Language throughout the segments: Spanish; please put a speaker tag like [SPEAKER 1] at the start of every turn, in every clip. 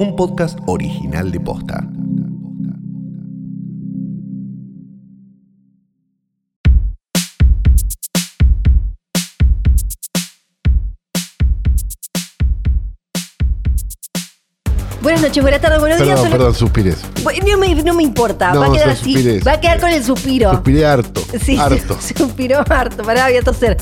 [SPEAKER 1] un podcast original de Posta.
[SPEAKER 2] Buenas noches, buenas tardes, buenos días.
[SPEAKER 3] Perdón,
[SPEAKER 2] son-
[SPEAKER 3] perdón, suspiré.
[SPEAKER 2] Bu- No, me, no me importa,
[SPEAKER 3] No,
[SPEAKER 2] va a quedar
[SPEAKER 3] yo
[SPEAKER 2] así.
[SPEAKER 3] suspiré,
[SPEAKER 2] va a quedar
[SPEAKER 3] suspiré.
[SPEAKER 2] con el suspiro.
[SPEAKER 3] Suspiré harto.
[SPEAKER 2] Sí,
[SPEAKER 3] harto.
[SPEAKER 2] se- suspiró harto. Pará, voy a toser.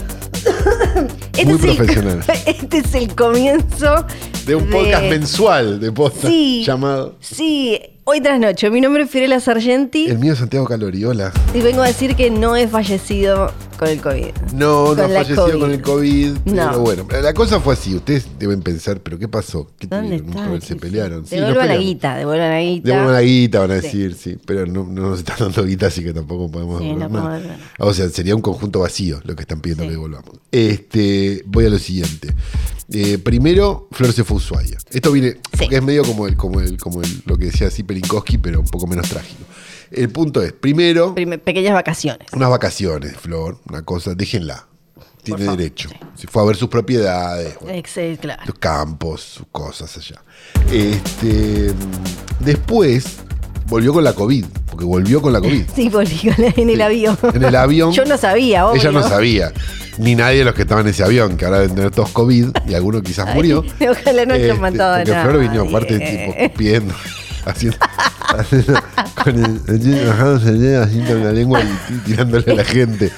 [SPEAKER 2] Este
[SPEAKER 3] Muy
[SPEAKER 2] es el-
[SPEAKER 3] profesional.
[SPEAKER 2] este es el comienzo
[SPEAKER 3] De un podcast mensual de posta
[SPEAKER 2] Sí.
[SPEAKER 3] llamado.
[SPEAKER 2] Sí, hoy tras noche. Mi nombre es Fiorella Sargenti
[SPEAKER 3] El mío es Santiago Caloriola.
[SPEAKER 2] y vengo a decir que no he fallecido con el COVID.
[SPEAKER 3] No,
[SPEAKER 2] Con
[SPEAKER 3] no ha
[SPEAKER 2] la
[SPEAKER 3] fallecido
[SPEAKER 2] COVID.
[SPEAKER 3] con el COVID.
[SPEAKER 2] No.
[SPEAKER 3] Pero bueno, la cosa fue así. Ustedes deben pensar, ¿pero qué pasó? ¿Qué
[SPEAKER 2] ¿Dónde
[SPEAKER 3] tuvieron?
[SPEAKER 2] está?
[SPEAKER 3] Se pelearon. Sí, nos
[SPEAKER 2] Devuelvan la
[SPEAKER 3] peleamos.
[SPEAKER 2] guita, devuelvan la guita.
[SPEAKER 3] Devuelvan la guita, van a
[SPEAKER 2] Sí.
[SPEAKER 3] decir, sí. Pero no, no nos están dando guita, así que tampoco podemos
[SPEAKER 2] Sí,
[SPEAKER 3] devolver
[SPEAKER 2] no
[SPEAKER 3] nada.
[SPEAKER 2] podemos devolver.
[SPEAKER 3] O sea, sería un conjunto vacío lo que están pidiendo
[SPEAKER 2] Sí.
[SPEAKER 3] que devolvamos. Este, voy a lo siguiente. Eh, primero, Flor se fue a Ushuaia. Esto viene, porque es medio como el, como el, como el- lo que decía así Pelinkowski, pero un poco menos trágico. El punto es, primero,
[SPEAKER 2] Prime- pequeñas vacaciones.
[SPEAKER 3] unas vacaciones, Flor, una cosa, déjenla. Tiene
[SPEAKER 2] favor,
[SPEAKER 3] derecho. Si fue a ver sus propiedades. bueno,
[SPEAKER 2] Excel, claro.
[SPEAKER 3] los campos, sus cosas allá. Este, después volvió con la COVID, porque volvió con la COVID.
[SPEAKER 2] Sí, polígono en el avión.
[SPEAKER 3] En el avión.
[SPEAKER 2] Yo no sabía, obvio.
[SPEAKER 3] Ella no sabía, ni nadie de los que estaban en ese avión, que ahora deben tener todos COVID y alguno quizás murió. Este,
[SPEAKER 2] ojalá no hayan matado a
[SPEAKER 3] Porque Flor
[SPEAKER 2] nadie.
[SPEAKER 3] vino aparte, tipo, pidiendo, haciendo, haciendo- con el, bajándose el dedo, haciendo la lengua y tirándole a la gente,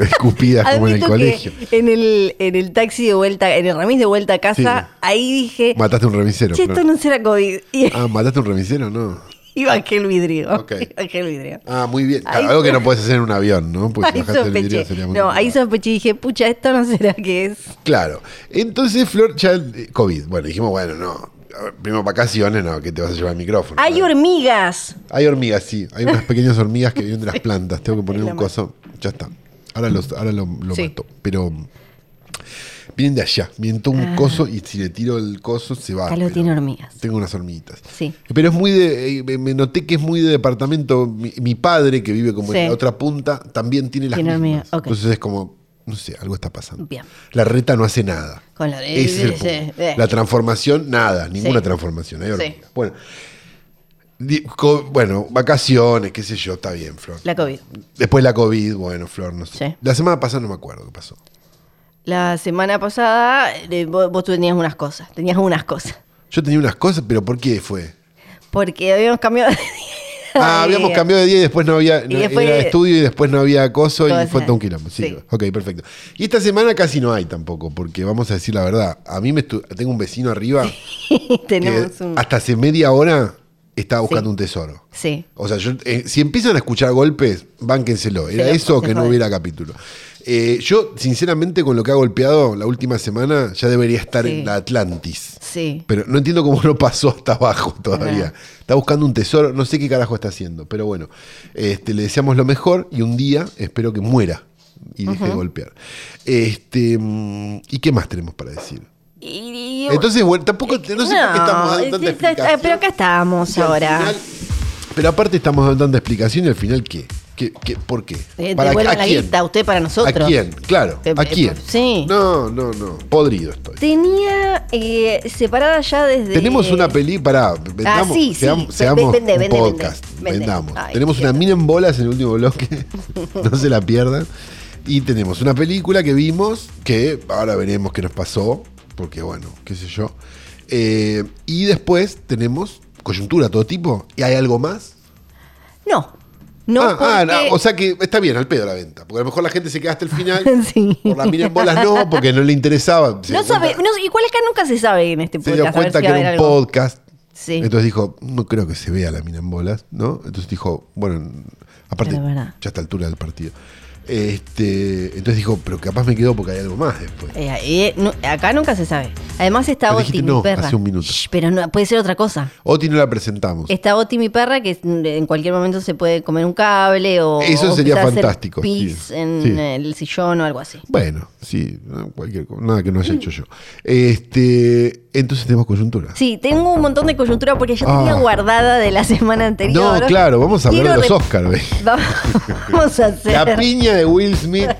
[SPEAKER 3] escupidas como en el
[SPEAKER 2] Admito
[SPEAKER 3] colegio.
[SPEAKER 2] que eh, en el, en el taxi de vuelta, en el remis de vuelta a casa,
[SPEAKER 3] Sí.
[SPEAKER 2] ahí dije,
[SPEAKER 3] Mataste un remisero.
[SPEAKER 2] che,
[SPEAKER 3] Flor.
[SPEAKER 2] esto no será COVID. Y,
[SPEAKER 3] Ah, mataste un remisero, no.
[SPEAKER 2] y bajé el vidrio.
[SPEAKER 3] Ok.
[SPEAKER 2] Y bajé el vidrio.
[SPEAKER 3] Ah, muy bien. Claro,
[SPEAKER 2] Ahí
[SPEAKER 3] algo que
[SPEAKER 2] so-
[SPEAKER 3] no puedes hacer en un avión, ¿no? Porque si
[SPEAKER 2] ahí
[SPEAKER 3] bajaste el vidrio
[SPEAKER 2] sospeché.
[SPEAKER 3] sería muy
[SPEAKER 2] No, ahí
[SPEAKER 3] complicado.
[SPEAKER 2] sospeché y dije, pucha, esto no será que es.
[SPEAKER 3] Claro. Entonces, Flor, ya eh, COVID. Bueno, dijimos, bueno, no. A ver, Primero vacaciones, no, que te vas a llevar el micrófono.
[SPEAKER 2] Hay
[SPEAKER 3] Bueno.
[SPEAKER 2] hormigas.
[SPEAKER 3] Hay hormigas, sí. Hay unas pequeñas hormigas que vienen de las plantas. Tengo que poner
[SPEAKER 2] la
[SPEAKER 3] un
[SPEAKER 2] ma-
[SPEAKER 3] coso. Ya está. Ahora, los, ahora lo, lo
[SPEAKER 2] Sí.
[SPEAKER 3] mato. Pero mm, vienen de allá. Vienen todo un coso y si le tiro el coso se va.
[SPEAKER 2] Calo
[SPEAKER 3] Ah, pero
[SPEAKER 2] Ah. tiene hormigas.
[SPEAKER 3] Tengo unas hormiguitas.
[SPEAKER 2] Sí.
[SPEAKER 3] Pero es muy de. eh, me- me noté que es muy de departamento. Mi, mi padre, que vive como
[SPEAKER 2] Sí.
[SPEAKER 3] en la otra punta, también tiene las
[SPEAKER 2] Tiene hormigas,
[SPEAKER 3] mismas.
[SPEAKER 2] ok.
[SPEAKER 3] Entonces es como. No sé, algo está pasando.
[SPEAKER 2] Bien.
[SPEAKER 3] La reta no hace nada.
[SPEAKER 2] Con la-
[SPEAKER 3] Ese es el
[SPEAKER 2] sí,
[SPEAKER 3] punto.
[SPEAKER 2] eh.
[SPEAKER 3] La transformación, nada. Ninguna
[SPEAKER 2] Sí.
[SPEAKER 3] transformación. Hay
[SPEAKER 2] Sí.
[SPEAKER 3] hormigas. Bueno. Di- co- Bueno, vacaciones, qué sé yo, está bien, Flor.
[SPEAKER 2] La COVID.
[SPEAKER 3] Después la COVID, bueno, Flor, no sé.
[SPEAKER 2] Sí.
[SPEAKER 3] La semana pasada no me acuerdo qué pasó.
[SPEAKER 2] La semana pasada eh, vos, vos tenías unas cosas, tenías unas cosas.
[SPEAKER 3] Yo tenía unas cosas, pero ¿por qué fue?
[SPEAKER 2] Porque habíamos cambiado de
[SPEAKER 3] Ah, habíamos cambiado de día y después no había no-
[SPEAKER 2] eh, después-
[SPEAKER 3] era estudio y después no había acoso y
[SPEAKER 2] Todo
[SPEAKER 3] fue
[SPEAKER 2] ese-
[SPEAKER 3] todo un quilombo. Sí,
[SPEAKER 2] sí.
[SPEAKER 3] ok, perfecto. Y esta semana casi no hay tampoco, porque vamos a decir la verdad, a mí me estu- tengo un vecino arriba que
[SPEAKER 2] Tenemos un...
[SPEAKER 3] hasta hace media hora estaba buscando
[SPEAKER 2] Sí.
[SPEAKER 3] un tesoro.
[SPEAKER 2] Sí.
[SPEAKER 3] O sea, yo, eh, si empiezan a escuchar golpes, bánquenselo. Era
[SPEAKER 2] Se lo-
[SPEAKER 3] eso o
[SPEAKER 2] se
[SPEAKER 3] que no
[SPEAKER 2] jode.
[SPEAKER 3] hubiera capítulo. Eh, yo, sinceramente, con lo que ha golpeado la última semana, ya debería estar
[SPEAKER 2] Sí.
[SPEAKER 3] en la Atlantis.
[SPEAKER 2] Sí.
[SPEAKER 3] Pero no entiendo cómo no pasó hasta abajo todavía.
[SPEAKER 2] Ajá.
[SPEAKER 3] Está buscando un tesoro, no sé qué carajo está haciendo, pero bueno, este, le deseamos lo mejor y un día espero que muera y deje de golpear. Este, mm, ¿Y qué más tenemos para decir?
[SPEAKER 2] Y- y-
[SPEAKER 3] Entonces, bueno, tampoco, no sé por qué estamos dando tanta
[SPEAKER 2] es- es- eh,
[SPEAKER 3] explicación.
[SPEAKER 2] Pero acá estamos
[SPEAKER 3] Y al
[SPEAKER 2] ahora. Eh,
[SPEAKER 3] final- pero aparte estamos dando tanta explicación y al final, ¿qué? ¿Qué, qué por qué?
[SPEAKER 2] Eh,
[SPEAKER 3] ¿Para-
[SPEAKER 2] devuelvan
[SPEAKER 3] a
[SPEAKER 2] la
[SPEAKER 3] quién?
[SPEAKER 2] guita, usted para nosotros.
[SPEAKER 3] ¿A quién? Claro,
[SPEAKER 2] Te-
[SPEAKER 3] ¿a quién?
[SPEAKER 2] sí.
[SPEAKER 3] No, no, no, podrido estoy.
[SPEAKER 2] Tenía eh, separada ya desde.
[SPEAKER 3] Tenemos una peli para. Vendamos,
[SPEAKER 2] Ah, sí, sí.
[SPEAKER 3] seam-
[SPEAKER 2] Ve-
[SPEAKER 3] seamos
[SPEAKER 2] vende,
[SPEAKER 3] un
[SPEAKER 2] vende,
[SPEAKER 3] podcast.
[SPEAKER 2] vende, vende.
[SPEAKER 3] Vendamos.
[SPEAKER 2] Ay,
[SPEAKER 3] tenemos una
[SPEAKER 2] cierto.
[SPEAKER 3] mina en bolas en el último bloque. no se la pierdan. Y tenemos una película que vimos que ahora veremos qué nos pasó. Porque bueno, qué sé yo. Eh, y después tenemos coyuntura de todo tipo. ¿Y hay algo más?
[SPEAKER 2] No. No,
[SPEAKER 3] ah, ah,
[SPEAKER 2] porque-
[SPEAKER 3] no, o sea que está bien, al pedo la venta. Porque a lo mejor la gente se queda hasta el final.
[SPEAKER 2] Sí.
[SPEAKER 3] Por la mina en bolas no, porque no le interesaba. Se
[SPEAKER 2] no
[SPEAKER 3] dio cuenta-
[SPEAKER 2] sabe. No, igual acá nunca se sabe en este
[SPEAKER 3] se
[SPEAKER 2] podcast.
[SPEAKER 3] dio
[SPEAKER 2] a ver
[SPEAKER 3] cuenta
[SPEAKER 2] si
[SPEAKER 3] que
[SPEAKER 2] va a
[SPEAKER 3] era un
[SPEAKER 2] haber algo.
[SPEAKER 3] podcast.
[SPEAKER 2] Sí.
[SPEAKER 3] Entonces dijo, no creo que se vea la mina en bolas, ¿no? Entonces dijo, bueno, aparte,
[SPEAKER 2] Es verdad.
[SPEAKER 3] ya a esta altura del partido. Este, entonces dijo, pero capaz me quedo porque hay algo más después.
[SPEAKER 2] Eh, eh, no, acá nunca se sabe. Además está
[SPEAKER 3] Pero
[SPEAKER 2] Oti,
[SPEAKER 3] dijiste
[SPEAKER 2] mi
[SPEAKER 3] no
[SPEAKER 2] perra.
[SPEAKER 3] hace un minuto.
[SPEAKER 2] Shh, pero no, puede ser otra cosa.
[SPEAKER 3] Oti no la presentamos.
[SPEAKER 2] Está Oti, mi perra, que mm, en cualquier momento se puede comer un cable o.
[SPEAKER 3] Eso
[SPEAKER 2] o
[SPEAKER 3] sería
[SPEAKER 2] quizás hacer
[SPEAKER 3] fantástico,
[SPEAKER 2] pis
[SPEAKER 3] sí.
[SPEAKER 2] en
[SPEAKER 3] Sí.
[SPEAKER 2] el sillón o algo así.
[SPEAKER 3] Bueno, sí, no, cualquier cosa, nada que no haya hecho yo. Este, Entonces tenemos coyuntura.
[SPEAKER 2] Sí, tengo un montón de coyuntura porque ya tenía
[SPEAKER 3] Ah.
[SPEAKER 2] guardada de la semana anterior.
[SPEAKER 3] No, claro, vamos a hablar
[SPEAKER 2] Quiero
[SPEAKER 3] de los
[SPEAKER 2] rep-
[SPEAKER 3] Oscars. ¿ve?
[SPEAKER 2] Va- Vamos a hacer.
[SPEAKER 3] La piña de Will Smith.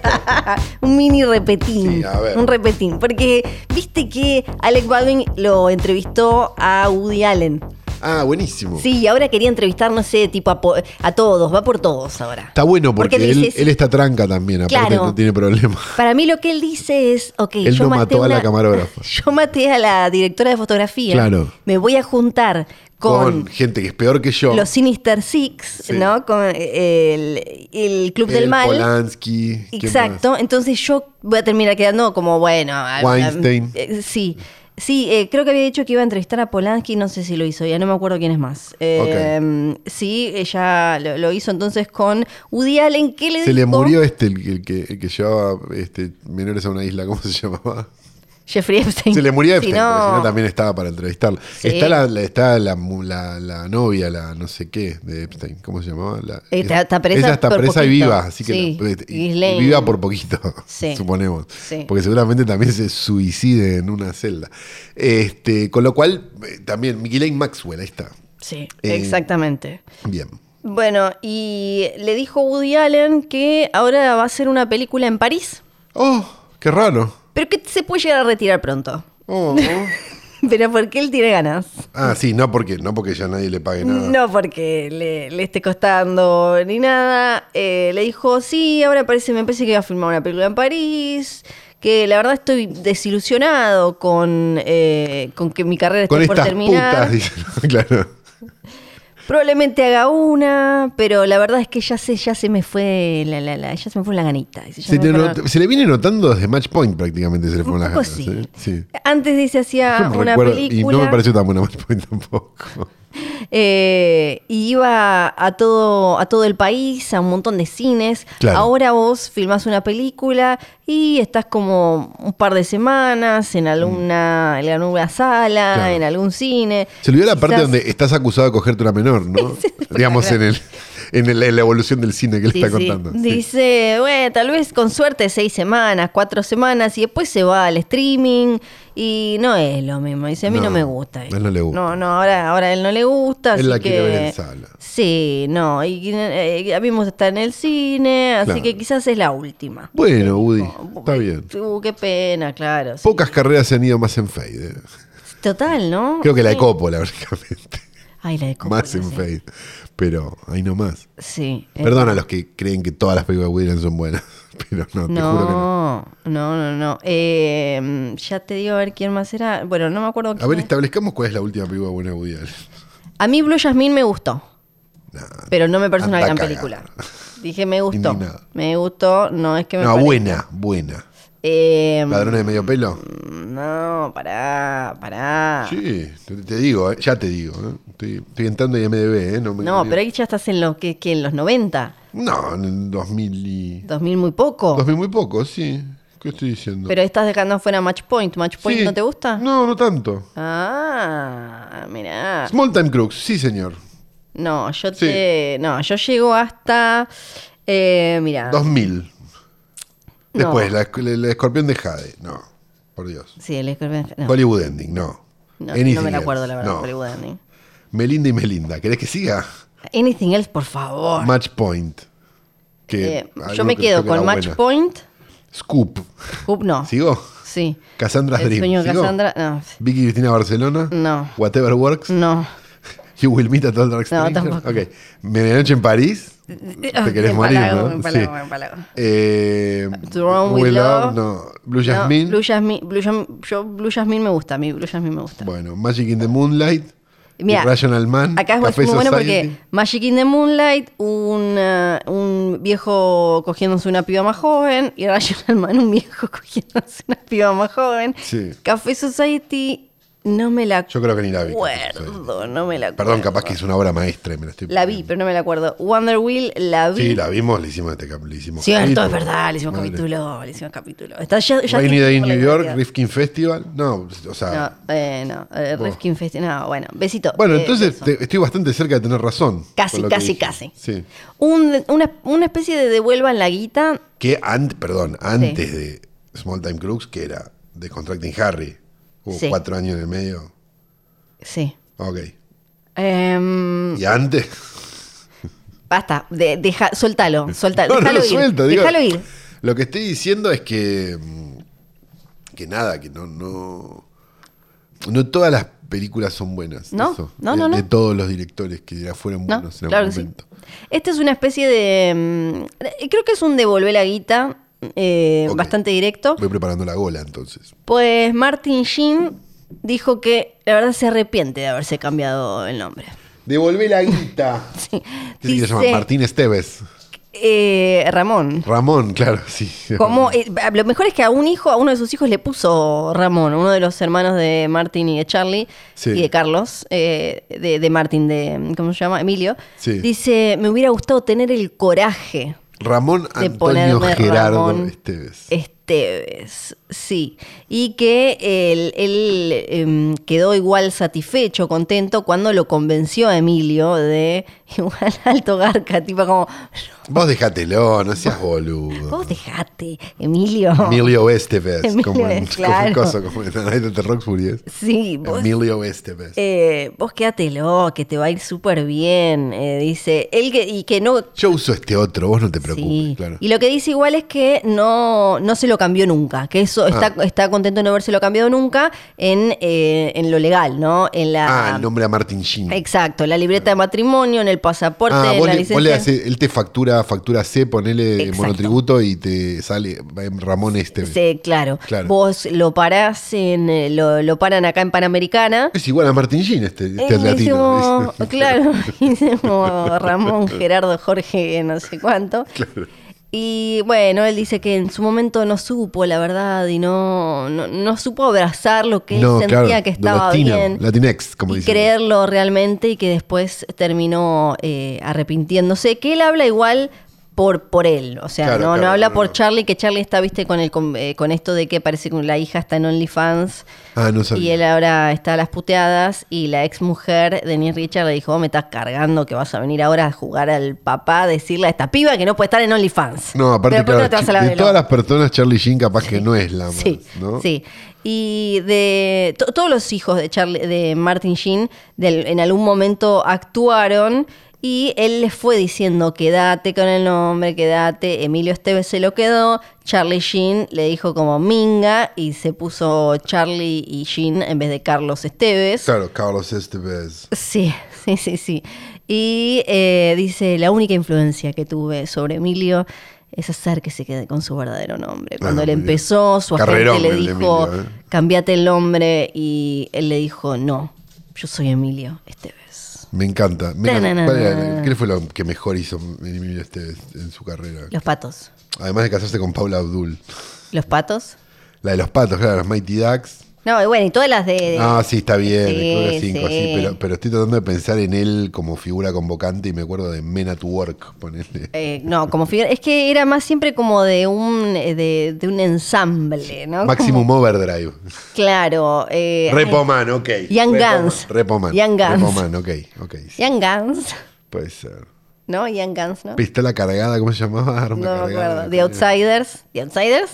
[SPEAKER 2] un mini repetín.
[SPEAKER 3] Sí, a ver.
[SPEAKER 2] Un repetín. Porque viste que Alec Baldwin lo entrevistó a Woody Allen.
[SPEAKER 3] Ah, buenísimo.
[SPEAKER 2] Sí, y ahora quería entrevistar, no sé, tipo a, po- a todos, va por todos ahora.
[SPEAKER 3] Está bueno porque,
[SPEAKER 2] Porque
[SPEAKER 3] él,
[SPEAKER 2] dice, sí.
[SPEAKER 3] él está tranca también, aparte
[SPEAKER 2] Claro.
[SPEAKER 3] no tiene problema.
[SPEAKER 2] Para mí lo que él dice es, ok,
[SPEAKER 3] Él
[SPEAKER 2] yo
[SPEAKER 3] no
[SPEAKER 2] maté
[SPEAKER 3] mató a la
[SPEAKER 2] una-
[SPEAKER 3] camarógrafa.
[SPEAKER 2] Yo maté a la directora de fotografía.
[SPEAKER 3] Claro.
[SPEAKER 2] Me voy a juntar
[SPEAKER 3] Con,
[SPEAKER 2] con,
[SPEAKER 3] gente que es peor que yo.
[SPEAKER 2] los Sinister Six,
[SPEAKER 3] Sí.
[SPEAKER 2] ¿no? Con eh, el, el Club del
[SPEAKER 3] Él,
[SPEAKER 2] Mal.
[SPEAKER 3] Eh, Polanski. ¿quién más?
[SPEAKER 2] Exacto, entonces yo voy a terminar quedando como, bueno... a- a-
[SPEAKER 3] Weinstein.
[SPEAKER 2] eh, sí, sí, eh, creo que había dicho que iba a entrevistar a Polanski, no sé si lo hizo, ya no me acuerdo quién es más. Eh, Sí, ella lo, lo hizo entonces con Woody Allen, que le
[SPEAKER 3] Se le
[SPEAKER 2] dijo?
[SPEAKER 3] murió este, el, el que, el que llevaba este, menores a una isla, ¿cómo se llamaba?
[SPEAKER 2] Jeffrey Epstein.
[SPEAKER 3] Se le murió
[SPEAKER 2] Si
[SPEAKER 3] Epstein,
[SPEAKER 2] no-
[SPEAKER 3] porque si no también estaba para entrevistarla.
[SPEAKER 2] Sí.
[SPEAKER 3] Está, la, la- está la, mu- la- la novia, la no sé qué, de Epstein, ¿cómo se llamaba? La-
[SPEAKER 2] Está- Eh, está presa
[SPEAKER 3] Ella está
[SPEAKER 2] por
[SPEAKER 3] presa y
[SPEAKER 2] poquito.
[SPEAKER 3] viva, así que
[SPEAKER 2] Sí,
[SPEAKER 3] la- y-
[SPEAKER 2] Ghislaine.
[SPEAKER 3] y viva por poquito,
[SPEAKER 2] Sí.
[SPEAKER 3] suponemos.
[SPEAKER 2] Sí.
[SPEAKER 3] Porque seguramente también se suicide en una celda. Este, con lo cual, eh, también, Ghislaine Maxwell, ahí está.
[SPEAKER 2] Sí,
[SPEAKER 3] Eh,
[SPEAKER 2] exactamente.
[SPEAKER 3] Bien.
[SPEAKER 2] Bueno, y le dijo Woody Allen que ahora va a hacer una película en París,
[SPEAKER 3] Oh, qué raro.
[SPEAKER 2] pero que se puede llegar a retirar pronto.
[SPEAKER 3] Oh.
[SPEAKER 2] Pero porque él tiene ganas.
[SPEAKER 3] Ah, sí, no porque, no porque ya nadie le pague nada.
[SPEAKER 2] No porque le, le esté costando ni nada. Eh, le dijo, sí, ahora parece, me parece que va a filmar una película en París. Que la verdad estoy desilusionado con, eh, con que mi carrera
[SPEAKER 3] Con
[SPEAKER 2] esté por
[SPEAKER 3] estas
[SPEAKER 2] terminar.
[SPEAKER 3] putas, dicen. claro.
[SPEAKER 2] Probablemente haga una, pero la verdad es que ya se, ya se me fue la, la, la- ya se me fue la ganita. Dice, ya
[SPEAKER 3] Se,
[SPEAKER 2] me
[SPEAKER 3] te
[SPEAKER 2] fueron-
[SPEAKER 3] not- se le viene notando desde Match Point prácticamente, se le
[SPEAKER 2] Un
[SPEAKER 3] ponen las
[SPEAKER 2] poco
[SPEAKER 3] ganas.
[SPEAKER 2] sí.
[SPEAKER 3] ¿eh? Sí.
[SPEAKER 2] Antes dice hacía
[SPEAKER 3] Yo me
[SPEAKER 2] una
[SPEAKER 3] recuerdo-
[SPEAKER 2] película.
[SPEAKER 3] Y no me pareció tan buena Match Point tampoco.
[SPEAKER 2] Eh, y iba a todo, a todo el país, a un montón de cines.
[SPEAKER 3] Claro.
[SPEAKER 2] Ahora vos filmás una película y estás como un par de semanas en alguna, en alguna sala,
[SPEAKER 3] Claro.
[SPEAKER 2] en algún cine.
[SPEAKER 3] Se olvidó la parte
[SPEAKER 2] Quizás-
[SPEAKER 3] donde estás acusado de cogerte una menor, ¿no? Digamos, en, el, en, el- en la evolución del cine que le
[SPEAKER 2] Sí,
[SPEAKER 3] está
[SPEAKER 2] sí.
[SPEAKER 3] contando. Sí.
[SPEAKER 2] Dice, bueno, tal vez con suerte seis semanas, cuatro semanas, y después se va al streaming y no es lo mismo. Dice, a mí no,
[SPEAKER 3] No,
[SPEAKER 2] me gusta.
[SPEAKER 3] a él no le gusta.
[SPEAKER 2] No, no, ahora, ahora a él no le gusta.
[SPEAKER 3] Él
[SPEAKER 2] así
[SPEAKER 3] la
[SPEAKER 2] que...
[SPEAKER 3] quiere ver en sala.
[SPEAKER 2] Sí, no, y eh, a mí me gusta estar en el cine, así
[SPEAKER 3] Claro.
[SPEAKER 2] que quizás es la última.
[SPEAKER 3] Bueno, Woody, está bien.
[SPEAKER 2] Uh, qué pena, claro. sí.
[SPEAKER 3] Pocas carreras se han ido más en fade. ¿eh?
[SPEAKER 2] Total, ¿no?
[SPEAKER 3] Creo que la de Coppola, únicamente.
[SPEAKER 2] Ay, la de Coppola,
[SPEAKER 3] Más en
[SPEAKER 2] sí.
[SPEAKER 3] fade. Pero ahí nomás.
[SPEAKER 2] Sí. eh,
[SPEAKER 3] Perdón a los que creen que todas las películas de Woody Allen son buenas. Pero no, te juro que no.
[SPEAKER 2] No, no, no, no. Eh, ya te digo a ver quién más era. Bueno, no me acuerdo
[SPEAKER 3] A
[SPEAKER 2] quién
[SPEAKER 3] ver,
[SPEAKER 2] era.
[SPEAKER 3] establezcamos cuál es la última película buena de Woody Allen.
[SPEAKER 2] A mí Blue Jasmine me gustó,
[SPEAKER 3] Nah.
[SPEAKER 2] pero no me parece una
[SPEAKER 3] Anda
[SPEAKER 2] gran
[SPEAKER 3] a cagar.
[SPEAKER 2] película. Dije, me gustó.
[SPEAKER 3] Indignado.
[SPEAKER 2] Me gustó, no es que me
[SPEAKER 3] No,
[SPEAKER 2] parezca.
[SPEAKER 3] buena, buena.
[SPEAKER 2] Eh,
[SPEAKER 3] ¿Ladrones de medio pelo?
[SPEAKER 2] no, pará, pará.
[SPEAKER 3] Sí, te, te digo, eh, ya te digo. eh. Estoy, estoy entrando en MDB, ¿eh? No, me-
[SPEAKER 2] No, pero ahí ya estás en los que, que en los 90,
[SPEAKER 3] No, en el 2000 y...
[SPEAKER 2] 2000 muy poco.
[SPEAKER 3] 2000 muy poco, sí. ¿Qué estoy diciendo?
[SPEAKER 2] Pero estás dejando fuera Match Point. ¿Match Point
[SPEAKER 3] Sí.
[SPEAKER 2] no te gusta?
[SPEAKER 3] No, no tanto.
[SPEAKER 2] Ah, mirá.
[SPEAKER 3] Small Time Crooks, sí, señor.
[SPEAKER 2] No, yo
[SPEAKER 3] Sí.
[SPEAKER 2] te. No, yo llego hasta. Eh, mirá.
[SPEAKER 3] 2000.
[SPEAKER 2] No.
[SPEAKER 3] Después, la, esc- el escorpión de Jade. No, por Dios.
[SPEAKER 2] Sí, el escorpión. No,
[SPEAKER 3] Hollywood Ending, no.
[SPEAKER 2] no,
[SPEAKER 3] Anything
[SPEAKER 2] no me la
[SPEAKER 3] else,
[SPEAKER 2] acuerdo, la verdad,
[SPEAKER 3] no.
[SPEAKER 2] Hollywood Ending.
[SPEAKER 3] Melinda y Melinda. ¿Querés que siga?
[SPEAKER 2] Anything else, por favor.
[SPEAKER 3] Match Point. Que
[SPEAKER 2] Eh, yo
[SPEAKER 3] alguno
[SPEAKER 2] me
[SPEAKER 3] que
[SPEAKER 2] quedo
[SPEAKER 3] creo que era
[SPEAKER 2] con Match
[SPEAKER 3] buena.
[SPEAKER 2] Point.
[SPEAKER 3] Scoop.
[SPEAKER 2] Hoop, no.
[SPEAKER 3] ¿Sigo?
[SPEAKER 2] Sí.
[SPEAKER 3] Cassandra's
[SPEAKER 2] El
[SPEAKER 3] Dream.
[SPEAKER 2] sueño de
[SPEAKER 3] ¿Sigo?
[SPEAKER 2] Cassandra. No.
[SPEAKER 3] Vicky Cristina Barcelona.
[SPEAKER 2] No.
[SPEAKER 3] Whatever Works.
[SPEAKER 2] No.
[SPEAKER 3] You Will Meet a Tall Dark
[SPEAKER 2] No,
[SPEAKER 3] Stranger.
[SPEAKER 2] tampoco.
[SPEAKER 3] Ok. Medianoche en París. Te querés morir,
[SPEAKER 2] Ah, Empalago,
[SPEAKER 3] ¿no?
[SPEAKER 2] empalago,
[SPEAKER 3] Sí.
[SPEAKER 2] empalago.
[SPEAKER 3] Eh,
[SPEAKER 2] Throne with
[SPEAKER 3] With
[SPEAKER 2] Love.
[SPEAKER 3] No. Blue
[SPEAKER 2] No,
[SPEAKER 3] Jasmine.
[SPEAKER 2] Blue Jasmine, Blue Jam- yo, Blue Jasmine me gusta, a mí Blue Jasmine me gusta.
[SPEAKER 3] bueno. Magic in the Moonlight.
[SPEAKER 2] Mirá,
[SPEAKER 3] Rational Man.
[SPEAKER 2] Acá es
[SPEAKER 3] Café
[SPEAKER 2] muy bueno
[SPEAKER 3] Society.
[SPEAKER 2] porque Magic in the Moonlight, una- un viejo cogiéndose una piba más joven, y Rational Man, un viejo cogiéndose una piba más joven.
[SPEAKER 3] Sí.
[SPEAKER 2] Café Society, no me la
[SPEAKER 3] Yo creo que ni la vi.
[SPEAKER 2] acuerdo, no me la acuerdo.
[SPEAKER 3] Perdón, capaz que es una obra maestra y me la estoy
[SPEAKER 2] La vi, pero no me la acuerdo. Wonder Wheel, la vi.
[SPEAKER 3] Sí, la vimos, le hicimos este cap- le hicimos
[SPEAKER 2] Cierto,
[SPEAKER 3] capítulo.
[SPEAKER 2] es verdad, le hicimos
[SPEAKER 3] Madre.
[SPEAKER 2] capítulo, le hicimos capítulo. Está ya, ya
[SPEAKER 3] Rainy
[SPEAKER 2] tiene
[SPEAKER 3] Day in
[SPEAKER 2] por la
[SPEAKER 3] New York,
[SPEAKER 2] identidad.
[SPEAKER 3] Rifkin Festival. No, o
[SPEAKER 2] No,
[SPEAKER 3] sea.
[SPEAKER 2] eh, no, eh, Rifkin Festi- No, bueno, besito.
[SPEAKER 3] Bueno,
[SPEAKER 2] Eh,
[SPEAKER 3] entonces
[SPEAKER 2] beso.
[SPEAKER 3] te- estoy bastante cerca de tener razón.
[SPEAKER 2] Casi,
[SPEAKER 3] con lo que
[SPEAKER 2] casi,
[SPEAKER 3] dije.
[SPEAKER 2] casi.
[SPEAKER 3] Sí.
[SPEAKER 2] Un- una, una especie de devuelvan la guita.
[SPEAKER 3] Que antes, perdón, antes de Small Time Crooks, que era de Contracting Harry. Hubo
[SPEAKER 2] Sí.
[SPEAKER 3] cuatro años en el medio.
[SPEAKER 2] Sí.
[SPEAKER 3] Ok.
[SPEAKER 2] Em,
[SPEAKER 3] ¿Y antes?
[SPEAKER 2] basta, de- deja, suéltalo, suéltalo.
[SPEAKER 3] No, no
[SPEAKER 2] déjalo
[SPEAKER 3] lo
[SPEAKER 2] ir.
[SPEAKER 3] suelto, digo.
[SPEAKER 2] déjalo ir.
[SPEAKER 3] Lo que estoy diciendo es que. mm, Que nada, que no. No, no todas las películas son buenas.
[SPEAKER 2] No,
[SPEAKER 3] eso,
[SPEAKER 2] no,
[SPEAKER 3] de,
[SPEAKER 2] no, no.
[SPEAKER 3] de todos los directores que ya fueron
[SPEAKER 2] ¿no?
[SPEAKER 3] buenos en
[SPEAKER 2] claro que
[SPEAKER 3] algún
[SPEAKER 2] sí.
[SPEAKER 3] momento.
[SPEAKER 2] Esta es una especie de. mm, eh, creo que es un devolver la guita eh,
[SPEAKER 3] Ok.
[SPEAKER 2] bastante directo.
[SPEAKER 3] Voy preparando la gola entonces.
[SPEAKER 2] Pues Martin Sheen dijo que la verdad se arrepiente de haberse cambiado el nombre.
[SPEAKER 3] Devolvé la guita.
[SPEAKER 2] Sí.
[SPEAKER 3] ¿Qué se llama?
[SPEAKER 2] Dice,
[SPEAKER 3] Martín Esteves.
[SPEAKER 2] eh, Ramón.
[SPEAKER 3] Ramón, claro, sí.
[SPEAKER 2] Como, eh, lo mejor es que a un hijo, a uno de sus hijos le puso Ramón, uno de los hermanos de Martin y de Charlie
[SPEAKER 3] Sí.
[SPEAKER 2] y de Carlos, eh, de, de Martin, de, ¿cómo se llama? Emilio.
[SPEAKER 3] Sí.
[SPEAKER 2] Dice, me hubiera gustado tener el coraje
[SPEAKER 3] Ramón
[SPEAKER 2] de
[SPEAKER 3] Antonio
[SPEAKER 2] ponerme
[SPEAKER 3] Gerardo
[SPEAKER 2] Ramón
[SPEAKER 3] Esteves.
[SPEAKER 2] Esteves, sí. Y que él, él, em, quedó igual satisfecho, contento, cuando lo convenció a Emilio de igual alto garca, tipo como,
[SPEAKER 3] Vos dejatelo, no seas boludo.
[SPEAKER 2] vos dejate, Emilio.
[SPEAKER 3] Emilio Esteves,
[SPEAKER 2] Emilio,
[SPEAKER 3] como en,
[SPEAKER 2] claro.
[SPEAKER 3] como en cosa, como en Night at Roxbury es.
[SPEAKER 2] Sí, vos,
[SPEAKER 3] Emilio Esteves.
[SPEAKER 2] eh, vos quédatelo, que te va a ir súper bien, eh, dice. Él que, y que no...
[SPEAKER 3] Yo uso este otro, vos no te preocupes,
[SPEAKER 2] sí.
[SPEAKER 3] claro.
[SPEAKER 2] Y lo que dice igual es que no, no se lo cambió nunca, que eso
[SPEAKER 3] Ah.
[SPEAKER 2] está, está contento de no haberse lo cambiado nunca en, eh, en lo legal, ¿no? En la,
[SPEAKER 3] Ah, el nombre a Martin Sheen.
[SPEAKER 2] Exacto, la libreta de matrimonio, en el pasaporte,
[SPEAKER 3] Ah,
[SPEAKER 2] en
[SPEAKER 3] vos
[SPEAKER 2] la
[SPEAKER 3] le, vos le
[SPEAKER 2] licencia.
[SPEAKER 3] hace- él te factura factura C, ponele
[SPEAKER 2] Exacto.
[SPEAKER 3] monotributo y te sale eh, Ramón Esteves.
[SPEAKER 2] Sí, claro.
[SPEAKER 3] Claro.
[SPEAKER 2] Vos lo parás en, eh, lo, lo paran acá en Panamericana.
[SPEAKER 3] Es igual a Martin Sheen este, este
[SPEAKER 2] Eh,
[SPEAKER 3] es latino.
[SPEAKER 2] hicimos- claro, hicimos Ramón, Gerardo, Jorge, no sé cuánto. Y bueno, él dice que en su momento no supo la verdad y no, no, no supo abrazar lo que él
[SPEAKER 3] No,
[SPEAKER 2] sentía
[SPEAKER 3] claro,
[SPEAKER 2] que estaba
[SPEAKER 3] latino,
[SPEAKER 2] bien.
[SPEAKER 3] Latinex, como
[SPEAKER 2] y
[SPEAKER 3] dicen.
[SPEAKER 2] creerlo realmente y que después terminó eh, arrepintiéndose. Que él habla igual por, por él, o sea,
[SPEAKER 3] Claro,
[SPEAKER 2] no, no
[SPEAKER 3] claro,
[SPEAKER 2] habla
[SPEAKER 3] no,
[SPEAKER 2] por
[SPEAKER 3] no.
[SPEAKER 2] Charlie, que Charlie está, viste, con, el, con, eh, con esto de que parece que la hija está en OnlyFans.
[SPEAKER 3] Ah, no
[SPEAKER 2] Y
[SPEAKER 3] sabía.
[SPEAKER 2] él ahora está a las puteadas y la ex mujer de Denise Richard le dijo, vos me estás cargando que vas a venir ahora a jugar al papá, a decirle a esta piba que no puede estar en OnlyFans.
[SPEAKER 3] No, aparte,
[SPEAKER 2] Pero después
[SPEAKER 3] claro,
[SPEAKER 2] no te vas a la
[SPEAKER 3] de
[SPEAKER 2] velo.
[SPEAKER 3] todas las personas, Charlie Sheen capaz que no es la más,
[SPEAKER 2] Sí,
[SPEAKER 3] ¿no?
[SPEAKER 2] sí. Y de to- todos los hijos de, Charlie, de Martin Sheen del- en algún momento actuaron y él les fue diciendo quédate con el nombre, quédate. Emilio Esteves se lo quedó. Charlie Sheen le dijo como minga y se puso Charlie y Sheen en vez de Carlos Esteves.
[SPEAKER 3] Claro, Carlos Esteves.
[SPEAKER 2] Sí, sí, sí, sí. Y eh, dice, la única influencia que tuve sobre Emilio es hacer que se quede con su verdadero nombre. Cuando
[SPEAKER 3] Ah,
[SPEAKER 2] él
[SPEAKER 3] muy bien.
[SPEAKER 2] empezó, su
[SPEAKER 3] Carrerón
[SPEAKER 2] agente le
[SPEAKER 3] el de
[SPEAKER 2] dijo,
[SPEAKER 3] Emilio, ¿eh?
[SPEAKER 2] cambiate el nombre, y él le dijo, no, yo soy Emilio este Esteves.
[SPEAKER 3] Me encanta. me encanta.
[SPEAKER 2] Tanana.
[SPEAKER 3] ¿Cuál era- ¿Qué fue lo que mejor hizo Emilio Esteves en su carrera?
[SPEAKER 2] Los patos.
[SPEAKER 3] Además de casarse con Paula Abdul.
[SPEAKER 2] ¿Los patos?
[SPEAKER 3] La de los patos, claro, los Mighty Ducks.
[SPEAKER 2] No, y bueno, y todas las de...
[SPEAKER 3] Ah, sí, está bien.
[SPEAKER 2] Sí,
[SPEAKER 3] el Club de Cinco, sí,
[SPEAKER 2] sí.
[SPEAKER 3] pero, pero estoy tratando de pensar en él como figura convocante y me acuerdo de Men at Work, ponele.
[SPEAKER 2] eh, no, como figura- es que era más siempre como de un eh, de, de un ensamble, ¿no?
[SPEAKER 3] Maximum Overdrive.
[SPEAKER 2] Como- claro. eh,
[SPEAKER 3] Repoman, ok.
[SPEAKER 2] Young
[SPEAKER 3] Repoman,
[SPEAKER 2] Guns.
[SPEAKER 3] Repoman.
[SPEAKER 2] Young Guns.
[SPEAKER 3] Repoman, ok, ok. sí,
[SPEAKER 2] Young Guns,
[SPEAKER 3] Puede ser.
[SPEAKER 2] ¿no? Young Guns, ¿no?
[SPEAKER 3] Pistola cargada, ¿cómo se llamaba?
[SPEAKER 2] No
[SPEAKER 3] Arma
[SPEAKER 2] me
[SPEAKER 3] cargada,
[SPEAKER 2] acuerdo. The
[SPEAKER 3] cargada.
[SPEAKER 2] Outsiders. ¿The Outsiders?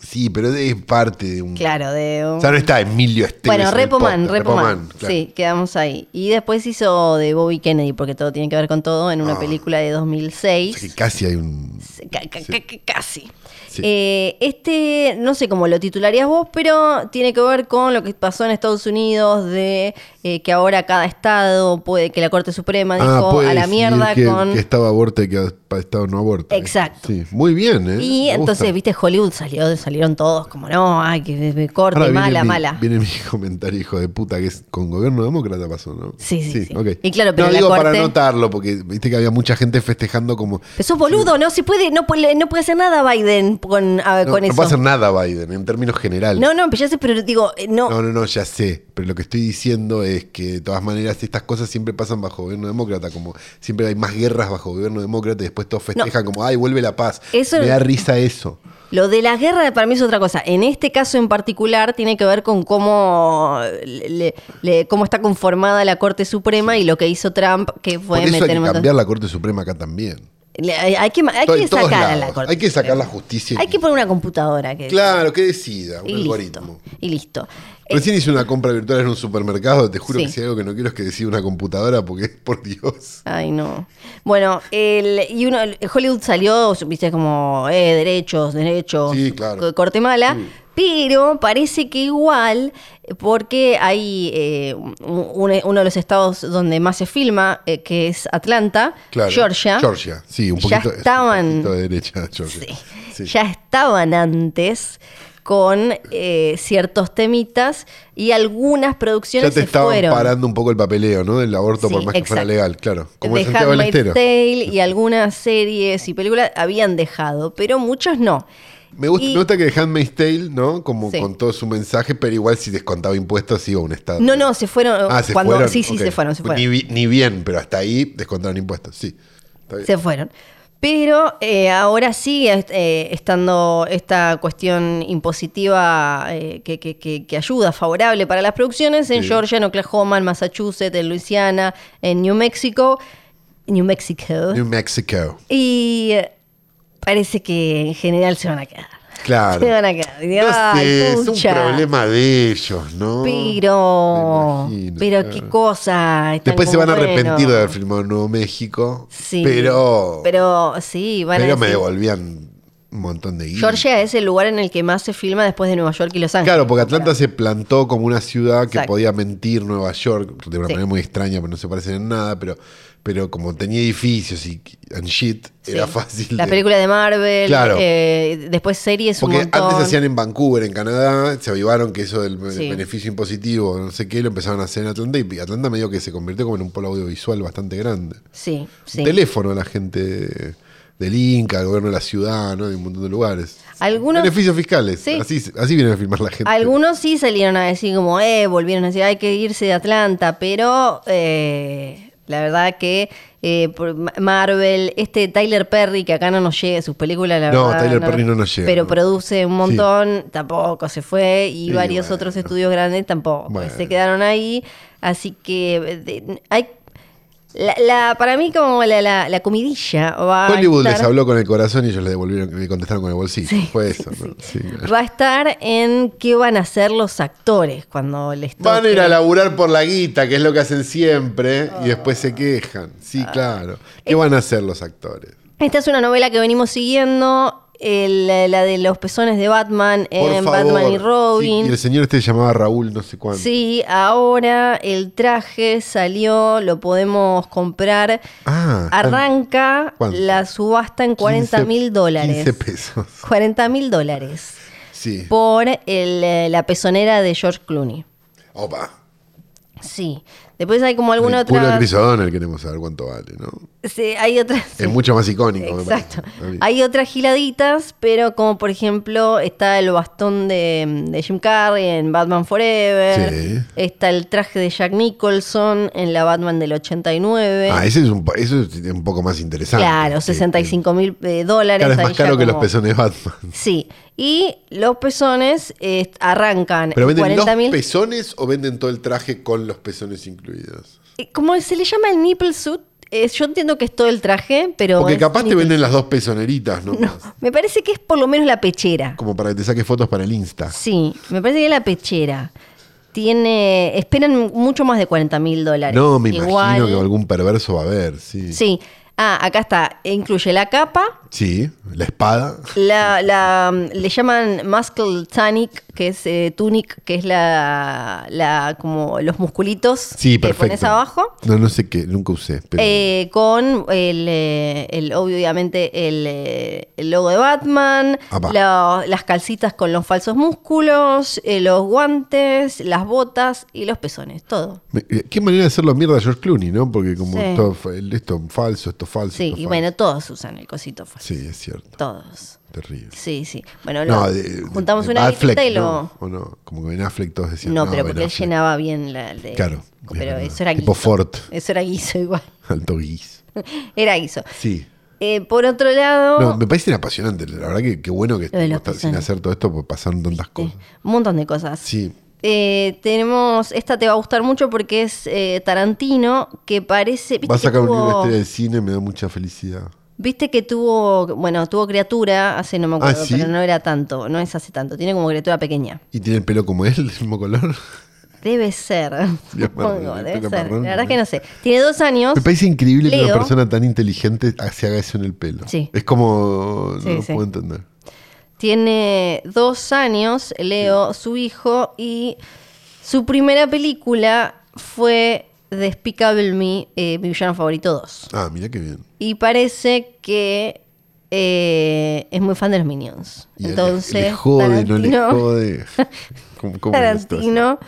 [SPEAKER 3] Sí, pero es parte de un.
[SPEAKER 2] Claro, de un-
[SPEAKER 3] O sea, no está Emilio Esteves.
[SPEAKER 2] Bueno,
[SPEAKER 3] en el
[SPEAKER 2] Repoman,
[SPEAKER 3] podcast,
[SPEAKER 2] Repoman.
[SPEAKER 3] claro.
[SPEAKER 2] Sí, quedamos ahí. Y después hizo de Bobby Kennedy, porque todo tiene que ver con todo, en una
[SPEAKER 3] Ah.
[SPEAKER 2] película de
[SPEAKER 3] O sea, que
[SPEAKER 2] 2006.
[SPEAKER 3] casi hay un.
[SPEAKER 2] Ca- ca-
[SPEAKER 3] Sí.
[SPEAKER 2] ca- Casi.
[SPEAKER 3] Sí.
[SPEAKER 2] Eh, este, no sé cómo lo titularías vos, pero tiene que ver con lo que pasó en Estados Unidos, de eh, que ahora cada estado puede, que la Corte Suprema dijo
[SPEAKER 3] Ah, puede
[SPEAKER 2] a la
[SPEAKER 3] decidir
[SPEAKER 2] mierda
[SPEAKER 3] que,
[SPEAKER 2] con...
[SPEAKER 3] que estaba aborto y que ha estado no aborto.
[SPEAKER 2] Exacto.
[SPEAKER 3] Sí, muy bien, ¿eh?
[SPEAKER 2] Y
[SPEAKER 3] Me gusta.
[SPEAKER 2] entonces, viste, Hollywood salió, salieron todos como, no, ay, que que corte,
[SPEAKER 3] Ahora viene
[SPEAKER 2] mala,
[SPEAKER 3] mi-
[SPEAKER 2] mala.
[SPEAKER 3] Viene mi comentario, hijo de puta, que es con gobierno demócrata pasó, ¿no?
[SPEAKER 2] Sí, sí, sí.
[SPEAKER 3] ok.
[SPEAKER 2] Y claro, pero
[SPEAKER 3] No
[SPEAKER 2] la
[SPEAKER 3] digo para
[SPEAKER 2] corte-
[SPEAKER 3] anotarlo, porque viste que había mucha gente festejando como.
[SPEAKER 2] Pero sos boludo, no se puede, no, puede- no puede hacer nada Biden con, a-
[SPEAKER 3] No,
[SPEAKER 2] con
[SPEAKER 3] no
[SPEAKER 2] eso.
[SPEAKER 3] puede hacer nada Biden, en términos generales.
[SPEAKER 2] no, no, pero ya sé, pero digo, eh, no.
[SPEAKER 3] No, no, no, ya sé. Pero lo que estoy diciendo es que de todas maneras estas cosas siempre pasan bajo gobierno demócrata. Como siempre hay más guerras bajo gobierno demócrata y después todos festejan como, ay, vuelve la paz.
[SPEAKER 2] Eso-
[SPEAKER 3] Me da risa eso.
[SPEAKER 2] Lo de la guerra para mí es otra cosa. En este caso en particular tiene que ver con cómo, le- le- cómo está conformada la Corte Suprema y lo que hizo Trump, que fue
[SPEAKER 3] Por eso hay
[SPEAKER 2] meter
[SPEAKER 3] que
[SPEAKER 2] un montón-
[SPEAKER 3] cambiar la Corte Suprema acá también.
[SPEAKER 2] Le- Hay, hay que, hay
[SPEAKER 3] To-
[SPEAKER 2] que
[SPEAKER 3] en todos
[SPEAKER 2] sacar a
[SPEAKER 3] lados.
[SPEAKER 2] la Corte.
[SPEAKER 3] Hay que sacar la
[SPEAKER 2] Suprema.
[SPEAKER 3] justicia.
[SPEAKER 2] Hay que poner una computadora que
[SPEAKER 3] Claro, que decida, un
[SPEAKER 2] y
[SPEAKER 3] algoritmo.
[SPEAKER 2] listo. Y listo.
[SPEAKER 3] Recién hice una compra virtual en un supermercado. Te juro
[SPEAKER 2] Sí.
[SPEAKER 3] que si hay algo que no quiero es que decida una computadora porque, por Dios.
[SPEAKER 2] Ay, no. Bueno, el, y uno, el Hollywood salió, viste, como, eh, derechos, derechos,
[SPEAKER 3] Sí, claro.
[SPEAKER 2] co- corte mala, pero parece que igual, porque hay eh, un- un- uno de los estados donde más se filma, eh, que es Atlanta,
[SPEAKER 3] Claro.
[SPEAKER 2] Georgia.
[SPEAKER 3] Georgia, sí, un
[SPEAKER 2] Ya
[SPEAKER 3] poquito, es un
[SPEAKER 2] estaban-
[SPEAKER 3] poquito de derecha, Georgia. Sí.
[SPEAKER 2] ya estaban antes con eh, ciertos temitas y algunas
[SPEAKER 3] Ya
[SPEAKER 2] producciones
[SPEAKER 3] te
[SPEAKER 2] se
[SPEAKER 3] estaban
[SPEAKER 2] fueron.
[SPEAKER 3] parando un poco el papeleo, ¿no? Del aborto, por
[SPEAKER 2] Sí,
[SPEAKER 3] más que fuera
[SPEAKER 2] exacto.
[SPEAKER 3] legal, claro. Como
[SPEAKER 2] The
[SPEAKER 3] en Santiago del
[SPEAKER 2] Handmaid's
[SPEAKER 3] Estero.
[SPEAKER 2] Tale y algunas series y películas habían dejado, pero muchos no.
[SPEAKER 3] Me gusta,
[SPEAKER 2] Y-
[SPEAKER 3] me gusta que The Handmaid's Tale, ¿no? Como
[SPEAKER 2] Sí.
[SPEAKER 3] con todo su mensaje, pero igual si descontaba impuestos iba a un estado.
[SPEAKER 2] No, no, se fueron.
[SPEAKER 3] Ah, se
[SPEAKER 2] cuando,
[SPEAKER 3] fueron.
[SPEAKER 2] Sí, sí,
[SPEAKER 3] ok.
[SPEAKER 2] se fueron, se fueron.
[SPEAKER 3] Ni, bi- ni bien, pero hasta ahí descontaron impuestos, sí. Está bien.
[SPEAKER 2] Se fueron. Pero eh, ahora sí, eh, estando esta cuestión impositiva eh, que, que- que- que ayuda, favorable para las producciones, en
[SPEAKER 3] Sí.
[SPEAKER 2] Georgia, en Oklahoma, en Massachusetts, en Luisiana, en New Mexico. New Mexico.
[SPEAKER 3] New Mexico.
[SPEAKER 2] Y eh, parece que en general se van a quedar.
[SPEAKER 3] Claro.
[SPEAKER 2] Se van a quedar. Y,
[SPEAKER 3] No
[SPEAKER 2] ay,
[SPEAKER 3] sé, es un
[SPEAKER 2] pucha.
[SPEAKER 3] problema de ellos, ¿no?
[SPEAKER 2] Pero,
[SPEAKER 3] Me imagino,
[SPEAKER 2] pero
[SPEAKER 3] claro.
[SPEAKER 2] qué cosa. están
[SPEAKER 3] Después se
[SPEAKER 2] como,
[SPEAKER 3] van a arrepentir
[SPEAKER 2] bueno.
[SPEAKER 3] de haber filmado en Nuevo México.
[SPEAKER 2] Sí.
[SPEAKER 3] Pero.
[SPEAKER 2] Pero sí, van
[SPEAKER 3] pero
[SPEAKER 2] a
[SPEAKER 3] me
[SPEAKER 2] decir-
[SPEAKER 3] devolvían un montón de guita.
[SPEAKER 2] Georgia es el lugar en el que más se filma después de Nueva York y Los Ángeles.
[SPEAKER 3] Claro, porque Atlanta se plantó como una ciudad que
[SPEAKER 2] Exacto.
[SPEAKER 3] podía mentir Nueva York de una
[SPEAKER 2] Sí.
[SPEAKER 3] manera muy extraña, pero no se parecen en nada, pero, pero como tenía edificios y and shit,
[SPEAKER 2] Sí.
[SPEAKER 3] era fácil.
[SPEAKER 2] Las
[SPEAKER 3] de-
[SPEAKER 2] películas de Marvel,
[SPEAKER 3] Claro.
[SPEAKER 2] eh, después series
[SPEAKER 3] Porque
[SPEAKER 2] un montón.
[SPEAKER 3] antes hacían en Vancouver, en Canadá, se avivaron que eso del be-
[SPEAKER 2] Sí.
[SPEAKER 3] beneficio impositivo, no sé qué, lo empezaron a hacer en Atlanta y Atlanta medio que se convirtió como en un polo audiovisual bastante grande.
[SPEAKER 2] Sí, sí.
[SPEAKER 3] Un teléfono a la gente del Inca, al gobierno de la ciudad, ¿no? de un montón de lugares.
[SPEAKER 2] Algunos-
[SPEAKER 3] Beneficios fiscales.
[SPEAKER 2] Sí.
[SPEAKER 3] Así, así vienen a filmar la gente.
[SPEAKER 2] Algunos sí salieron a decir como, eh, volvieron a decir, hay que irse de Atlanta, pero eh, la verdad que eh, por- Ma- Marvel, este Tyler Perry, que acá no nos llega sus películas, la
[SPEAKER 3] No,
[SPEAKER 2] verdad.
[SPEAKER 3] Tyler Perry no nos llega,
[SPEAKER 2] Pero
[SPEAKER 3] no.
[SPEAKER 2] produce un montón, tampoco se fue, y
[SPEAKER 3] Sí,
[SPEAKER 2] varios
[SPEAKER 3] bueno.
[SPEAKER 2] otros estudios grandes tampoco, pues,
[SPEAKER 3] Bueno.
[SPEAKER 2] se quedaron ahí, así que de- hay... La, la- para mí como la, la, la comidilla va a
[SPEAKER 3] Hollywood
[SPEAKER 2] estar-
[SPEAKER 3] les habló con el corazón y ellos le devolvieron, le contestaron con el bolsillo. Fue eso. ¿no? Sí, claro.
[SPEAKER 2] Va a estar en qué van a hacer los actores cuando les toque.
[SPEAKER 3] Van a ir a laburar por la guita, que es lo que hacen siempre,
[SPEAKER 2] Ah.
[SPEAKER 3] y después se quejan. Sí, claro. ¿Qué van a hacer los actores?
[SPEAKER 2] Esta es una novela que venimos siguiendo, el- la de los pezones de Batman
[SPEAKER 3] Por
[SPEAKER 2] en
[SPEAKER 3] favor.
[SPEAKER 2] Batman y
[SPEAKER 3] Sí, y
[SPEAKER 2] Robin.
[SPEAKER 3] el
[SPEAKER 2] Sí,
[SPEAKER 3] señor este se llamaba Raúl, no sé cuánto.
[SPEAKER 2] ahora el traje salió, lo podemos comprar.
[SPEAKER 3] Ah, están-
[SPEAKER 2] Arranca
[SPEAKER 3] ¿Cuánto?
[SPEAKER 2] la subasta en 40 mil
[SPEAKER 3] 15
[SPEAKER 2] dólares.
[SPEAKER 3] 15 pesos.
[SPEAKER 2] 40 mil dólares
[SPEAKER 3] Sí.
[SPEAKER 2] por el, eh, la pezonera de George Clooney.
[SPEAKER 3] Opa.
[SPEAKER 2] Sí. Después hay como alguna
[SPEAKER 3] el culo de
[SPEAKER 2] otra...
[SPEAKER 3] Chris O'Donnell queremos saber cuánto vale, ¿no?
[SPEAKER 2] Sí, hay otras.
[SPEAKER 3] Es mucho más icónico. me
[SPEAKER 2] Exacto.
[SPEAKER 3] parece, a mí.
[SPEAKER 2] Hay otras giladitas, pero como por ejemplo está el bastón de, de Jim Carrey en Batman Forever.
[SPEAKER 3] Sí.
[SPEAKER 2] Está el traje de Jack Nicholson en la Batman del 89.
[SPEAKER 3] Ah, ese es un, po- eso es un poco más interesante.
[SPEAKER 2] claro,
[SPEAKER 3] Sí,
[SPEAKER 2] 65 mil eh,
[SPEAKER 3] sí.
[SPEAKER 2] dólares.
[SPEAKER 3] Claro, es
[SPEAKER 2] ahí
[SPEAKER 3] más
[SPEAKER 2] ya
[SPEAKER 3] caro que los
[SPEAKER 2] como-
[SPEAKER 3] pezones Batman.
[SPEAKER 2] Sí. Y los pezones eh, arrancan
[SPEAKER 3] ¿Pero
[SPEAKER 2] en
[SPEAKER 3] venden
[SPEAKER 2] 40
[SPEAKER 3] los
[SPEAKER 2] mil.
[SPEAKER 3] pezones o venden todo el traje con los pezones incluidos?
[SPEAKER 2] eh, Como se le llama el nipple suit, eh, yo entiendo que es todo el traje, pero.
[SPEAKER 3] Porque
[SPEAKER 2] es
[SPEAKER 3] capaz te
[SPEAKER 2] nipple-
[SPEAKER 3] venden las dos pezoneritas, ¿no?
[SPEAKER 2] No, me parece que es por lo menos la pechera.
[SPEAKER 3] Como para que te saques fotos para el Insta.
[SPEAKER 2] Sí, me parece que la pechera tiene. Esperan mucho más de 40 mil dólares.
[SPEAKER 3] No, me
[SPEAKER 2] Igual-
[SPEAKER 3] imagino que algún perverso va a ver, sí. Sí,
[SPEAKER 2] Sí. Ah, acá está. Incluye la capa,
[SPEAKER 3] la espada.
[SPEAKER 2] la, la- le llaman muscle tunic, que es eh, tunic, que es la, la como los musculitos
[SPEAKER 3] Sí,
[SPEAKER 2] que
[SPEAKER 3] perfecto.
[SPEAKER 2] pones abajo.
[SPEAKER 3] No, no sé qué, nunca usé. Pero...
[SPEAKER 2] Eh, con el, eh, el- obviamente el, eh, el logo de Batman,
[SPEAKER 3] Apa.
[SPEAKER 2] lo- las calcitas con los falsos músculos, eh, los guantes, las botas y los pezones, todo.
[SPEAKER 3] Me- eh, Qué manera de hacerlo mierda a George Clooney, ¿no? Porque como
[SPEAKER 2] Sí.
[SPEAKER 3] esto, fa- esto es falso, esto es falso.
[SPEAKER 2] Sí,
[SPEAKER 3] esto
[SPEAKER 2] y
[SPEAKER 3] falso.
[SPEAKER 2] bueno, todos usan el cosito falso.
[SPEAKER 3] Sí, es cierto.
[SPEAKER 2] Todos.
[SPEAKER 3] Terrible.
[SPEAKER 2] Sí, sí. Bueno,
[SPEAKER 3] No,
[SPEAKER 2] lo-
[SPEAKER 3] de- de-
[SPEAKER 2] juntamos
[SPEAKER 3] de
[SPEAKER 2] una
[SPEAKER 3] Affleck,
[SPEAKER 2] guitita y lo.
[SPEAKER 3] No, o no, como que Ben Affleck todos decían.
[SPEAKER 2] No, pero
[SPEAKER 3] Ben
[SPEAKER 2] porque él
[SPEAKER 3] Affleck".
[SPEAKER 2] llenaba bien la. de-
[SPEAKER 3] Claro, es
[SPEAKER 2] Pero
[SPEAKER 3] verdad.
[SPEAKER 2] eso era
[SPEAKER 3] Tipo
[SPEAKER 2] guiso.
[SPEAKER 3] Ford.
[SPEAKER 2] Eso era guiso igual.
[SPEAKER 3] Alto guis.
[SPEAKER 2] Era guiso.
[SPEAKER 3] Sí.
[SPEAKER 2] Eh, por otro lado. eh,
[SPEAKER 3] No, me parece apasionante. La verdad que qué bueno que
[SPEAKER 2] Oh. Lo de los
[SPEAKER 3] estás sin
[SPEAKER 2] pezones.
[SPEAKER 3] hacer todo esto porque pasaron tantas
[SPEAKER 2] eh,
[SPEAKER 3] cosas.
[SPEAKER 2] un montón de cosas.
[SPEAKER 3] Sí.
[SPEAKER 2] Eh, tenemos. Esta te va a gustar mucho porque es eh, Tarantino, que parece. ¿viste
[SPEAKER 3] Va a
[SPEAKER 2] que
[SPEAKER 3] sacar un libro este. de
[SPEAKER 2] tuvo-
[SPEAKER 3] historia del cine, me da mucha felicidad.
[SPEAKER 2] Viste que tuvo, bueno, tuvo criatura hace no me acuerdo,
[SPEAKER 3] Ah, ¿sí?
[SPEAKER 2] pero no era tanto, no es hace tanto, tiene como criatura pequeña.
[SPEAKER 3] ¿Y tiene el pelo como él, del mismo color?
[SPEAKER 2] Debe ser, supongo,
[SPEAKER 3] marrón,
[SPEAKER 2] debe
[SPEAKER 3] pelo
[SPEAKER 2] ser.
[SPEAKER 3] marrón,
[SPEAKER 2] la verdad
[SPEAKER 3] ¿no?
[SPEAKER 2] que no sé. Tiene dos años.
[SPEAKER 3] Me parece increíble que una
[SPEAKER 2] Leo.
[SPEAKER 3] persona tan inteligente se haga eso en el pelo.
[SPEAKER 2] Sí.
[SPEAKER 3] Es como... No
[SPEAKER 2] Sí,
[SPEAKER 3] lo
[SPEAKER 2] sí.
[SPEAKER 3] puedo entender.
[SPEAKER 2] Tiene dos años, Leo, su hijo, y su primera película fue Despicable Me, eh, mi villano favorito 2.
[SPEAKER 3] Ah, mira qué bien.
[SPEAKER 2] Y parece que eh, es muy fan de los Minions.
[SPEAKER 3] Y él-
[SPEAKER 2] Entonces,
[SPEAKER 3] le jode, no le
[SPEAKER 2] Tarantino-
[SPEAKER 3] jode. ¿Cómo- cómo es la situación?
[SPEAKER 2] Tarantino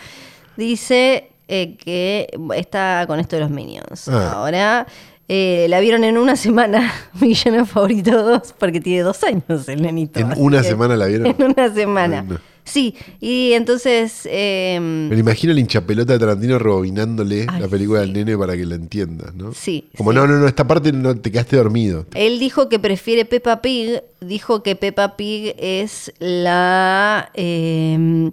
[SPEAKER 2] dice eh, que está con esto de los Minions.
[SPEAKER 3] Ah.
[SPEAKER 2] Ahora eh, la vieron en una semana, mi villano favorito 2, porque tiene dos años el nenito.
[SPEAKER 3] ¿En
[SPEAKER 2] así
[SPEAKER 3] una
[SPEAKER 2] que-
[SPEAKER 3] semana la vieron?
[SPEAKER 2] En una semana.
[SPEAKER 3] Tremendo.
[SPEAKER 2] Sí, y entonces... eh,
[SPEAKER 3] Me lo imagino el hinchapelota de Tarantino rebobinándole
[SPEAKER 2] Ay,
[SPEAKER 3] la película del nene para que la entiendas, ¿no?
[SPEAKER 2] Sí,
[SPEAKER 3] Como,
[SPEAKER 2] sí.
[SPEAKER 3] no, no, no, esta parte no te quedaste dormido.
[SPEAKER 2] Él dijo que prefiere Peppa Pig. Dijo que Peppa Pig es la. eh,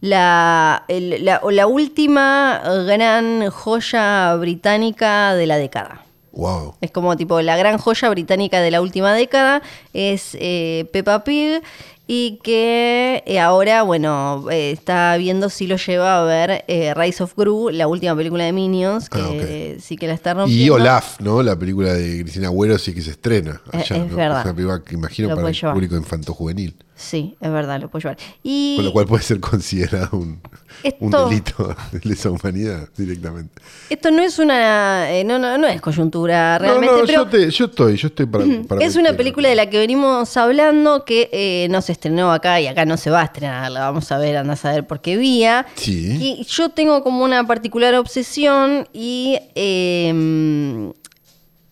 [SPEAKER 2] la, el- la- o la última gran joya británica de la década.
[SPEAKER 3] Wow.
[SPEAKER 2] Es como tipo la gran joya británica de la última década es eh, Peppa Pig y que eh, ahora, bueno, eh, está viendo si lo lleva a ver eh, Rise of Gru, la última película de Minions, que
[SPEAKER 3] Ah,
[SPEAKER 2] eh, sí que la está rompiendo.
[SPEAKER 3] Y Olaf, ¿no? La película de Cristina Agüero sí que se estrena
[SPEAKER 2] Eh,
[SPEAKER 3] allá,
[SPEAKER 2] es
[SPEAKER 3] ¿no?
[SPEAKER 2] verdad.
[SPEAKER 3] una película que imagino
[SPEAKER 2] Lo
[SPEAKER 3] para
[SPEAKER 2] puede
[SPEAKER 3] el
[SPEAKER 2] llevar.
[SPEAKER 3] público infanto-juvenil.
[SPEAKER 2] Sí, es verdad, lo puedo llevar. Y
[SPEAKER 3] Con lo cual puede ser considerado un, un
[SPEAKER 2] Esto-
[SPEAKER 3] delito de lesa humanidad directamente.
[SPEAKER 2] esto no es una eh, no, no, no es coyuntura realmente,
[SPEAKER 3] no, no,
[SPEAKER 2] pero
[SPEAKER 3] yo, te- yo estoy, yo estoy para... para
[SPEAKER 2] es una
[SPEAKER 3] cualquiera.
[SPEAKER 2] película de la que venimos hablando que eh, no se estrenó acá y acá no se va a estrenar, la vamos a ver, anda a saber por qué vía.
[SPEAKER 3] Sí.
[SPEAKER 2] Y yo tengo como una particular obsesión y eh,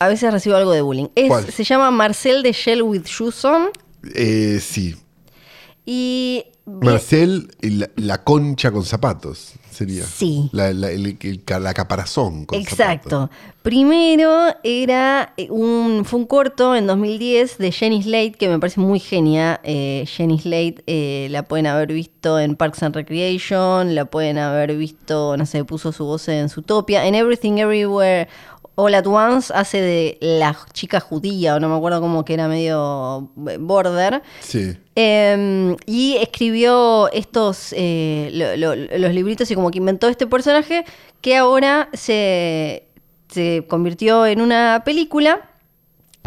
[SPEAKER 2] a veces recibo algo de bullying. Es-
[SPEAKER 3] ¿Cuál?
[SPEAKER 2] Se llama Marcel de Shell with Shoes On
[SPEAKER 3] Eh, sí.
[SPEAKER 2] y...
[SPEAKER 3] Marcel, eh, la, la concha con zapatos sería.
[SPEAKER 2] Sí.
[SPEAKER 3] La, la- el, el ca- la caparazón con zapatos.
[SPEAKER 2] Exacto. Primero era eh, un, fue un corto en 2010 de Jenny Slate, que me parece muy genia. Eh, Jenny Slate eh, la pueden haber visto en Parks and Recreation, la pueden haber visto, no sé, puso su voz en Zootopia, en Everything Everywhere. All at Once hace de la chica judía, o no me acuerdo cómo que era medio eh, border.
[SPEAKER 3] Sí.
[SPEAKER 2] Eh, y escribió estos eh, lo- lo- los libritos y como que inventó este personaje que ahora se, se convirtió en una película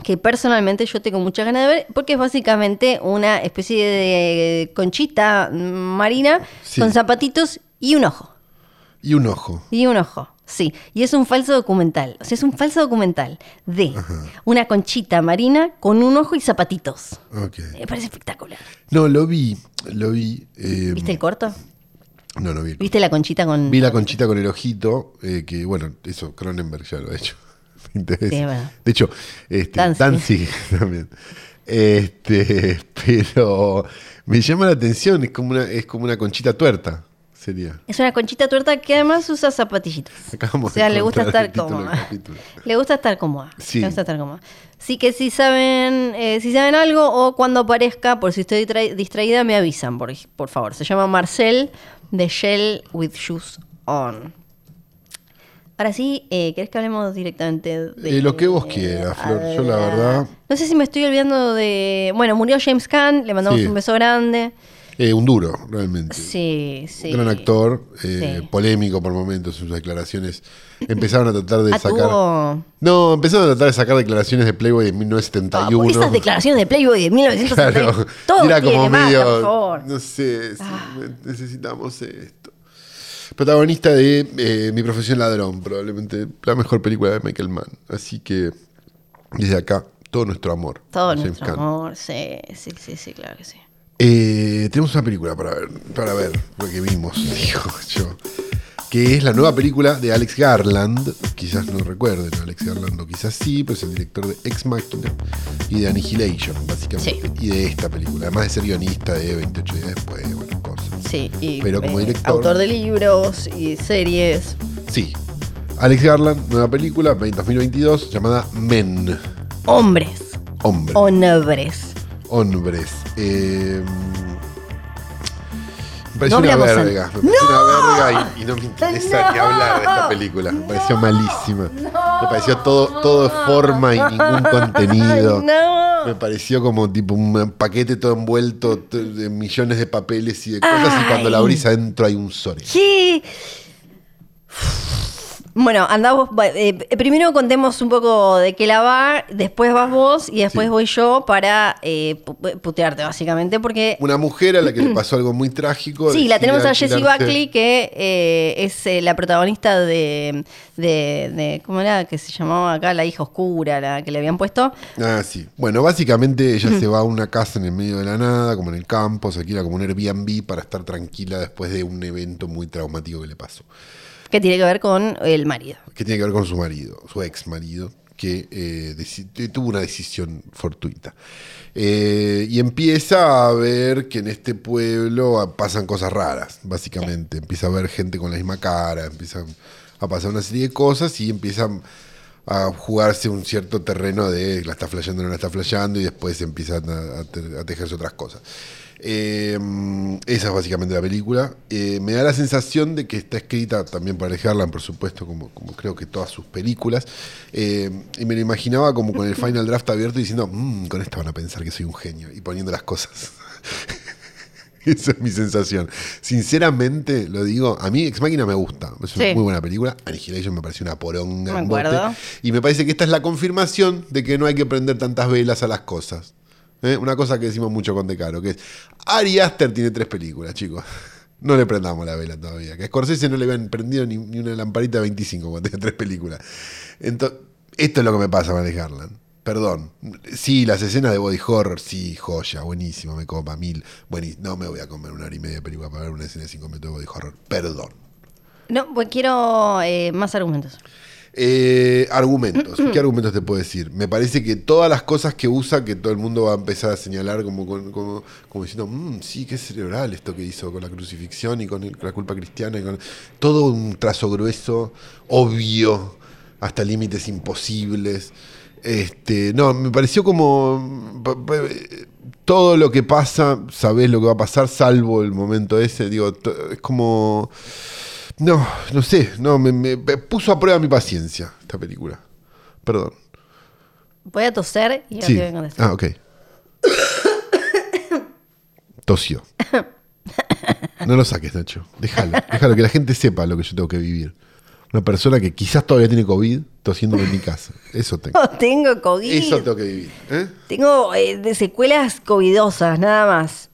[SPEAKER 2] que personalmente yo tengo muchas ganas de ver porque es básicamente una especie de conchita marina
[SPEAKER 3] Sí.
[SPEAKER 2] con zapatitos y un ojo.
[SPEAKER 3] Y un ojo.
[SPEAKER 2] Y un ojo, sí. Y es un falso documental. O sea, es un falso documental de una conchita marina con un ojo y zapatitos.
[SPEAKER 3] Ok.
[SPEAKER 2] Me parece espectacular.
[SPEAKER 3] No, lo vi. Lo vi. eh,
[SPEAKER 2] ¿Viste el corto?
[SPEAKER 3] No, no vi. el corto.
[SPEAKER 2] ¿Viste la conchita con.?
[SPEAKER 3] Vi la conchita con el ojito, eh, que bueno, eso, Cronenberg ya lo ha hecho. 20 veces.
[SPEAKER 2] Sí, es verdad.
[SPEAKER 3] De hecho, este,
[SPEAKER 2] Danzig.
[SPEAKER 3] Danzig también. Este, pero me llama la atención, es como una, es como una conchita tuerta, sería.
[SPEAKER 2] Es una conchita tuerta que además usa zapatillitos.
[SPEAKER 3] Acabamos
[SPEAKER 2] o sea,
[SPEAKER 3] de
[SPEAKER 2] le gusta
[SPEAKER 3] encontrar el
[SPEAKER 2] estar
[SPEAKER 3] título del
[SPEAKER 2] cómoda.
[SPEAKER 3] capítulo.
[SPEAKER 2] Le gusta estar cómoda.
[SPEAKER 3] Sí.
[SPEAKER 2] Le gusta estar cómoda. Sí que si saben, eh, si saben algo o cuando aparezca, por si estoy tra- distraída, me avisan, por, ej- por favor. Se llama Marcel de Shell with Shoes On. Ahora sí, eh, ¿querés que hablemos directamente de
[SPEAKER 3] Eh, lo que vos quieras, Flor. Yo la verdad,
[SPEAKER 2] No sé si me estoy olvidando de... Bueno, murió James Caan, le mandamos
[SPEAKER 3] Sí.
[SPEAKER 2] un beso grande.
[SPEAKER 3] eh, un duro, realmente.
[SPEAKER 2] Sí, sí.
[SPEAKER 3] Un gran actor, eh,
[SPEAKER 2] Sí.
[SPEAKER 3] polémico por momentos, sus declaraciones empezaron a tratar de
[SPEAKER 2] Ah,
[SPEAKER 3] sacar...
[SPEAKER 2] tuvo-
[SPEAKER 3] No, empezaron a tratar de sacar declaraciones de Playboy en
[SPEAKER 2] Ah,
[SPEAKER 3] 1971.
[SPEAKER 2] porque esas declaraciones de Playboy de 1970.
[SPEAKER 3] Claro.
[SPEAKER 2] Todo
[SPEAKER 3] Y era
[SPEAKER 2] tiene
[SPEAKER 3] como
[SPEAKER 2] más,
[SPEAKER 3] medio.
[SPEAKER 2] por favor. Ah.
[SPEAKER 3] No sé, sí, necesitamos esto. Protagonista de eh, Mi profesión ladrón, probablemente la mejor película de Michael Mann. Así que, desde acá, todo nuestro amor.
[SPEAKER 2] Todo
[SPEAKER 3] James
[SPEAKER 2] nuestro
[SPEAKER 3] Caan.
[SPEAKER 2] amor. Sí, sí, sí, sí, claro que sí.
[SPEAKER 3] Eh, tenemos una película para ver, para ver lo que vimos, digo yo. Que es la nueva película de Alex Garland. Quizás no recuerden a Alex Garland, o quizás sí, pero es el director de Ex Machina y de Annihilation, básicamente. Y de esta película, además de ser guionista de 28 días después, bueno, cosas.
[SPEAKER 2] Sí, y
[SPEAKER 3] Pero como
[SPEAKER 2] eh,
[SPEAKER 3] director-
[SPEAKER 2] autor de libros y series.
[SPEAKER 3] Sí. Alex Garland, nueva película, 2022, llamada Men.
[SPEAKER 2] Hombres,
[SPEAKER 3] Hombre.
[SPEAKER 2] hombres.
[SPEAKER 3] hombres. Eh, pareció
[SPEAKER 2] No
[SPEAKER 3] Em, una
[SPEAKER 2] hablamos an-
[SPEAKER 3] verga. Me pareció una verga y, y no me interesa ni hablar de esta película. Me pareció malísima. Me pareció todo, todo de forma y ningún contenido.
[SPEAKER 2] No.
[SPEAKER 3] Me pareció como tipo un paquete todo envuelto t- de millones de papeles y de cosas. Y cuando
[SPEAKER 2] Ay.
[SPEAKER 3] la abrís adentro hay un sore.
[SPEAKER 2] ¿Qué? Bueno, andá vos. va- eh, primero contemos un poco de qué la va, después vas vos y después
[SPEAKER 3] Sí.
[SPEAKER 2] voy yo para eh, pu- putearte, básicamente, porque.
[SPEAKER 3] Una mujer a la que le pasó algo muy trágico.
[SPEAKER 2] Sí, la
[SPEAKER 3] decide
[SPEAKER 2] tenemos a Jessie
[SPEAKER 3] alquilarse-
[SPEAKER 2] Buckley, que eh, es eh, la protagonista de, de, de- ¿Cómo era? Que se llamaba acá la hija oscura, la que le habían puesto.
[SPEAKER 3] Ah, sí. Bueno, básicamente ella se va a una casa en el medio de la nada, como en el campo, se alquila como un Airbnb para estar tranquila después de un evento muy traumático que le pasó.
[SPEAKER 2] Que tiene que ver con el marido.
[SPEAKER 3] que tiene que ver con su marido, su ex marido, que eh, deci- eh, tuvo una decisión fortuita. Eh, y empieza a ver que en este pueblo ah, pasan cosas raras, básicamente. Empieza a ver gente con la misma cara, empiezan a pasar una serie de cosas y empiezan a jugarse un cierto terreno de la está flasheando, no la está flasheando y después empiezan a, a te- a tejerse otras cosas. Eh, esa es básicamente la película. Eh, me da la sensación de que está escrita también para Alex Garland, por supuesto, como, como creo que todas sus películas. Eh, y me lo imaginaba como con el final draft abierto y diciendo, "Mm, con esta van a pensar que soy un genio y poniendo las cosas. Esa es mi sensación. Sinceramente, lo digo, a mí Ex Máquina me gusta. Es una
[SPEAKER 2] Sí.
[SPEAKER 3] muy buena película. Annihilation me pareció una poronga.
[SPEAKER 2] Me
[SPEAKER 3] en bote.
[SPEAKER 2] acuerdo.
[SPEAKER 3] Y me parece que esta es la confirmación de que no hay que prender tantas velas a las cosas. ¿Eh? Una cosa que decimos mucho con Decaro, que es Ari Aster tiene tres películas, chicos. No le prendamos la vela todavía. Que a Scorsese no le habían prendido ni, ni una lamparita de 25 cuando tenía tres películas. Entonces, esto es lo que me pasa con Alex Garland. Perdón. Sí, las escenas de body horror, sí, joya, buenísimo, me copa mil. Buenísimo. No me voy a comer una hora y media de película para ver una escena de cinco minutos de body horror. Perdón.
[SPEAKER 2] No, pues quiero eh, más argumentos.
[SPEAKER 3] Eh, argumentos. ¿Qué argumentos te puedo decir? Me parece que todas las cosas que usa, que todo el mundo va a empezar a señalar como, con- como, como diciendo, "Mm, sí, qué cerebral esto que hizo con la crucifixión y con, el- con la culpa cristiana. Y con... Todo un trazo grueso, obvio, hasta límites imposibles. Este, no, me pareció como pa- pa- eh, todo lo que pasa, sabés lo que va a pasar, salvo el momento ese. Digo, to- es como... No, no sé, no, me, me- me puso a prueba mi paciencia esta película. Perdón.
[SPEAKER 2] Voy a toser y ahora
[SPEAKER 3] Sí.
[SPEAKER 2] te voy a contestar.
[SPEAKER 3] Ah, ok. Tosió. No lo saques, Nacho. Déjalo, déjalo, que la gente sepa lo que yo tengo que vivir. Una persona que quizás todavía tiene COVID tosiéndome en mi casa. Eso tengo.
[SPEAKER 2] No tengo COVID.
[SPEAKER 3] Ah. Eso tengo que vivir. ¿eh?
[SPEAKER 2] Tengo eh, de secuelas covidosas, nada más.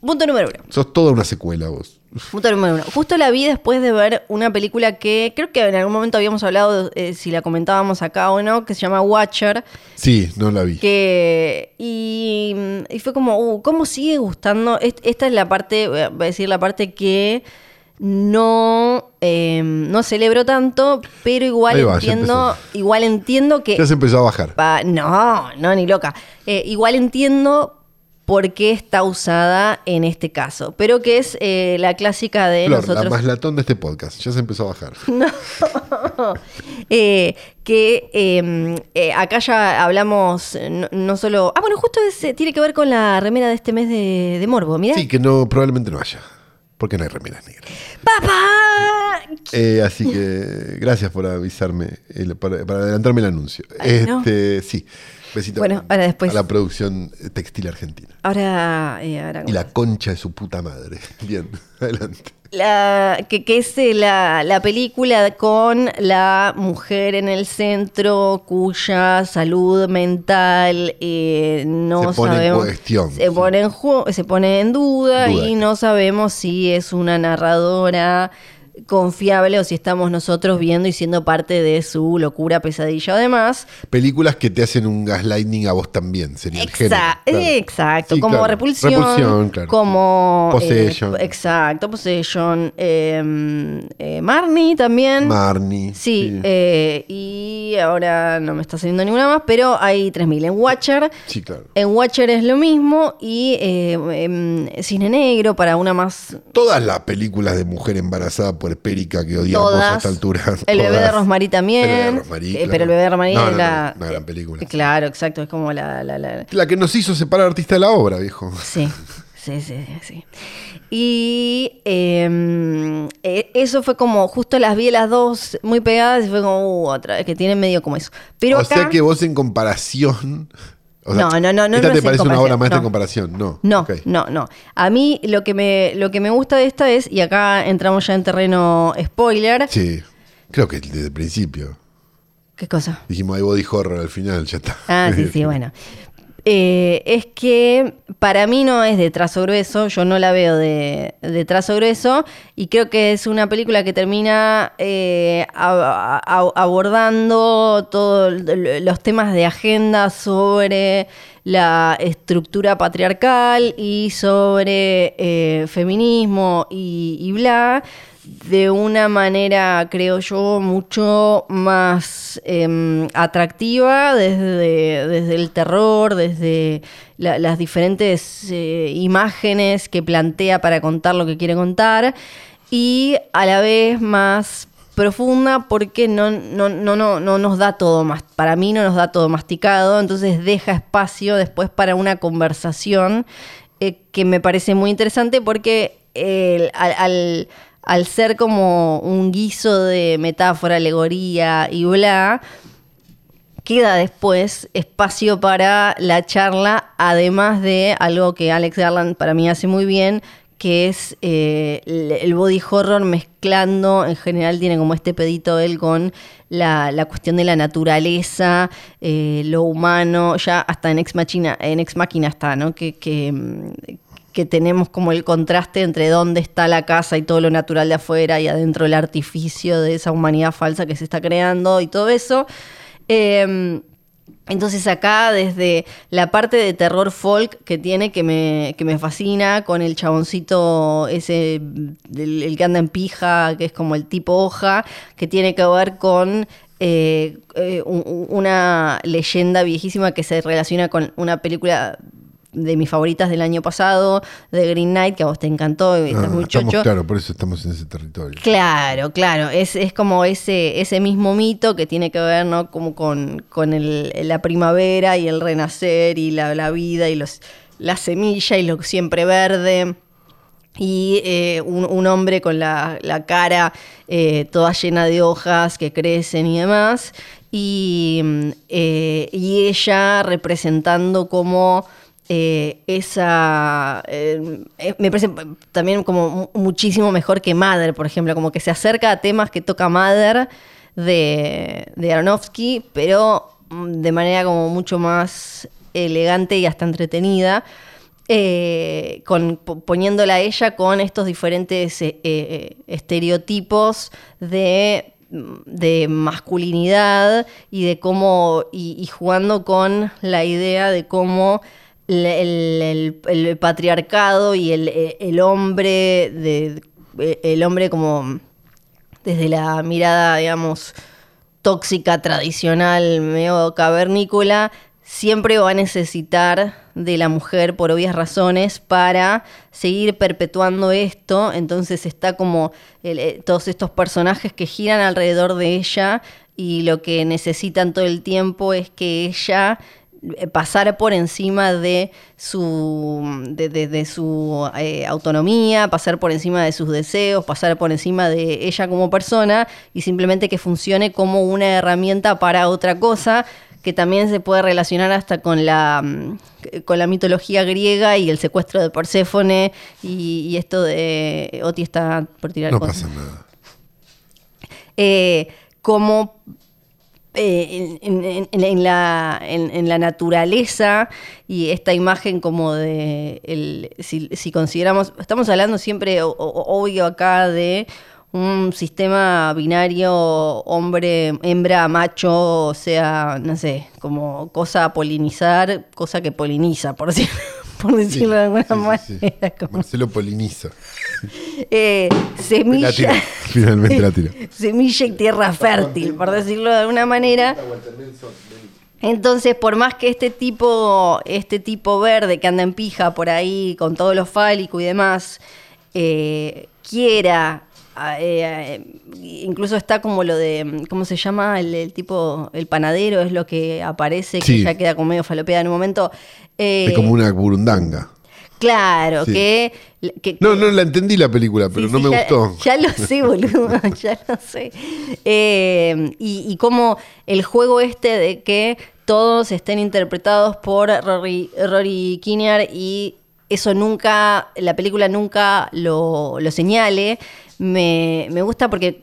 [SPEAKER 2] Punto número uno.
[SPEAKER 3] Sos toda una secuela vos.
[SPEAKER 2] Punto número uno. Justo la vi después de ver una película que creo que en algún momento habíamos hablado, eh, si la comentábamos acá o no, que se llama Watcher.
[SPEAKER 3] Sí, no la vi.
[SPEAKER 2] Que, y, y fue como, uh, ¿cómo sigue gustando? Est- Esta es la parte, voy a voy a decir la parte que no, eh, no celebro tanto, pero igual
[SPEAKER 3] Ahí va, ya
[SPEAKER 2] entiendo,
[SPEAKER 3] empezó.
[SPEAKER 2] igual entiendo que
[SPEAKER 3] Ya se empezó a bajar.
[SPEAKER 2] Pa- no, no, ni loca. Eh, igual entiendo por qué está usada en este caso, pero que es eh, la clásica de
[SPEAKER 3] Flor, la
[SPEAKER 2] nosotros.
[SPEAKER 3] más latón de este podcast. Ya se empezó a bajar.
[SPEAKER 2] Eh, que eh, eh, acá ya hablamos, eh, no, no solo. Ah, bueno, justo es- tiene que ver con la remera de este mes de, de Morbo, mirá.
[SPEAKER 3] Sí, que no, probablemente no haya. Porque no hay remeras negras.
[SPEAKER 2] ¡Papá!
[SPEAKER 3] Eh, así que gracias por avisarme, el- para, para adelantarme el anuncio.
[SPEAKER 2] Ay, no.
[SPEAKER 3] este, Sí, besito
[SPEAKER 2] Bueno, ahora después.
[SPEAKER 3] a la producción textil argentina.
[SPEAKER 2] Ahora. eh, ahora-
[SPEAKER 3] Y la concha de su puta madre. Bien, adelante.
[SPEAKER 2] La, que, que es eh, la, la película con la mujer en el centro cuya salud mental eh, no
[SPEAKER 3] Se pone en
[SPEAKER 2] sabemos
[SPEAKER 3] cuestión,
[SPEAKER 2] se
[SPEAKER 3] sí.
[SPEAKER 2] pone en ju- se pone en duda,
[SPEAKER 3] Duda.
[SPEAKER 2] y no sabemos si es una narradora confiable o si estamos nosotros viendo y siendo parte de su locura pesadilla además
[SPEAKER 3] Películas que te hacen un gaslighting a vos también, sería el género.
[SPEAKER 2] Exa-
[SPEAKER 3] claro.
[SPEAKER 2] Exacto,
[SPEAKER 3] Sí,
[SPEAKER 2] como
[SPEAKER 3] claro.
[SPEAKER 2] repulsión,
[SPEAKER 3] Repulsión, claro.
[SPEAKER 2] como eh,
[SPEAKER 3] Possession.
[SPEAKER 2] exacto, Possession, eh, eh, Marnie también.
[SPEAKER 3] Marnie.
[SPEAKER 2] Sí, eh, y ahora no me está saliendo ninguna más, pero hay 3.000 en Watcher.
[SPEAKER 3] Sí, claro.
[SPEAKER 2] En Watcher es lo mismo y eh, em, Cisne Negro para una más...
[SPEAKER 3] Todas las películas de mujer embarazada puerpérica que odiamos
[SPEAKER 2] Todas.
[SPEAKER 3] a esta altura.
[SPEAKER 2] El bebé de
[SPEAKER 3] todas.
[SPEAKER 2] Rosemary también.
[SPEAKER 3] El bebé de Rosemary,
[SPEAKER 2] Eh,
[SPEAKER 3] claro.
[SPEAKER 2] Pero el bebé de Rosemary
[SPEAKER 3] No, no,
[SPEAKER 2] es
[SPEAKER 3] no,
[SPEAKER 2] la... eh,
[SPEAKER 3] una gran película.
[SPEAKER 2] Claro, exacto, es como la- la- la,
[SPEAKER 3] La que nos hizo separar artista de la obra, viejo.
[SPEAKER 2] Sí, Sí, sí, sí. Y eh, eh, eso fue como, justo las vi las dos muy pegadas y fue como, uh, otra vez, que tienen medio como eso. Pero
[SPEAKER 3] o
[SPEAKER 2] acá,
[SPEAKER 3] sea que vos en comparación. o sea,
[SPEAKER 2] No, no, no, no,
[SPEAKER 3] Esta
[SPEAKER 2] no
[SPEAKER 3] te
[SPEAKER 2] es en
[SPEAKER 3] parece una obra
[SPEAKER 2] comparación,
[SPEAKER 3] maestra
[SPEAKER 2] no.
[SPEAKER 3] en comparación, no.
[SPEAKER 2] No,
[SPEAKER 3] Ok.
[SPEAKER 2] no, no. A mí lo que, me, lo que me gusta de esta es, y acá entramos ya en terreno spoiler,
[SPEAKER 3] Sí. Creo que desde el principio.
[SPEAKER 2] ¿qué cosa?
[SPEAKER 3] Dijimos, hay body horror al final, ya está.
[SPEAKER 2] Ah, sí, sí, bueno. Eh, es que para mí no es de trazo grueso, yo no la veo de, de trazo grueso y creo que es una película que termina eh, a- a- abordando todos los temas de agenda sobre la estructura patriarcal y sobre eh, feminismo y, y bla, de una manera, creo yo, mucho más em, atractiva desde, desde el terror, desde la- las diferentes eh, imágenes que plantea para contar lo que quiere contar y a la vez más profunda porque no, no, no, no, no nos da todo más, para mí no nos da todo masticado, entonces deja espacio después para una conversación eh, que me parece muy interesante porque el- al, al- al ser como un guiso de metáfora, alegoría y bla, queda después espacio para la charla, además de algo que Alex Garland para mí hace muy bien, que es eh, el- el body horror mezclando, en general tiene como este pedito él con la, la cuestión de la naturaleza, eh, lo humano, ya hasta en Ex Machina, en Ex Machina está, ¿no? Que, que, mm, que tenemos como el contraste entre dónde está la casa y todo lo natural de afuera y adentro el artificio de esa humanidad falsa que se está creando y todo eso. Eh, entonces acá desde la parte de terror folk que tiene que me, que me fascina con el chaboncito ese, el, el que anda en pija, que es como el tipo hoja, que tiene que ver con eh, eh, un- un- una leyenda viejísima que se relaciona con una película de mis favoritas del año pasado, de Green Knight, que a vos te encantó, y estás
[SPEAKER 3] Ah,
[SPEAKER 2] muy
[SPEAKER 3] estamos-
[SPEAKER 2] chocho.
[SPEAKER 3] claro, por eso estamos en ese territorio.
[SPEAKER 2] Claro, claro. Es, es como ese, ese mismo mito que tiene que ver, ¿no? Como con, con el- la primavera y el renacer y la, la vida y los, la semilla y lo siempre verde. Y eh, un, un hombre con la, la cara eh, toda llena de hojas que crecen y demás. Y, mm, eh, y ella representando como eh, esa... eh, eh, me parece también como mu- muchísimo mejor que Mother, por ejemplo, como que se acerca a temas que toca Mother de, de Aronofsky, pero mm, de manera como mucho más elegante y hasta entretenida eh, con, po- poniéndola a ella con estos diferentes eh, eh, estereotipos de, de masculinidad y de cómo. Y, y jugando con la idea de cómo el, el- el- el patriarcado y el, eh, el hombre de. el hombre como desde la mirada, digamos, tóxica, tradicional, medio cavernícola, siempre va a necesitar de la mujer por obvias razones para seguir perpetuando esto. Entonces está como el- eh, todos estos personajes que giran alrededor de ella y lo que necesitan todo el tiempo es que ella eh, pasar por encima de su, de, de- de su eh, autonomía, pasar por encima de sus deseos, pasar por encima de ella como persona y simplemente que funcione como una herramienta para otra cosa que también se puede relacionar hasta con la, mm, con la mitología griega y el secuestro de Perséfone y, y esto de... Oti está por tirar
[SPEAKER 3] No
[SPEAKER 2] cosas.
[SPEAKER 3] pasa nada.
[SPEAKER 2] Eh, como eh, en, en- en- en la, en- en la naturaleza y esta imagen como de, el- si, si consideramos, estamos hablando siempre, o- o- obvio acá, de un sistema binario hombre, hembra, macho, o sea, no sé, como cosa a polinizar, cosa que poliniza, por, decir- por
[SPEAKER 3] Sí,
[SPEAKER 2] decirlo de alguna
[SPEAKER 3] sí, sí, sí.
[SPEAKER 2] manera. como-
[SPEAKER 3] Marcelo poliniza.
[SPEAKER 2] eh,
[SPEAKER 3] La tira.
[SPEAKER 2] semilla.
[SPEAKER 3] Finalmente la tira.
[SPEAKER 2] semilla y tierra fértil, por decirlo de alguna manera. Entonces, por más que este tipo, este tipo verde que anda en pija por ahí con todo lo fálico y demás, eh, quiera, ah, eh, eh, incluso está como lo de, ¿cómo se llama? El, el tipo, el panadero es lo que aparece, que
[SPEAKER 3] Sí.
[SPEAKER 2] ya queda como medio falopeada en un momento. Eh,
[SPEAKER 3] Es como una burundanga.
[SPEAKER 2] Claro,
[SPEAKER 3] Sí.
[SPEAKER 2] que, que-
[SPEAKER 3] No, no la entendí la película, pero
[SPEAKER 2] Sí,
[SPEAKER 3] no
[SPEAKER 2] sí,
[SPEAKER 3] me
[SPEAKER 2] ya-
[SPEAKER 3] gustó.
[SPEAKER 2] Ya lo sé, boludo, ya lo sé. Eh, y, y como el juego este de que todos estén interpretados por Rory, Rory Kinnear y eso nunca, la película nunca lo, lo señale, me, me gusta porque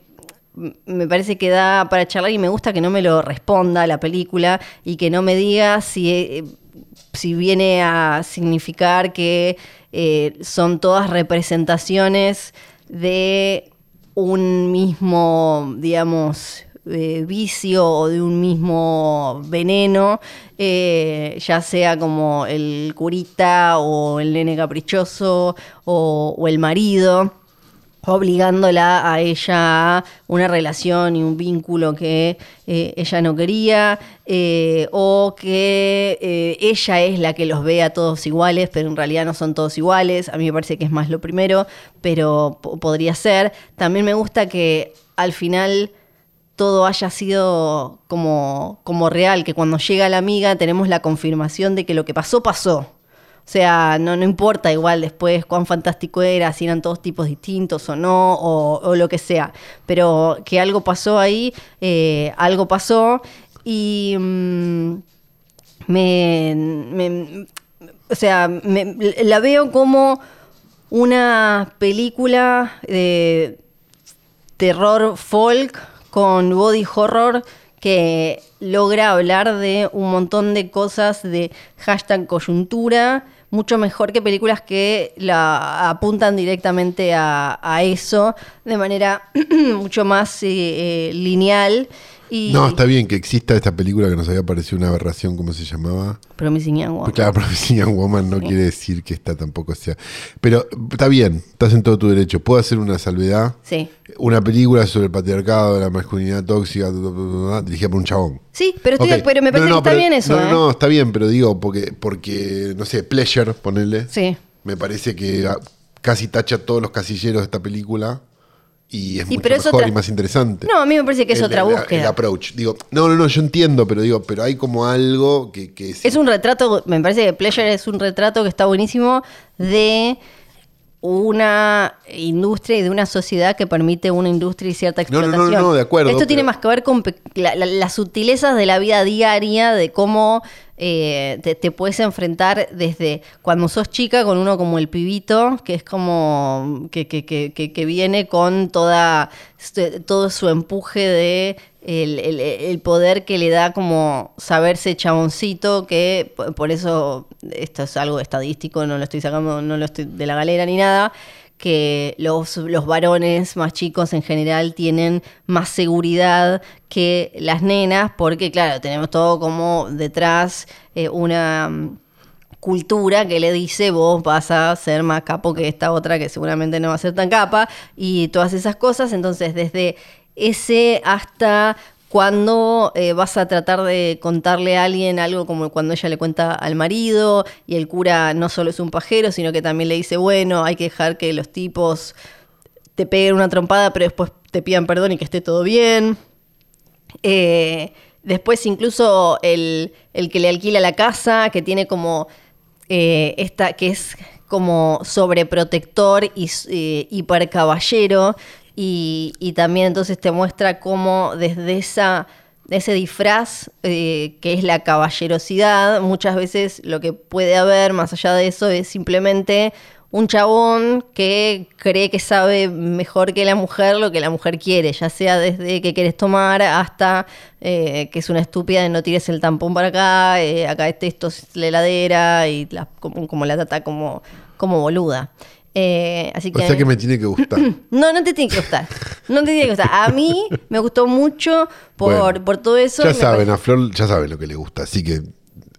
[SPEAKER 2] m- me parece que da para charlar y me gusta que no me lo responda la película y que no me diga si... eh, si viene a significar que eh, son todas representaciones de un mismo, digamos, eh, vicio o de un mismo veneno, eh, ya sea como el curita o el nene caprichoso o- o el marido obligándola a ella a una relación y un vínculo que eh, ella no quería, eh, o que eh, ella es la que los ve a todos iguales, pero en realidad no son todos iguales. A mí me parece que es más lo primero, pero po- podría ser. También me gusta que al final todo haya sido como, como real, que cuando llega la amiga tenemos la confirmación de que lo que pasó, pasó. O sea, no, no importa igual después cuán fantástico era, si eran todos tipos distintos o no, o, o lo que sea. Pero que algo pasó ahí, eh, algo pasó y... mm, me, me- o sea, me- la veo como una película de terror folk con body horror que logra hablar de un montón de cosas de hashtag coyuntura, mucho mejor que películas que la apuntan directamente a, a eso de manera mucho más eh, eh, lineal. Y,
[SPEAKER 3] No, está bien que exista esta película que nos había parecido una aberración, ¿cómo se llamaba?
[SPEAKER 2] Promising Young Woman.
[SPEAKER 3] Pues Claro, Promising Young Woman no quiere decir que esta tampoco sea. Pero está bien, estás en todo tu derecho. Puedo hacer una salvedad.
[SPEAKER 2] Sí.
[SPEAKER 3] Una película sobre el patriarcado, la masculinidad tóxica, bla, bla, bla, bla, dirigida por un chabón.
[SPEAKER 2] Sí, pero, estoy-
[SPEAKER 3] Ok.
[SPEAKER 2] pero me
[SPEAKER 3] No,
[SPEAKER 2] parece
[SPEAKER 3] no,
[SPEAKER 2] que está
[SPEAKER 3] pero-
[SPEAKER 2] bien eso.
[SPEAKER 3] No, no,
[SPEAKER 2] ¿eh?
[SPEAKER 3] no, está bien, pero digo, porque, porque no sé, Pleasure, ponerle.
[SPEAKER 2] Sí.
[SPEAKER 3] Me parece que ah, casi tacha todos los casilleros de esta película y es
[SPEAKER 2] Sí,
[SPEAKER 3] mucho
[SPEAKER 2] pero es
[SPEAKER 3] mejor
[SPEAKER 2] otra-
[SPEAKER 3] y más interesante.
[SPEAKER 2] No, a mí me parece que es
[SPEAKER 3] El-
[SPEAKER 2] otra
[SPEAKER 3] el-
[SPEAKER 2] búsqueda.
[SPEAKER 3] El approach. Digo, no, no, no, yo entiendo, pero digo, pero hay como algo que, que
[SPEAKER 2] es un retrato, me parece que Pleasure es un retrato que está buenísimo de una industria y de una sociedad que permite una industria y cierta
[SPEAKER 3] No, no, no,
[SPEAKER 2] explotación.
[SPEAKER 3] no, de acuerdo,
[SPEAKER 2] Esto tiene
[SPEAKER 3] pero-
[SPEAKER 2] más que ver con pe- la- la- las sutilezas de la vida diaria, de cómo eh, te, te puedes enfrentar desde cuando sos chica con uno como el pibito, que es como que, que- que- que- que viene con toda todo su empuje de el, el- el poder que le da como saberse chaboncito, que p- por eso esto es algo estadístico, no lo estoy sacando, no lo estoy de la galera ni nada, que los, los varones más chicos en general tienen más seguridad que las nenas, porque claro, tenemos todo como detrás eh, una mm, cultura que le dice vos vas a ser más capo que esta otra que seguramente no va a ser tan capa y todas esas cosas, entonces desde ese hasta cuando eh, vas a tratar de contarle a alguien algo como cuando ella le cuenta al marido y el cura no solo es un pajero, sino que también le dice, bueno, hay que dejar que los tipos te peguen una trompada, pero después te pidan perdón y que esté todo bien. Eh, después incluso el, el que le alquila la casa, que tiene como eh, esta, que es como sobreprotector y s- eh, hipercaballero. Y, y también entonces te muestra cómo desde esa, ese disfraz, eh, que es la caballerosidad, muchas veces lo que puede haber más allá de eso es simplemente un chabón que cree que sabe mejor que la mujer lo que la mujer quiere, ya sea desde que quieres tomar hasta eh, que es una estúpida de no tires el tampón para acá, eh, acá este esto es la heladera y la- como, como la trata como, como boluda. Eh, así
[SPEAKER 3] O sea que me tiene que gustar.
[SPEAKER 2] No, no te tiene que gustar. No te tiene que gustar. A mí me gustó mucho por,
[SPEAKER 3] Bueno,
[SPEAKER 2] por todo eso.
[SPEAKER 3] ya
[SPEAKER 2] Me
[SPEAKER 3] saben,
[SPEAKER 2] pare-
[SPEAKER 3] a Flor ya saben lo que le gusta, así que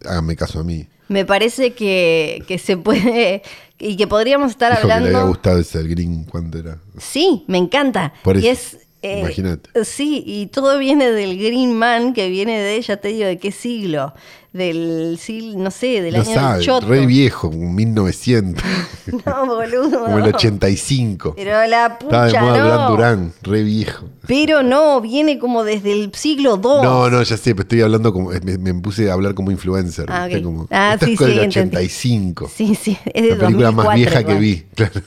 [SPEAKER 3] háganme caso a mí.
[SPEAKER 2] Me parece que, que se puede y que podríamos estar
[SPEAKER 3] Dijo que
[SPEAKER 2] hablando...
[SPEAKER 3] le había gustado ese el Green cuando era.
[SPEAKER 2] Sí, me encanta.
[SPEAKER 3] Por
[SPEAKER 2] Y
[SPEAKER 3] eso.
[SPEAKER 2] es Eh,
[SPEAKER 3] Imagínate.
[SPEAKER 2] Sí, y todo viene del Green Man, que viene de, ya te digo, de qué siglo. Del siglo, no sé, del
[SPEAKER 3] No
[SPEAKER 2] año del
[SPEAKER 3] sabe,
[SPEAKER 2] choto.
[SPEAKER 3] re viejo, un 1900,
[SPEAKER 2] No, boludo.
[SPEAKER 3] como el 85.
[SPEAKER 2] Pero la
[SPEAKER 3] Estaba de
[SPEAKER 2] pucha,
[SPEAKER 3] moda
[SPEAKER 2] no.
[SPEAKER 3] Durán Durán, re viejo.
[SPEAKER 2] Pero no, viene como desde el siglo II.
[SPEAKER 3] No, no, ya sé, pero estoy hablando como. Me, me puse a hablar como influencer.
[SPEAKER 2] Ah,
[SPEAKER 3] ¿viste?
[SPEAKER 2] ok.
[SPEAKER 3] Como,
[SPEAKER 2] Ah,
[SPEAKER 3] esta
[SPEAKER 2] sí,
[SPEAKER 3] es con
[SPEAKER 2] sí,
[SPEAKER 3] el
[SPEAKER 2] entendí.
[SPEAKER 3] 85.
[SPEAKER 2] Sí, sí, es de
[SPEAKER 3] la película
[SPEAKER 2] 2004
[SPEAKER 3] más vieja que
[SPEAKER 2] igual.
[SPEAKER 3] vi, claro,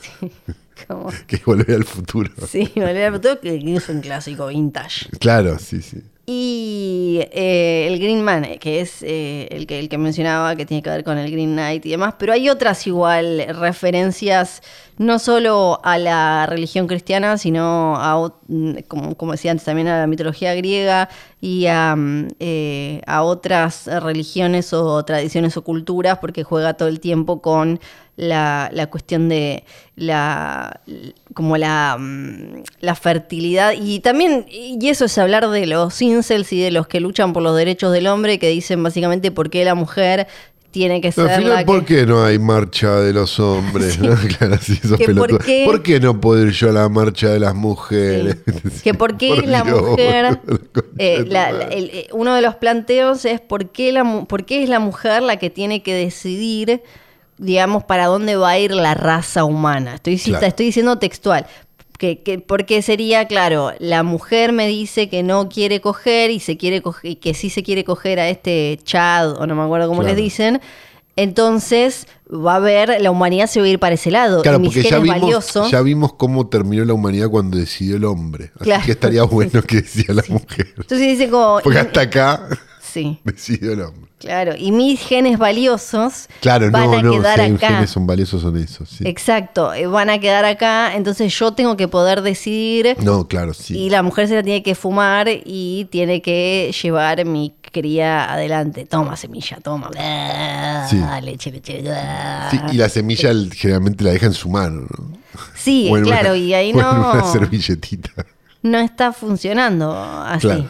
[SPEAKER 2] Como-
[SPEAKER 3] que volver al futuro.
[SPEAKER 2] sí, Volver al Futuro, que es un clásico vintage.
[SPEAKER 3] Claro, sí, sí.
[SPEAKER 2] Y eh, el Green Man, eh, que es eh, el, que, el que mencionaba, que tiene que ver con el Green Knight y demás, pero hay otras igual referencias, no solo a la religión cristiana, sino a, ot- mm, como, como decía antes, también a la mitología griega y a, mm, eh, a otras religiones o tradiciones o culturas, porque juega todo el tiempo con la, la cuestión de la como la, mm, la fertilidad y también y eso es hablar de los incels y de los que luchan por los derechos del hombre que dicen básicamente por qué la mujer tiene que ser
[SPEAKER 3] Al
[SPEAKER 2] la
[SPEAKER 3] final,
[SPEAKER 2] que-
[SPEAKER 3] ¿por qué no hay marcha de los hombres? ¿no? Claro, sí, esos
[SPEAKER 2] Que por
[SPEAKER 3] pelotudos.
[SPEAKER 2] qué-
[SPEAKER 3] ¿Por qué no puedo ir yo a la marcha de las mujeres?
[SPEAKER 2] Sí. Que por qué la
[SPEAKER 3] Dios,
[SPEAKER 2] mujer.
[SPEAKER 3] boludo, la concha
[SPEAKER 2] eh,
[SPEAKER 3] de tu
[SPEAKER 2] la- la-
[SPEAKER 3] madre.
[SPEAKER 2] el- eh, uno de los planteos es por qué, la, mu- por qué es la mujer la que tiene que decidir, digamos, para dónde va a ir la raza humana. Estoy, si-
[SPEAKER 3] Claro.
[SPEAKER 2] estoy diciendo textual. Que, que, porque sería, claro, la mujer me dice que no quiere coger y se quiere coger, y que sí se quiere coger a este Chad, o no me acuerdo cómo
[SPEAKER 3] Claro.
[SPEAKER 2] les dicen. Entonces va a haber, la humanidad se va a ir para ese lado.
[SPEAKER 3] Claro,
[SPEAKER 2] y mi
[SPEAKER 3] porque
[SPEAKER 2] gen
[SPEAKER 3] ya
[SPEAKER 2] es
[SPEAKER 3] vimos,
[SPEAKER 2] valioso.
[SPEAKER 3] ya vimos cómo terminó la humanidad cuando decidió el hombre. Así
[SPEAKER 2] Claro.
[SPEAKER 3] que estaría bueno que decía la mujer.
[SPEAKER 2] Entonces dice como.
[SPEAKER 3] Porque hasta acá
[SPEAKER 2] Sí.
[SPEAKER 3] decidió el hombre.
[SPEAKER 2] Claro, y mis genes valiosos
[SPEAKER 3] Claro,
[SPEAKER 2] van
[SPEAKER 3] no,
[SPEAKER 2] a
[SPEAKER 3] no,
[SPEAKER 2] quedar
[SPEAKER 3] si hay
[SPEAKER 2] acá.
[SPEAKER 3] genes son valiosos son esos. sí.
[SPEAKER 2] Exacto, eh, van a quedar acá, entonces yo tengo que poder decidir
[SPEAKER 3] No, claro, sí.
[SPEAKER 2] y la mujer se la tiene que fumar y tiene que llevar mi cría adelante. Toma semilla, toma.
[SPEAKER 3] Sí.
[SPEAKER 2] Leche, leche. bla.
[SPEAKER 3] Sí, y la semilla el- generalmente la deja en su mano, ¿no?
[SPEAKER 2] Sí,
[SPEAKER 3] O en
[SPEAKER 2] claro,
[SPEAKER 3] una-
[SPEAKER 2] y ahí
[SPEAKER 3] o en una
[SPEAKER 2] no,
[SPEAKER 3] servilletita.
[SPEAKER 2] no está funcionando así.
[SPEAKER 3] Claro.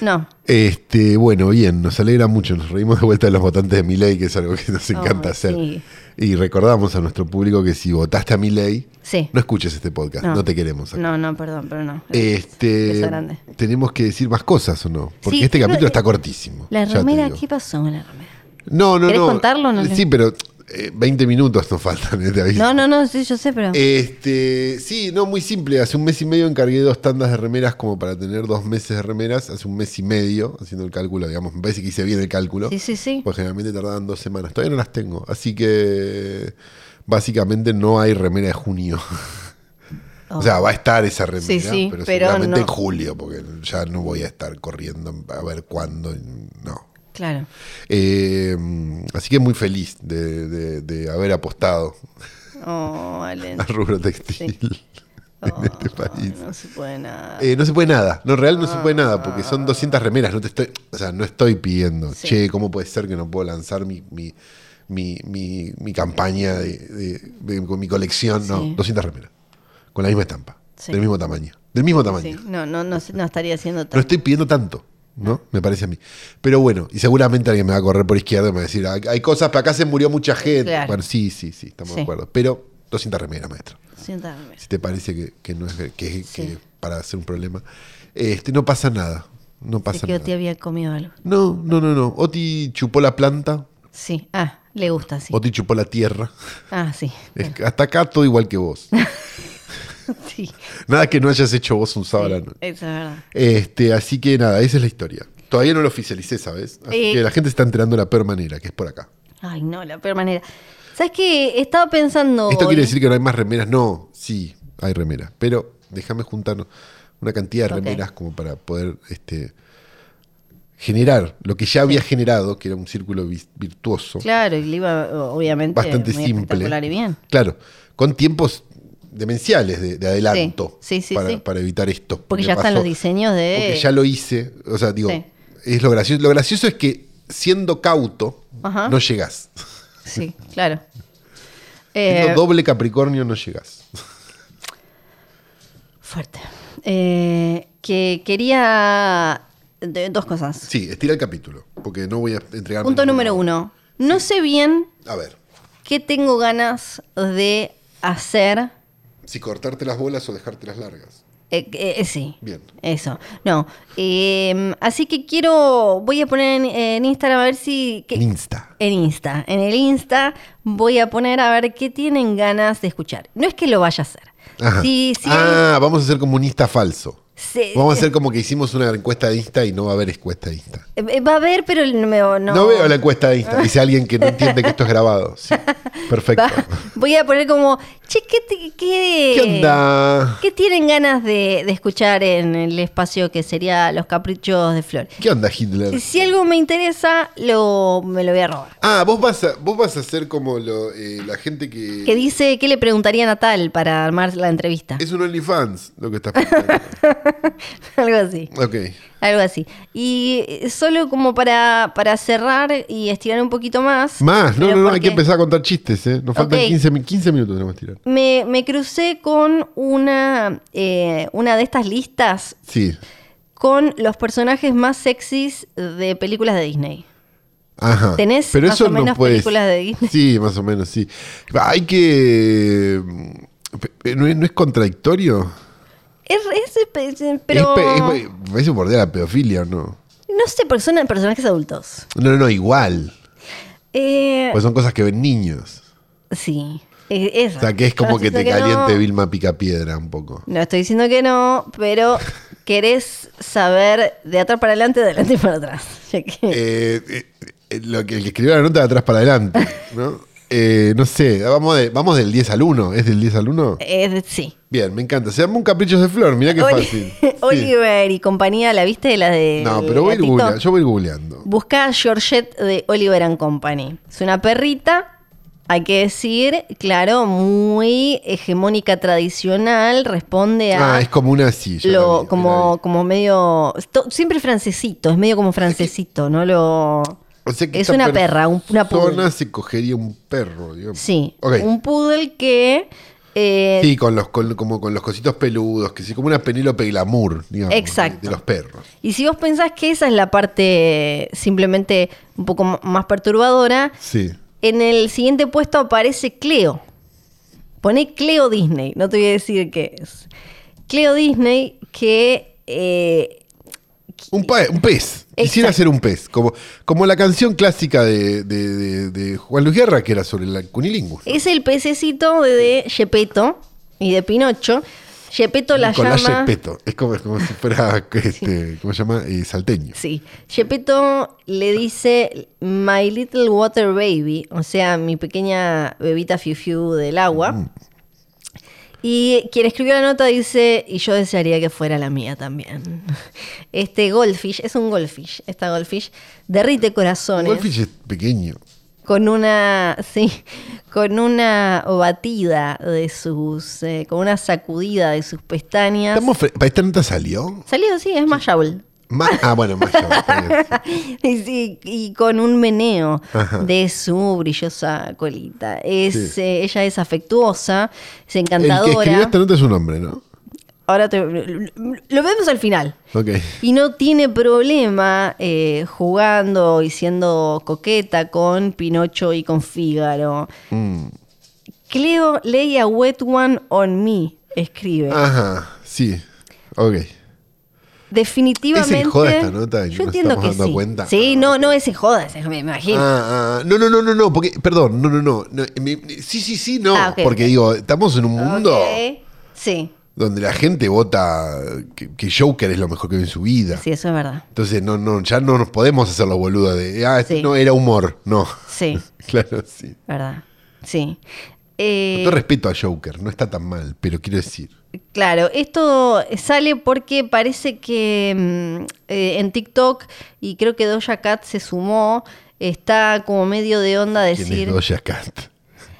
[SPEAKER 2] No.
[SPEAKER 3] Este, bueno, bien, nos alegra mucho, nos reímos de vuelta de los votantes de Milei, que es algo que nos encanta
[SPEAKER 2] Oh,
[SPEAKER 3] hacer.
[SPEAKER 2] sí.
[SPEAKER 3] Y recordamos a nuestro público que si votaste a Milei,
[SPEAKER 2] Sí.
[SPEAKER 3] no escuches este podcast, no,
[SPEAKER 2] No.
[SPEAKER 3] te queremos. acá.
[SPEAKER 2] No, no, perdón, pero no.
[SPEAKER 3] Este,
[SPEAKER 2] Beso grande.
[SPEAKER 3] tenemos que decir más cosas o no, porque
[SPEAKER 2] Sí,
[SPEAKER 3] este
[SPEAKER 2] pero,
[SPEAKER 3] capítulo
[SPEAKER 2] eh,
[SPEAKER 3] está cortísimo.
[SPEAKER 2] La
[SPEAKER 3] ya te
[SPEAKER 2] remera,
[SPEAKER 3] digo.
[SPEAKER 2] ¿qué pasó con la remera?
[SPEAKER 3] No, no,
[SPEAKER 2] ¿Querés
[SPEAKER 3] no.
[SPEAKER 2] contarlo o no?
[SPEAKER 3] Sí, pero eh, 20 minutos nos faltan, eh, te aviso.
[SPEAKER 2] No, no, no, sí, yo sé, pero.
[SPEAKER 3] Este, sí, no, muy simple. Hace un mes y medio encargué dos tandas de remeras como para tener dos meses de remeras. Hace un mes y medio, haciendo el cálculo, digamos, me parece que hice bien el cálculo.
[SPEAKER 2] sí, sí, sí.
[SPEAKER 3] Pues generalmente tardaban dos semanas. Todavía no las tengo. Así que básicamente no hay remera de junio.
[SPEAKER 2] Oh,
[SPEAKER 3] O sea, va a estar esa remera,
[SPEAKER 2] Sí, sí,
[SPEAKER 3] pero,
[SPEAKER 2] pero no.
[SPEAKER 3] seguramente en julio, porque ya no voy a estar corriendo a ver cuándo. No.
[SPEAKER 2] Claro.
[SPEAKER 3] Eh, así que muy feliz de, de- de haber apostado
[SPEAKER 2] Oh, Valen.
[SPEAKER 3] al rubro textil en este país.
[SPEAKER 2] No se puede nada.
[SPEAKER 3] Eh, no se puede nada, no, real no se puede nada, porque son 200 remeras, no te estoy, o sea, no estoy pidiendo,
[SPEAKER 2] Ah. Sí.
[SPEAKER 3] che, ¿cómo puede ser que no puedo lanzar mi, mi, mi, mi- mi campaña de, de- de- con mi colección? No,
[SPEAKER 2] Sí.
[SPEAKER 3] 200 remeras, con la misma estampa,
[SPEAKER 2] Sí.
[SPEAKER 3] del mismo tamaño, del mismo tamaño.
[SPEAKER 2] Sí, No, no, no, no estaría haciendo
[SPEAKER 3] No
[SPEAKER 2] tan.
[SPEAKER 3] estoy pidiendo tanto, ¿no? Me parece a mí. Pero bueno, y seguramente alguien me va a correr por izquierda y me va a decir, "Ah, hay cosas, pero acá se murió mucha gente.
[SPEAKER 2] Claro.
[SPEAKER 3] Bueno, sí, sí, sí, estamos de
[SPEAKER 2] Sí.
[SPEAKER 3] acuerdo. Pero 200 remeras, maestro
[SPEAKER 2] Sienta la remera.
[SPEAKER 3] si te parece que, que no es que, que
[SPEAKER 2] Sí.
[SPEAKER 3] para hacer un problema. Este, no pasa nada. No pasa
[SPEAKER 2] Es que
[SPEAKER 3] nada.
[SPEAKER 2] Oti había comido algo.
[SPEAKER 3] No, no, no, no. Oti chupó la planta,
[SPEAKER 2] Sí. Ah, le gusta, sí.
[SPEAKER 3] Oti chupó la tierra.
[SPEAKER 2] Ah, sí.
[SPEAKER 3] Es que hasta acá todo igual que vos.
[SPEAKER 2] Sí.
[SPEAKER 3] nada que no hayas hecho vos un sábado a la noche.
[SPEAKER 2] Esa es verdad.
[SPEAKER 3] Este, así que nada, esa es la historia. Todavía no lo oficialicé, ¿sabes? Así
[SPEAKER 2] Eh.
[SPEAKER 3] que la gente se está enterando de la peor manera, que es por acá.
[SPEAKER 2] Ay, no, la peor manera. ¿Sabes qué? Estaba pensando.
[SPEAKER 3] ¿Esto
[SPEAKER 2] hoy-
[SPEAKER 3] quiere decir que no hay más remeras? No, sí, hay remeras. Pero déjame juntar una cantidad de
[SPEAKER 2] Ok.
[SPEAKER 3] remeras como para poder este, generar lo que ya había generado, que era un círculo vis- virtuoso,
[SPEAKER 2] Claro, y le iba, obviamente,
[SPEAKER 3] bastante
[SPEAKER 2] muy
[SPEAKER 3] simple.
[SPEAKER 2] espectacular y bien.
[SPEAKER 3] Claro, con tiempos demenciales de, de adelanto
[SPEAKER 2] Sí, sí, sí,
[SPEAKER 3] para,
[SPEAKER 2] sí.
[SPEAKER 3] para evitar esto.
[SPEAKER 2] Porque
[SPEAKER 3] Me
[SPEAKER 2] ya están
[SPEAKER 3] pasó.
[SPEAKER 2] los diseños de.
[SPEAKER 3] Porque ya lo hice, o sea, digo,
[SPEAKER 2] Sí.
[SPEAKER 3] es lo gracioso. Lo gracioso es que siendo cauto,
[SPEAKER 2] Ajá.
[SPEAKER 3] no llegás.
[SPEAKER 2] Sí, claro. Eh,
[SPEAKER 3] Siendo doble Capricornio, no llegás.
[SPEAKER 2] Fuerte. Eh, que quería de- dos cosas.
[SPEAKER 3] Sí, estira el capítulo, porque no voy a entregar.
[SPEAKER 2] Punto número uno. No sé bien
[SPEAKER 3] A ver,
[SPEAKER 2] qué tengo ganas de hacer.
[SPEAKER 3] si cortarte las bolas o dejártelas largas.
[SPEAKER 2] Eh, eh, eh, sí.
[SPEAKER 3] Bien.
[SPEAKER 2] Eso. No. Eh, así que quiero. Voy a poner en, en Instagram a ver si. que-
[SPEAKER 3] En Insta.
[SPEAKER 2] en Insta. En el Insta voy a poner a ver qué tienen ganas de escuchar. No es que lo vaya a hacer.
[SPEAKER 3] Ajá.
[SPEAKER 2] Sí, sí.
[SPEAKER 3] ah, vamos a ser como un Insta falso.
[SPEAKER 2] se-
[SPEAKER 3] Vamos a hacer como que hicimos una encuesta de Insta y no va a haber encuesta de Insta.
[SPEAKER 2] eh, Va a haber, pero no me- no.
[SPEAKER 3] No, veo la encuesta de Insta. Dice alguien que no entiende que esto es grabado. Sí, Perfecto.
[SPEAKER 2] Va- Eh. voy a poner como. Che, ¿qué, te- qué-
[SPEAKER 3] ¿Qué onda?
[SPEAKER 2] ¿Qué tienen ganas de, de escuchar en el espacio que sería Los Caprichos de Flor?
[SPEAKER 3] ¿Qué onda, Hitler?
[SPEAKER 2] Si algo me interesa, lo, me lo voy a robar.
[SPEAKER 3] Ah, vos vas a, vos vas a ser como lo, eh, la gente que...
[SPEAKER 2] Que dice qué le preguntarían a tal para armar la entrevista.
[SPEAKER 3] Es un OnlyFans lo que estás pensando.
[SPEAKER 2] algo así.
[SPEAKER 3] ok.
[SPEAKER 2] Algo así. Y eh, solo como para, para cerrar y estirar un poquito más.
[SPEAKER 3] Más, no,
[SPEAKER 2] pero
[SPEAKER 3] no, no, hay
[SPEAKER 2] porque
[SPEAKER 3] que empezar a contar chistes, ¿eh? Nos faltan
[SPEAKER 2] Ok.
[SPEAKER 3] 15, mi- 15 minutos, tenemos que tirar.
[SPEAKER 2] Me, me crucé con una, eh, una de estas listas
[SPEAKER 3] Sí.
[SPEAKER 2] con los personajes más sexys de películas de Disney.
[SPEAKER 3] Ajá.
[SPEAKER 2] ¿Tenés
[SPEAKER 3] Pero
[SPEAKER 2] más
[SPEAKER 3] eso
[SPEAKER 2] o menos
[SPEAKER 3] no puedes...
[SPEAKER 2] películas de Disney?
[SPEAKER 3] Sí, más o menos, sí. Hay que... eh, ¿No es, no es contradictorio?
[SPEAKER 2] Es, es- es- pero
[SPEAKER 3] Es pe- es, es bordear la pedofilia, ¿o ¿no?
[SPEAKER 2] no sé, porque son personajes adultos.
[SPEAKER 3] No, no, no, igual.
[SPEAKER 2] Eh,
[SPEAKER 3] Pues son cosas que ven niños.
[SPEAKER 2] sí. e- es
[SPEAKER 3] O sea, que es
[SPEAKER 2] raro.
[SPEAKER 3] como
[SPEAKER 2] No
[SPEAKER 3] que
[SPEAKER 2] estoy
[SPEAKER 3] te
[SPEAKER 2] diciendo que no.
[SPEAKER 3] caliente Vilma Picapiedra un poco.
[SPEAKER 2] No estoy diciendo que no, pero querés saber de atrás para adelante, de adelante para atrás. Ya que-
[SPEAKER 3] Eh, eh, eh, lo que, el que escribió la nota de atrás para adelante, ¿no? Eh, no sé, vamos, de- vamos del 10 al 1. ¿Es del 10 al 1?
[SPEAKER 2] Eh, sí.
[SPEAKER 3] Bien, me encanta. Se llama un caprichos de flor, mirá Ah, qué
[SPEAKER 2] Oli-
[SPEAKER 3] fácil. Sí.
[SPEAKER 2] Oliver y compañía, ¿la viste? La de.
[SPEAKER 3] No, pero voy a ir
[SPEAKER 2] eh, gatito?
[SPEAKER 3] googlea- yo voy a ir googleando.
[SPEAKER 2] Buscá a Georgette de Oliver and Company. Es una perrita, hay que decir, claro, muy hegemónica tradicional, responde a.
[SPEAKER 3] Ah, es como una silla.
[SPEAKER 2] lo- como, como medio. to- siempre francesito, es medio como francesito, ¿no? Lo. es una perra, un- una
[SPEAKER 3] persona
[SPEAKER 2] poodle.
[SPEAKER 3] se cogería un perro, digamos.
[SPEAKER 2] Sí.
[SPEAKER 3] Ok.
[SPEAKER 2] Un poodle que. eh,
[SPEAKER 3] Sí, con los, con- como con los cositos peludos, que sí, como una Penélope Glamour, digamos.
[SPEAKER 2] Exacto.
[SPEAKER 3] De, de los perros.
[SPEAKER 2] Y si vos pensás que esa es la parte simplemente un poco m- más perturbadora,
[SPEAKER 3] Sí.
[SPEAKER 2] en el siguiente puesto aparece Cleo. Pone Cleo Disney, no te voy a decir qué es. Cleo Disney que... eh,
[SPEAKER 3] Un, pa- un pez. Quisiera
[SPEAKER 2] Exacto.
[SPEAKER 3] ser un pez. Como, como la canción clásica de, de- de- de Juan Luis Guerra, que era sobre la cunilingüe.
[SPEAKER 2] es el pececito de, de Gepetto y de Pinocho. Gepetto la
[SPEAKER 3] Con
[SPEAKER 2] llama...
[SPEAKER 3] la Gepetto. Es como, como si fuera, este, ¿cómo se llama? Eh, salteño.
[SPEAKER 2] Sí. Gepetto le dice My Little Water Baby, o sea, mi pequeña bebita fiu fiu del agua. Y quien escribió la nota dice, y yo desearía que fuera la mía también. Este goldfish, es un goldfish, esta goldfish derrite corazones
[SPEAKER 3] Goldfish es pequeño.
[SPEAKER 2] con una, sí, con una batida de sus, eh, con una sacudida de sus pestañas.
[SPEAKER 3] Estamos fre- ¿Para esta nota salió?
[SPEAKER 2] Salido, sí, es mayable.
[SPEAKER 3] Ma- ah, bueno, más allá, está bien.
[SPEAKER 2] y, sí, y con un meneo
[SPEAKER 3] Ajá.
[SPEAKER 2] de su brillosa colita. Es,
[SPEAKER 3] Sí.
[SPEAKER 2] eh, ella es afectuosa, es
[SPEAKER 3] El que escribió este-
[SPEAKER 2] encantadora.
[SPEAKER 3] esta nota es un hombre, ¿no?
[SPEAKER 2] Ahora te- lo vemos al final.
[SPEAKER 3] Ok.
[SPEAKER 2] Y no tiene problema eh, jugando y siendo coqueta con Pinocho y con Fígaro.
[SPEAKER 3] Mm.
[SPEAKER 2] Cleo lay a wet one on me, escribe.
[SPEAKER 3] Ah, Ajá, sí. Ok.
[SPEAKER 2] Definitivamente.
[SPEAKER 3] ¿Es en joda esta nota y
[SPEAKER 2] Yo
[SPEAKER 3] no
[SPEAKER 2] entiendo
[SPEAKER 3] estamos
[SPEAKER 2] que
[SPEAKER 3] dando
[SPEAKER 2] sí.
[SPEAKER 3] cuenta?
[SPEAKER 2] Sí, no, no es en joda, es- me imagino.
[SPEAKER 3] Ah, ah, no, no, no, no, no, porque, perdón, no, no, no. no, me- me- sí, sí, sí, no.
[SPEAKER 2] Ah, ok,
[SPEAKER 3] Porque
[SPEAKER 2] ok.
[SPEAKER 3] digo, estamos en un Ah, mundo
[SPEAKER 2] Ok. Sí,
[SPEAKER 3] donde la gente vota que, que Joker es lo mejor que vio en su vida.
[SPEAKER 2] sí, eso es verdad.
[SPEAKER 3] Entonces, no, no, ya no nos podemos hacer los boludos de, ah, esto
[SPEAKER 2] Sí.
[SPEAKER 3] no era humor, no.
[SPEAKER 2] Sí,
[SPEAKER 3] claro, sí.
[SPEAKER 2] verdad. Sí. Eh,
[SPEAKER 3] Yo respeto a Joker, no está tan mal, pero quiero decir.
[SPEAKER 2] claro, esto sale porque parece que mm, eh, en TikTok, y creo que Doja Cat se sumó, está como medio de onda
[SPEAKER 3] ¿Quién
[SPEAKER 2] decir...
[SPEAKER 3] es Doja Cat?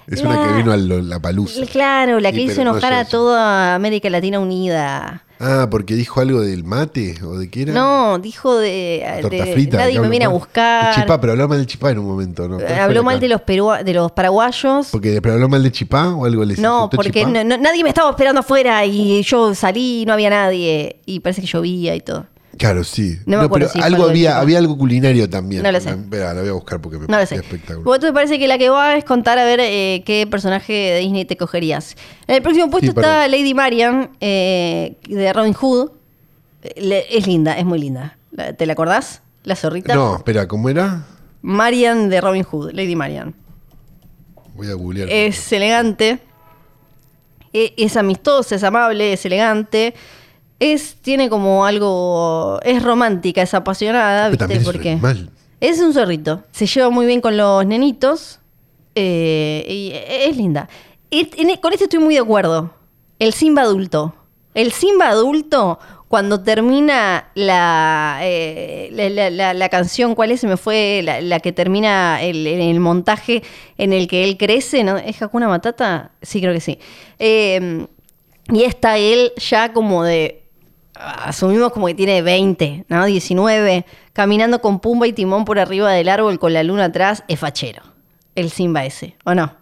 [SPEAKER 3] Es
[SPEAKER 2] La-
[SPEAKER 3] una que vino a lo- la palusa.
[SPEAKER 2] Claro, la
[SPEAKER 3] Sí,
[SPEAKER 2] que hizo
[SPEAKER 3] pero no
[SPEAKER 2] enojar
[SPEAKER 3] es
[SPEAKER 2] a
[SPEAKER 3] ella.
[SPEAKER 2] toda América Latina unida.
[SPEAKER 3] Ah, porque dijo algo del mate o de qué era.
[SPEAKER 2] No, dijo de,
[SPEAKER 3] Torta
[SPEAKER 2] de-
[SPEAKER 3] frita. que
[SPEAKER 2] nadie me
[SPEAKER 3] habló
[SPEAKER 2] viene a
[SPEAKER 3] mal.
[SPEAKER 2] buscar.
[SPEAKER 3] El chipá, pero habló mal del chipá en un momento, ¿no? ¿Cuál fue
[SPEAKER 2] Habló
[SPEAKER 3] la
[SPEAKER 2] mal
[SPEAKER 3] cara?
[SPEAKER 2] de los perua- de los paraguayos.
[SPEAKER 3] Porque, ¿Pero habló mal de chipá o algo le
[SPEAKER 2] No,
[SPEAKER 3] insultó
[SPEAKER 2] porque
[SPEAKER 3] Chipá?
[SPEAKER 2] no- no- nadie me estaba esperando afuera y yo salí y no había nadie. Y parece que llovía y todo.
[SPEAKER 3] Claro, sí.
[SPEAKER 2] No me acuerdo
[SPEAKER 3] pero
[SPEAKER 2] si fue
[SPEAKER 3] algo
[SPEAKER 2] algo
[SPEAKER 3] había,
[SPEAKER 2] chico.
[SPEAKER 3] había algo culinario también.
[SPEAKER 2] No lo sé.
[SPEAKER 3] Espera, la voy a buscar porque me
[SPEAKER 2] No lo sé.
[SPEAKER 3] espectacular.
[SPEAKER 2] Vos te parece que la que va es contar a ver eh, qué personaje de Disney te cogerías. En el próximo puesto
[SPEAKER 3] Sí, perdón.
[SPEAKER 2] está Lady Marian eh, de Robin Hood. Eh, le- es linda, es muy linda. La- ¿Te la acordás? La zorrita.
[SPEAKER 3] No, espera, ¿cómo era?
[SPEAKER 2] Marian de Robin Hood, Lady Marian.
[SPEAKER 3] Voy a googlear.
[SPEAKER 2] Es elegante. e- Es amistosa, es amable, es elegante. Es, tiene como algo. Es romántica, es apasionada,
[SPEAKER 3] Pero
[SPEAKER 2] ¿viste?
[SPEAKER 3] también es un
[SPEAKER 2] Porque
[SPEAKER 3] animal.
[SPEAKER 2] es un zorrito. Se lleva muy bien con los nenitos. eh, y es linda. Y en- e, con esto estoy muy de acuerdo. El Simba adulto. El Simba adulto, cuando termina la, eh, la, la- la- la canción, ¿cuál es? Se me fue la, la que termina el, el- el montaje en el que él crece, ¿no? ¿Es Hakuna Matata? Sí, creo que sí. Eh, y está él ya como de. Ah, Asumimos como que tiene 20, ¿no? 19. Caminando con Pumba y Timón por arriba del árbol con la luna atrás. Es fachero. El Simba ese, ¿o no?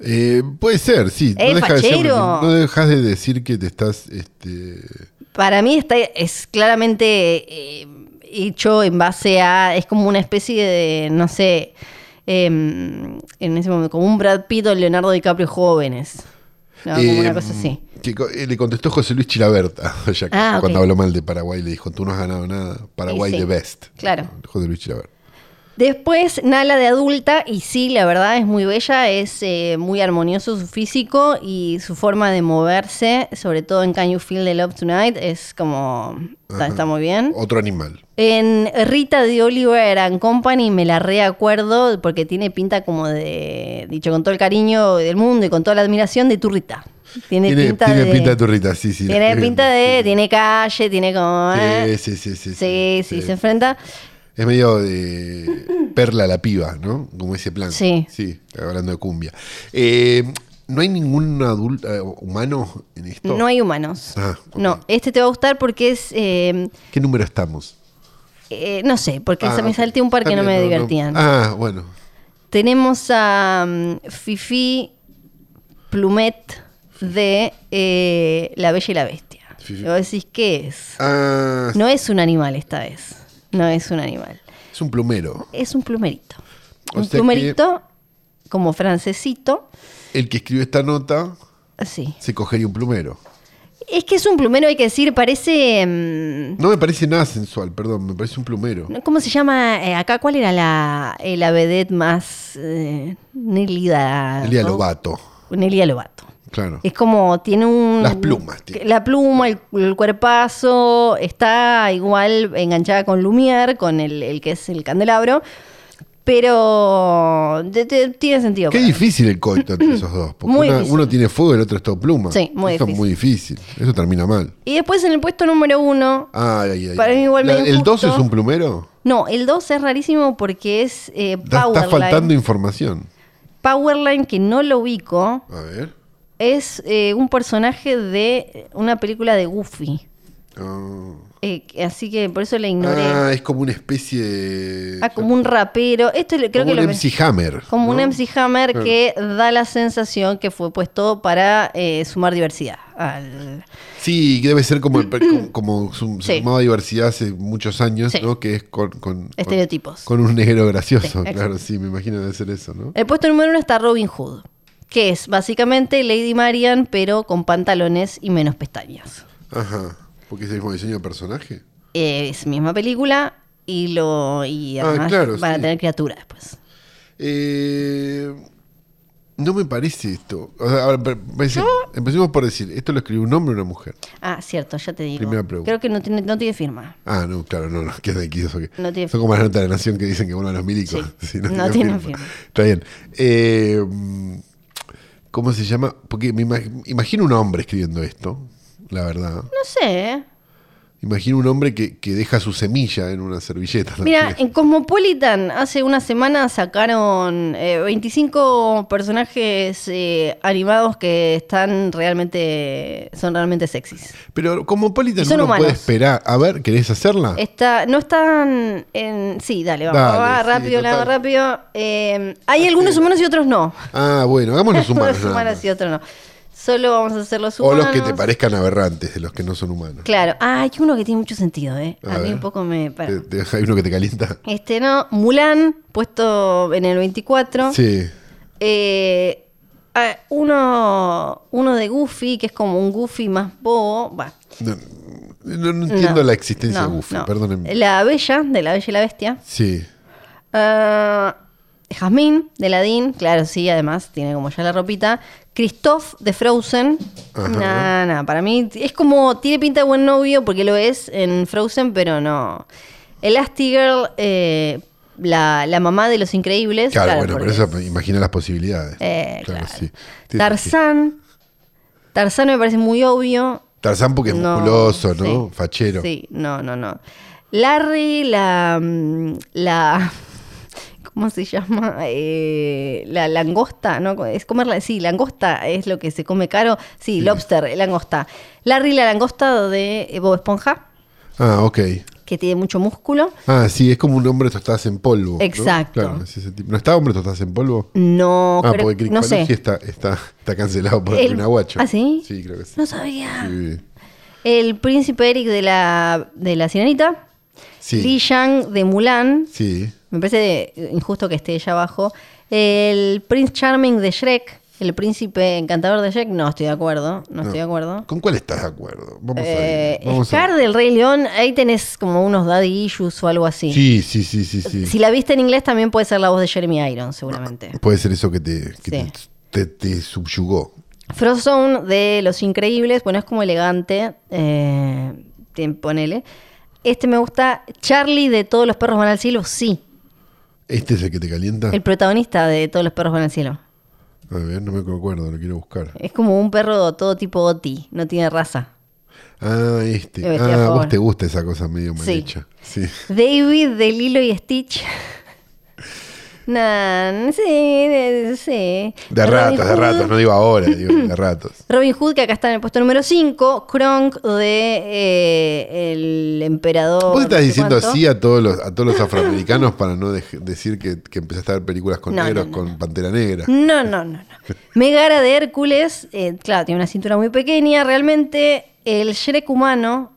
[SPEAKER 3] Eh, puede ser, sí.
[SPEAKER 2] ¡Eh,
[SPEAKER 3] No dejas, de ser-
[SPEAKER 2] fachero!
[SPEAKER 3] no dejas de decir que te estás. Este,
[SPEAKER 2] Para mí está, es claramente eh, hecho en base a. Es como una especie de. No sé. em, en ese momento, como un Brad Pitt o Leonardo DiCaprio jóvenes. ¿no? Como
[SPEAKER 3] eh,
[SPEAKER 2] una cosa así.
[SPEAKER 3] que co- eh, le contestó José Luis Chilaberta ya que-
[SPEAKER 2] Ah, ok.
[SPEAKER 3] cuando habló mal de Paraguay. Le dijo: Tú no has ganado nada. Paraguay
[SPEAKER 2] Y sí,
[SPEAKER 3] the best.
[SPEAKER 2] claro.
[SPEAKER 3] José Luis Chilaberta.
[SPEAKER 2] Después, Nala de adulta, y sí, la verdad es muy bella, es eh, muy armonioso su físico y su forma de moverse, sobre todo en Can You Feel the Love Tonight, es como. Está,
[SPEAKER 3] Ajá.
[SPEAKER 2] está muy bien.
[SPEAKER 3] Otro animal.
[SPEAKER 2] En Rita de Oliver and Company me la reacuerdo porque tiene pinta como de. Dicho con todo el cariño del mundo y con toda la admiración de tu Rita. Tiene,
[SPEAKER 3] Tiene
[SPEAKER 2] pinta
[SPEAKER 3] tiene
[SPEAKER 2] de.
[SPEAKER 3] pinta de turrita, sí, sí. la
[SPEAKER 2] tiene
[SPEAKER 3] estoy
[SPEAKER 2] pinta
[SPEAKER 3] viendo,
[SPEAKER 2] de.
[SPEAKER 3] sí.
[SPEAKER 2] Tiene calle, tiene como. eh,
[SPEAKER 3] Sí, sí, sí, sí, sí,
[SPEAKER 2] sí, sí,
[SPEAKER 3] sí.
[SPEAKER 2] se enfrenta.
[SPEAKER 3] Es medio de perla la piba, ¿no? Como ese plan.
[SPEAKER 2] Sí.
[SPEAKER 3] Sí, hablando de cumbia. Eh, ¿No hay ningún adulto eh, humano en esto?
[SPEAKER 2] No hay humanos.
[SPEAKER 3] Ah, ok.
[SPEAKER 2] No, este te va a gustar porque es. eh,
[SPEAKER 3] ¿Qué número estamos?
[SPEAKER 2] eh, no sé, porque
[SPEAKER 3] Ah,
[SPEAKER 2] se me
[SPEAKER 3] ok.
[SPEAKER 2] salté un par que
[SPEAKER 3] Está
[SPEAKER 2] no me
[SPEAKER 3] bien,
[SPEAKER 2] divertían.
[SPEAKER 3] Ah, bueno.
[SPEAKER 2] Tenemos a mm, Fifi Plumet de eh, La Bella y la Bestia.
[SPEAKER 3] Fifi.
[SPEAKER 2] Y vos decís, ¿qué es?
[SPEAKER 3] Ah,
[SPEAKER 2] No es un animal esta vez. No es un animal.
[SPEAKER 3] es un plumero.
[SPEAKER 2] Es un plumerito.
[SPEAKER 3] O
[SPEAKER 2] un
[SPEAKER 3] sea que-
[SPEAKER 2] plumerito como francesito.
[SPEAKER 3] El que escribió esta nota
[SPEAKER 2] Así.
[SPEAKER 3] se cogería un plumero.
[SPEAKER 2] Es que es un plumero, hay que decir, parece. mm,
[SPEAKER 3] No me parece nada sensual, perdón, me parece un plumero.
[SPEAKER 2] ¿Cómo se llama eh, acá? ¿Cuál era la, eh, la vedette más. eh, Nelida.
[SPEAKER 3] Elia Lobato,
[SPEAKER 2] Nelia Lobato.
[SPEAKER 3] claro.
[SPEAKER 2] Es como, tiene un...
[SPEAKER 3] Las plumas tiene.
[SPEAKER 2] La pluma, el, el cuerpazo, está igual enganchada con Lumière, con el, el que es el candelabro, pero de- de- tiene sentido.
[SPEAKER 3] Qué
[SPEAKER 2] para mí.
[SPEAKER 3] difícil el coito entre esos dos. Porque
[SPEAKER 2] Muy
[SPEAKER 3] una-
[SPEAKER 2] difícil.
[SPEAKER 3] uno tiene fuego y el otro es todo pluma.
[SPEAKER 2] Sí, muy
[SPEAKER 3] Eso es
[SPEAKER 2] difícil.
[SPEAKER 3] muy difícil. Eso termina mal.
[SPEAKER 2] Y después en el puesto número uno...
[SPEAKER 3] Ay, ay, ay.
[SPEAKER 2] Para mí igual medio
[SPEAKER 3] ¿El
[SPEAKER 2] injusto.
[SPEAKER 3] 2 es un plumero?
[SPEAKER 2] No, el 2 es rarísimo porque es eh,
[SPEAKER 3] Da- está faltando
[SPEAKER 2] Powerline.
[SPEAKER 3] información.
[SPEAKER 2] Powerline, que no lo ubico,
[SPEAKER 3] A ver.
[SPEAKER 2] es eh, un personaje de una película de Goofy.
[SPEAKER 3] Ah.
[SPEAKER 2] Eh, que- así que por eso la ignoré.
[SPEAKER 3] Ah, es como una especie de.
[SPEAKER 2] Ah, como un rapero. Esto le- creo
[SPEAKER 3] como
[SPEAKER 2] que
[SPEAKER 3] un
[SPEAKER 2] lo
[SPEAKER 3] MC Hammer.
[SPEAKER 2] Como un
[SPEAKER 3] ¿no?
[SPEAKER 2] MC Hammer
[SPEAKER 3] Claro.
[SPEAKER 2] que da la sensación que fue puesto para eh, sumar diversidad. al-
[SPEAKER 3] Sí, que debe ser como, el per- como, como su,
[SPEAKER 2] Sí.
[SPEAKER 3] sumado a diversidad hace muchos años,
[SPEAKER 2] Sí.
[SPEAKER 3] ¿no? Que es con. con-
[SPEAKER 2] Estereotipos.
[SPEAKER 3] Con, con un negro gracioso,
[SPEAKER 2] Sí,
[SPEAKER 3] claro, sí, me imagino debe ser eso, ¿no?
[SPEAKER 2] El puesto número uno está Robin Hood, que es básicamente Lady Marian, pero con pantalones y menos pestañas.
[SPEAKER 3] Ajá. Porque es el mismo diseño de personaje.
[SPEAKER 2] Eh, es misma película y lo y
[SPEAKER 3] Ah,
[SPEAKER 2] además
[SPEAKER 3] claro,
[SPEAKER 2] van a
[SPEAKER 3] sí.
[SPEAKER 2] tener pues. criatura después.
[SPEAKER 3] Eh, no me parece esto. O sea, ahora, per- empecemos, empecemos por decir, ¿esto lo escribió un hombre o una mujer?
[SPEAKER 2] Ah, cierto, ya te digo.
[SPEAKER 3] Primera pregunta.
[SPEAKER 2] Creo que no tiene, no tiene firma.
[SPEAKER 3] Ah, no, claro, no, no, que es de aquí, eso que-
[SPEAKER 2] No tiene-
[SPEAKER 3] Son como las notas de la nación que dicen que vuelvan los milicos.
[SPEAKER 2] Sí,
[SPEAKER 3] Sí,
[SPEAKER 2] no tienen firma.
[SPEAKER 3] Está bien. Eh, mm, ¿Cómo se llama? Porque me imag- imagino un hombre escribiendo esto, la verdad.
[SPEAKER 2] No sé, ¿eh?
[SPEAKER 3] Imagino un hombre que, que deja su semilla en una servilleta. ¿no?
[SPEAKER 2] Mira, en Cosmopolitan hace una semana sacaron eh, 25 personajes eh, animados que están realmente son realmente
[SPEAKER 3] Ah.
[SPEAKER 2] sexys.
[SPEAKER 3] Pero como Polita
[SPEAKER 2] Y son
[SPEAKER 3] no puede
[SPEAKER 2] humanos.
[SPEAKER 3] esperar. A ver, ¿querés hacerla?
[SPEAKER 2] Está, no están en sí, dale, vamos,
[SPEAKER 3] Dale,
[SPEAKER 2] va,
[SPEAKER 3] sí,
[SPEAKER 2] rápido, la hago
[SPEAKER 3] total.
[SPEAKER 2] rápido. Eh, hay algunos humanos y otros no.
[SPEAKER 3] Ah, bueno, hagamos los humanos.
[SPEAKER 2] Unos
[SPEAKER 3] nada más.
[SPEAKER 2] humanos y otros no. Solo vamos a hacer los
[SPEAKER 3] O
[SPEAKER 2] humanos.
[SPEAKER 3] los que te parezcan aberrantes, de los que no son humanos.
[SPEAKER 2] Claro. Ah, hay uno que tiene mucho sentido, ¿eh? A,
[SPEAKER 3] A
[SPEAKER 2] mí
[SPEAKER 3] ver.
[SPEAKER 2] un poco me... para.
[SPEAKER 3] Te- te- Hay uno que te calienta.
[SPEAKER 2] Este no, Mulan, puesto en el 24.
[SPEAKER 3] Sí.
[SPEAKER 2] Eh, ah, uno, uno de Goofy, que es como un Goofy más bobo. Va,
[SPEAKER 3] No, no- no entiendo
[SPEAKER 2] no,
[SPEAKER 3] la existencia
[SPEAKER 2] no,
[SPEAKER 3] de Goofy,
[SPEAKER 2] no.
[SPEAKER 3] perdónenme.
[SPEAKER 2] La Bella, de La Bella y la Bestia.
[SPEAKER 3] Sí.
[SPEAKER 2] Ah, Jazmín, de Aladdin, claro, sí, además, tiene como ya la ropita. Christoph, de Frozen.
[SPEAKER 3] Ajá.
[SPEAKER 2] Nah, nah, para mí es como, tiene pinta de buen novio, porque lo es en Frozen, pero no. Elastigirl, eh, la, la mamá de los increíbles.
[SPEAKER 3] Claro, bueno,
[SPEAKER 2] porque
[SPEAKER 3] pero
[SPEAKER 2] es-
[SPEAKER 3] eso imagina las posibilidades.
[SPEAKER 2] Eh, claro.
[SPEAKER 3] sí. Sí, sí.
[SPEAKER 2] Tarzán. Tarzán me parece muy obvio.
[SPEAKER 3] Tarzán porque es
[SPEAKER 2] No,
[SPEAKER 3] musculoso, ¿no?
[SPEAKER 2] sí.
[SPEAKER 3] Fachero.
[SPEAKER 2] Sí, no, no, no. Larry, la. mm, la ¿Cómo se llama? Eh, la langosta, ¿no? Es comerla. Sí, langosta es lo que se come caro. Sí, lobster, eh, langosta. Larry, la langosta de eh, Bob Esponja,
[SPEAKER 3] Ah, ok.
[SPEAKER 2] que tiene mucho músculo.
[SPEAKER 3] Ah, sí, es como un hombre tostadas en polvo. ¿no?
[SPEAKER 2] Exacto.
[SPEAKER 3] Claro, es ese tipo. ¿No está hombre tostadas en polvo?
[SPEAKER 2] No,
[SPEAKER 3] ah,
[SPEAKER 2] creo-
[SPEAKER 3] porque Crick
[SPEAKER 2] no sé.
[SPEAKER 3] Panucci está, está, está cancelado por
[SPEAKER 2] El-
[SPEAKER 3] el Nahuacho.
[SPEAKER 2] ¿Ah, sí?
[SPEAKER 3] Sí, creo que sí.
[SPEAKER 2] No sabía.
[SPEAKER 3] Sí.
[SPEAKER 2] El príncipe Eric de la, de la sirenita.
[SPEAKER 3] Sí.
[SPEAKER 2] Li Yang de Mulan.
[SPEAKER 3] Sí.
[SPEAKER 2] Me parece injusto que esté ella abajo. El Prince Charming de Shrek, el príncipe encantador de Shrek, no estoy de acuerdo. No, estoy de acuerdo.
[SPEAKER 3] ¿Con cuál estás de acuerdo? Vamos
[SPEAKER 2] Eh,
[SPEAKER 3] a ir. Vamos a
[SPEAKER 2] Scar
[SPEAKER 3] ir.
[SPEAKER 2] del Rey León, ahí tenés como unos daddy issues o algo así.
[SPEAKER 3] Sí, sí, sí, sí, sí.
[SPEAKER 2] Si la viste en inglés, también puede ser la voz de Jeremy Irons, seguramente.
[SPEAKER 3] Puede ser eso que te, que
[SPEAKER 2] Sí.
[SPEAKER 3] te, te- te subyugó.
[SPEAKER 2] Frozone de Los Increíbles, bueno, es como elegante, eh, te- ponele. Este me gusta. Charlie de Todos los Perros Van al Cielo, sí.
[SPEAKER 3] ¿Este es el que te calienta?
[SPEAKER 2] El protagonista de Todos los Perros Van al Cielo.
[SPEAKER 3] A ver, no me acuerdo, lo quiero buscar.
[SPEAKER 2] Es como un perro todo tipo Oti, no tiene raza.
[SPEAKER 3] Ah, este.
[SPEAKER 2] Lo vestí a
[SPEAKER 3] Ah,
[SPEAKER 2] favor.
[SPEAKER 3] vos te gusta esa cosa medio mal
[SPEAKER 2] Sí.
[SPEAKER 3] hecha. Sí.
[SPEAKER 2] David de Lilo y Stitch. nah, no sé, no sé.
[SPEAKER 3] De
[SPEAKER 2] Robin
[SPEAKER 3] ratos, de
[SPEAKER 2] Hood-
[SPEAKER 3] ratos, no digo ahora, digo de ratos.
[SPEAKER 2] Robin Hood, que acá está en el puesto número 5. Kronk de eh, El Emperador.
[SPEAKER 3] ¿Vos estás
[SPEAKER 2] no sé
[SPEAKER 3] diciendo
[SPEAKER 2] cuánto.
[SPEAKER 3] así a todos los, a todos los afroamericanos para no dej- decir que, que empezaste a ver películas con
[SPEAKER 2] No, no,
[SPEAKER 3] negros,
[SPEAKER 2] no,
[SPEAKER 3] con pantera negra?
[SPEAKER 2] No, no, no, no. Megara de Hércules, eh, claro, tiene una cintura muy pequeña. Realmente, el Shrek humano.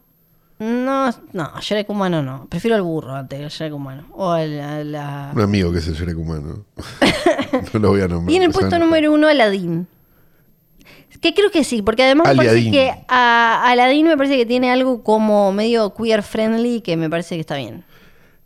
[SPEAKER 2] No, no, Shrek humano no. Prefiero al burro antes que el Shrek humano. O a la. a la-
[SPEAKER 3] Un amigo que es el Shrek humano. no lo voy a nombrar.
[SPEAKER 2] Y en el
[SPEAKER 3] o sea,
[SPEAKER 2] puesto
[SPEAKER 3] no.
[SPEAKER 2] número uno, Aladdin. Que creo que sí, porque además me parece
[SPEAKER 3] Aliadín.
[SPEAKER 2] que a Aladdin me parece que tiene algo como medio queer friendly que me parece que está bien.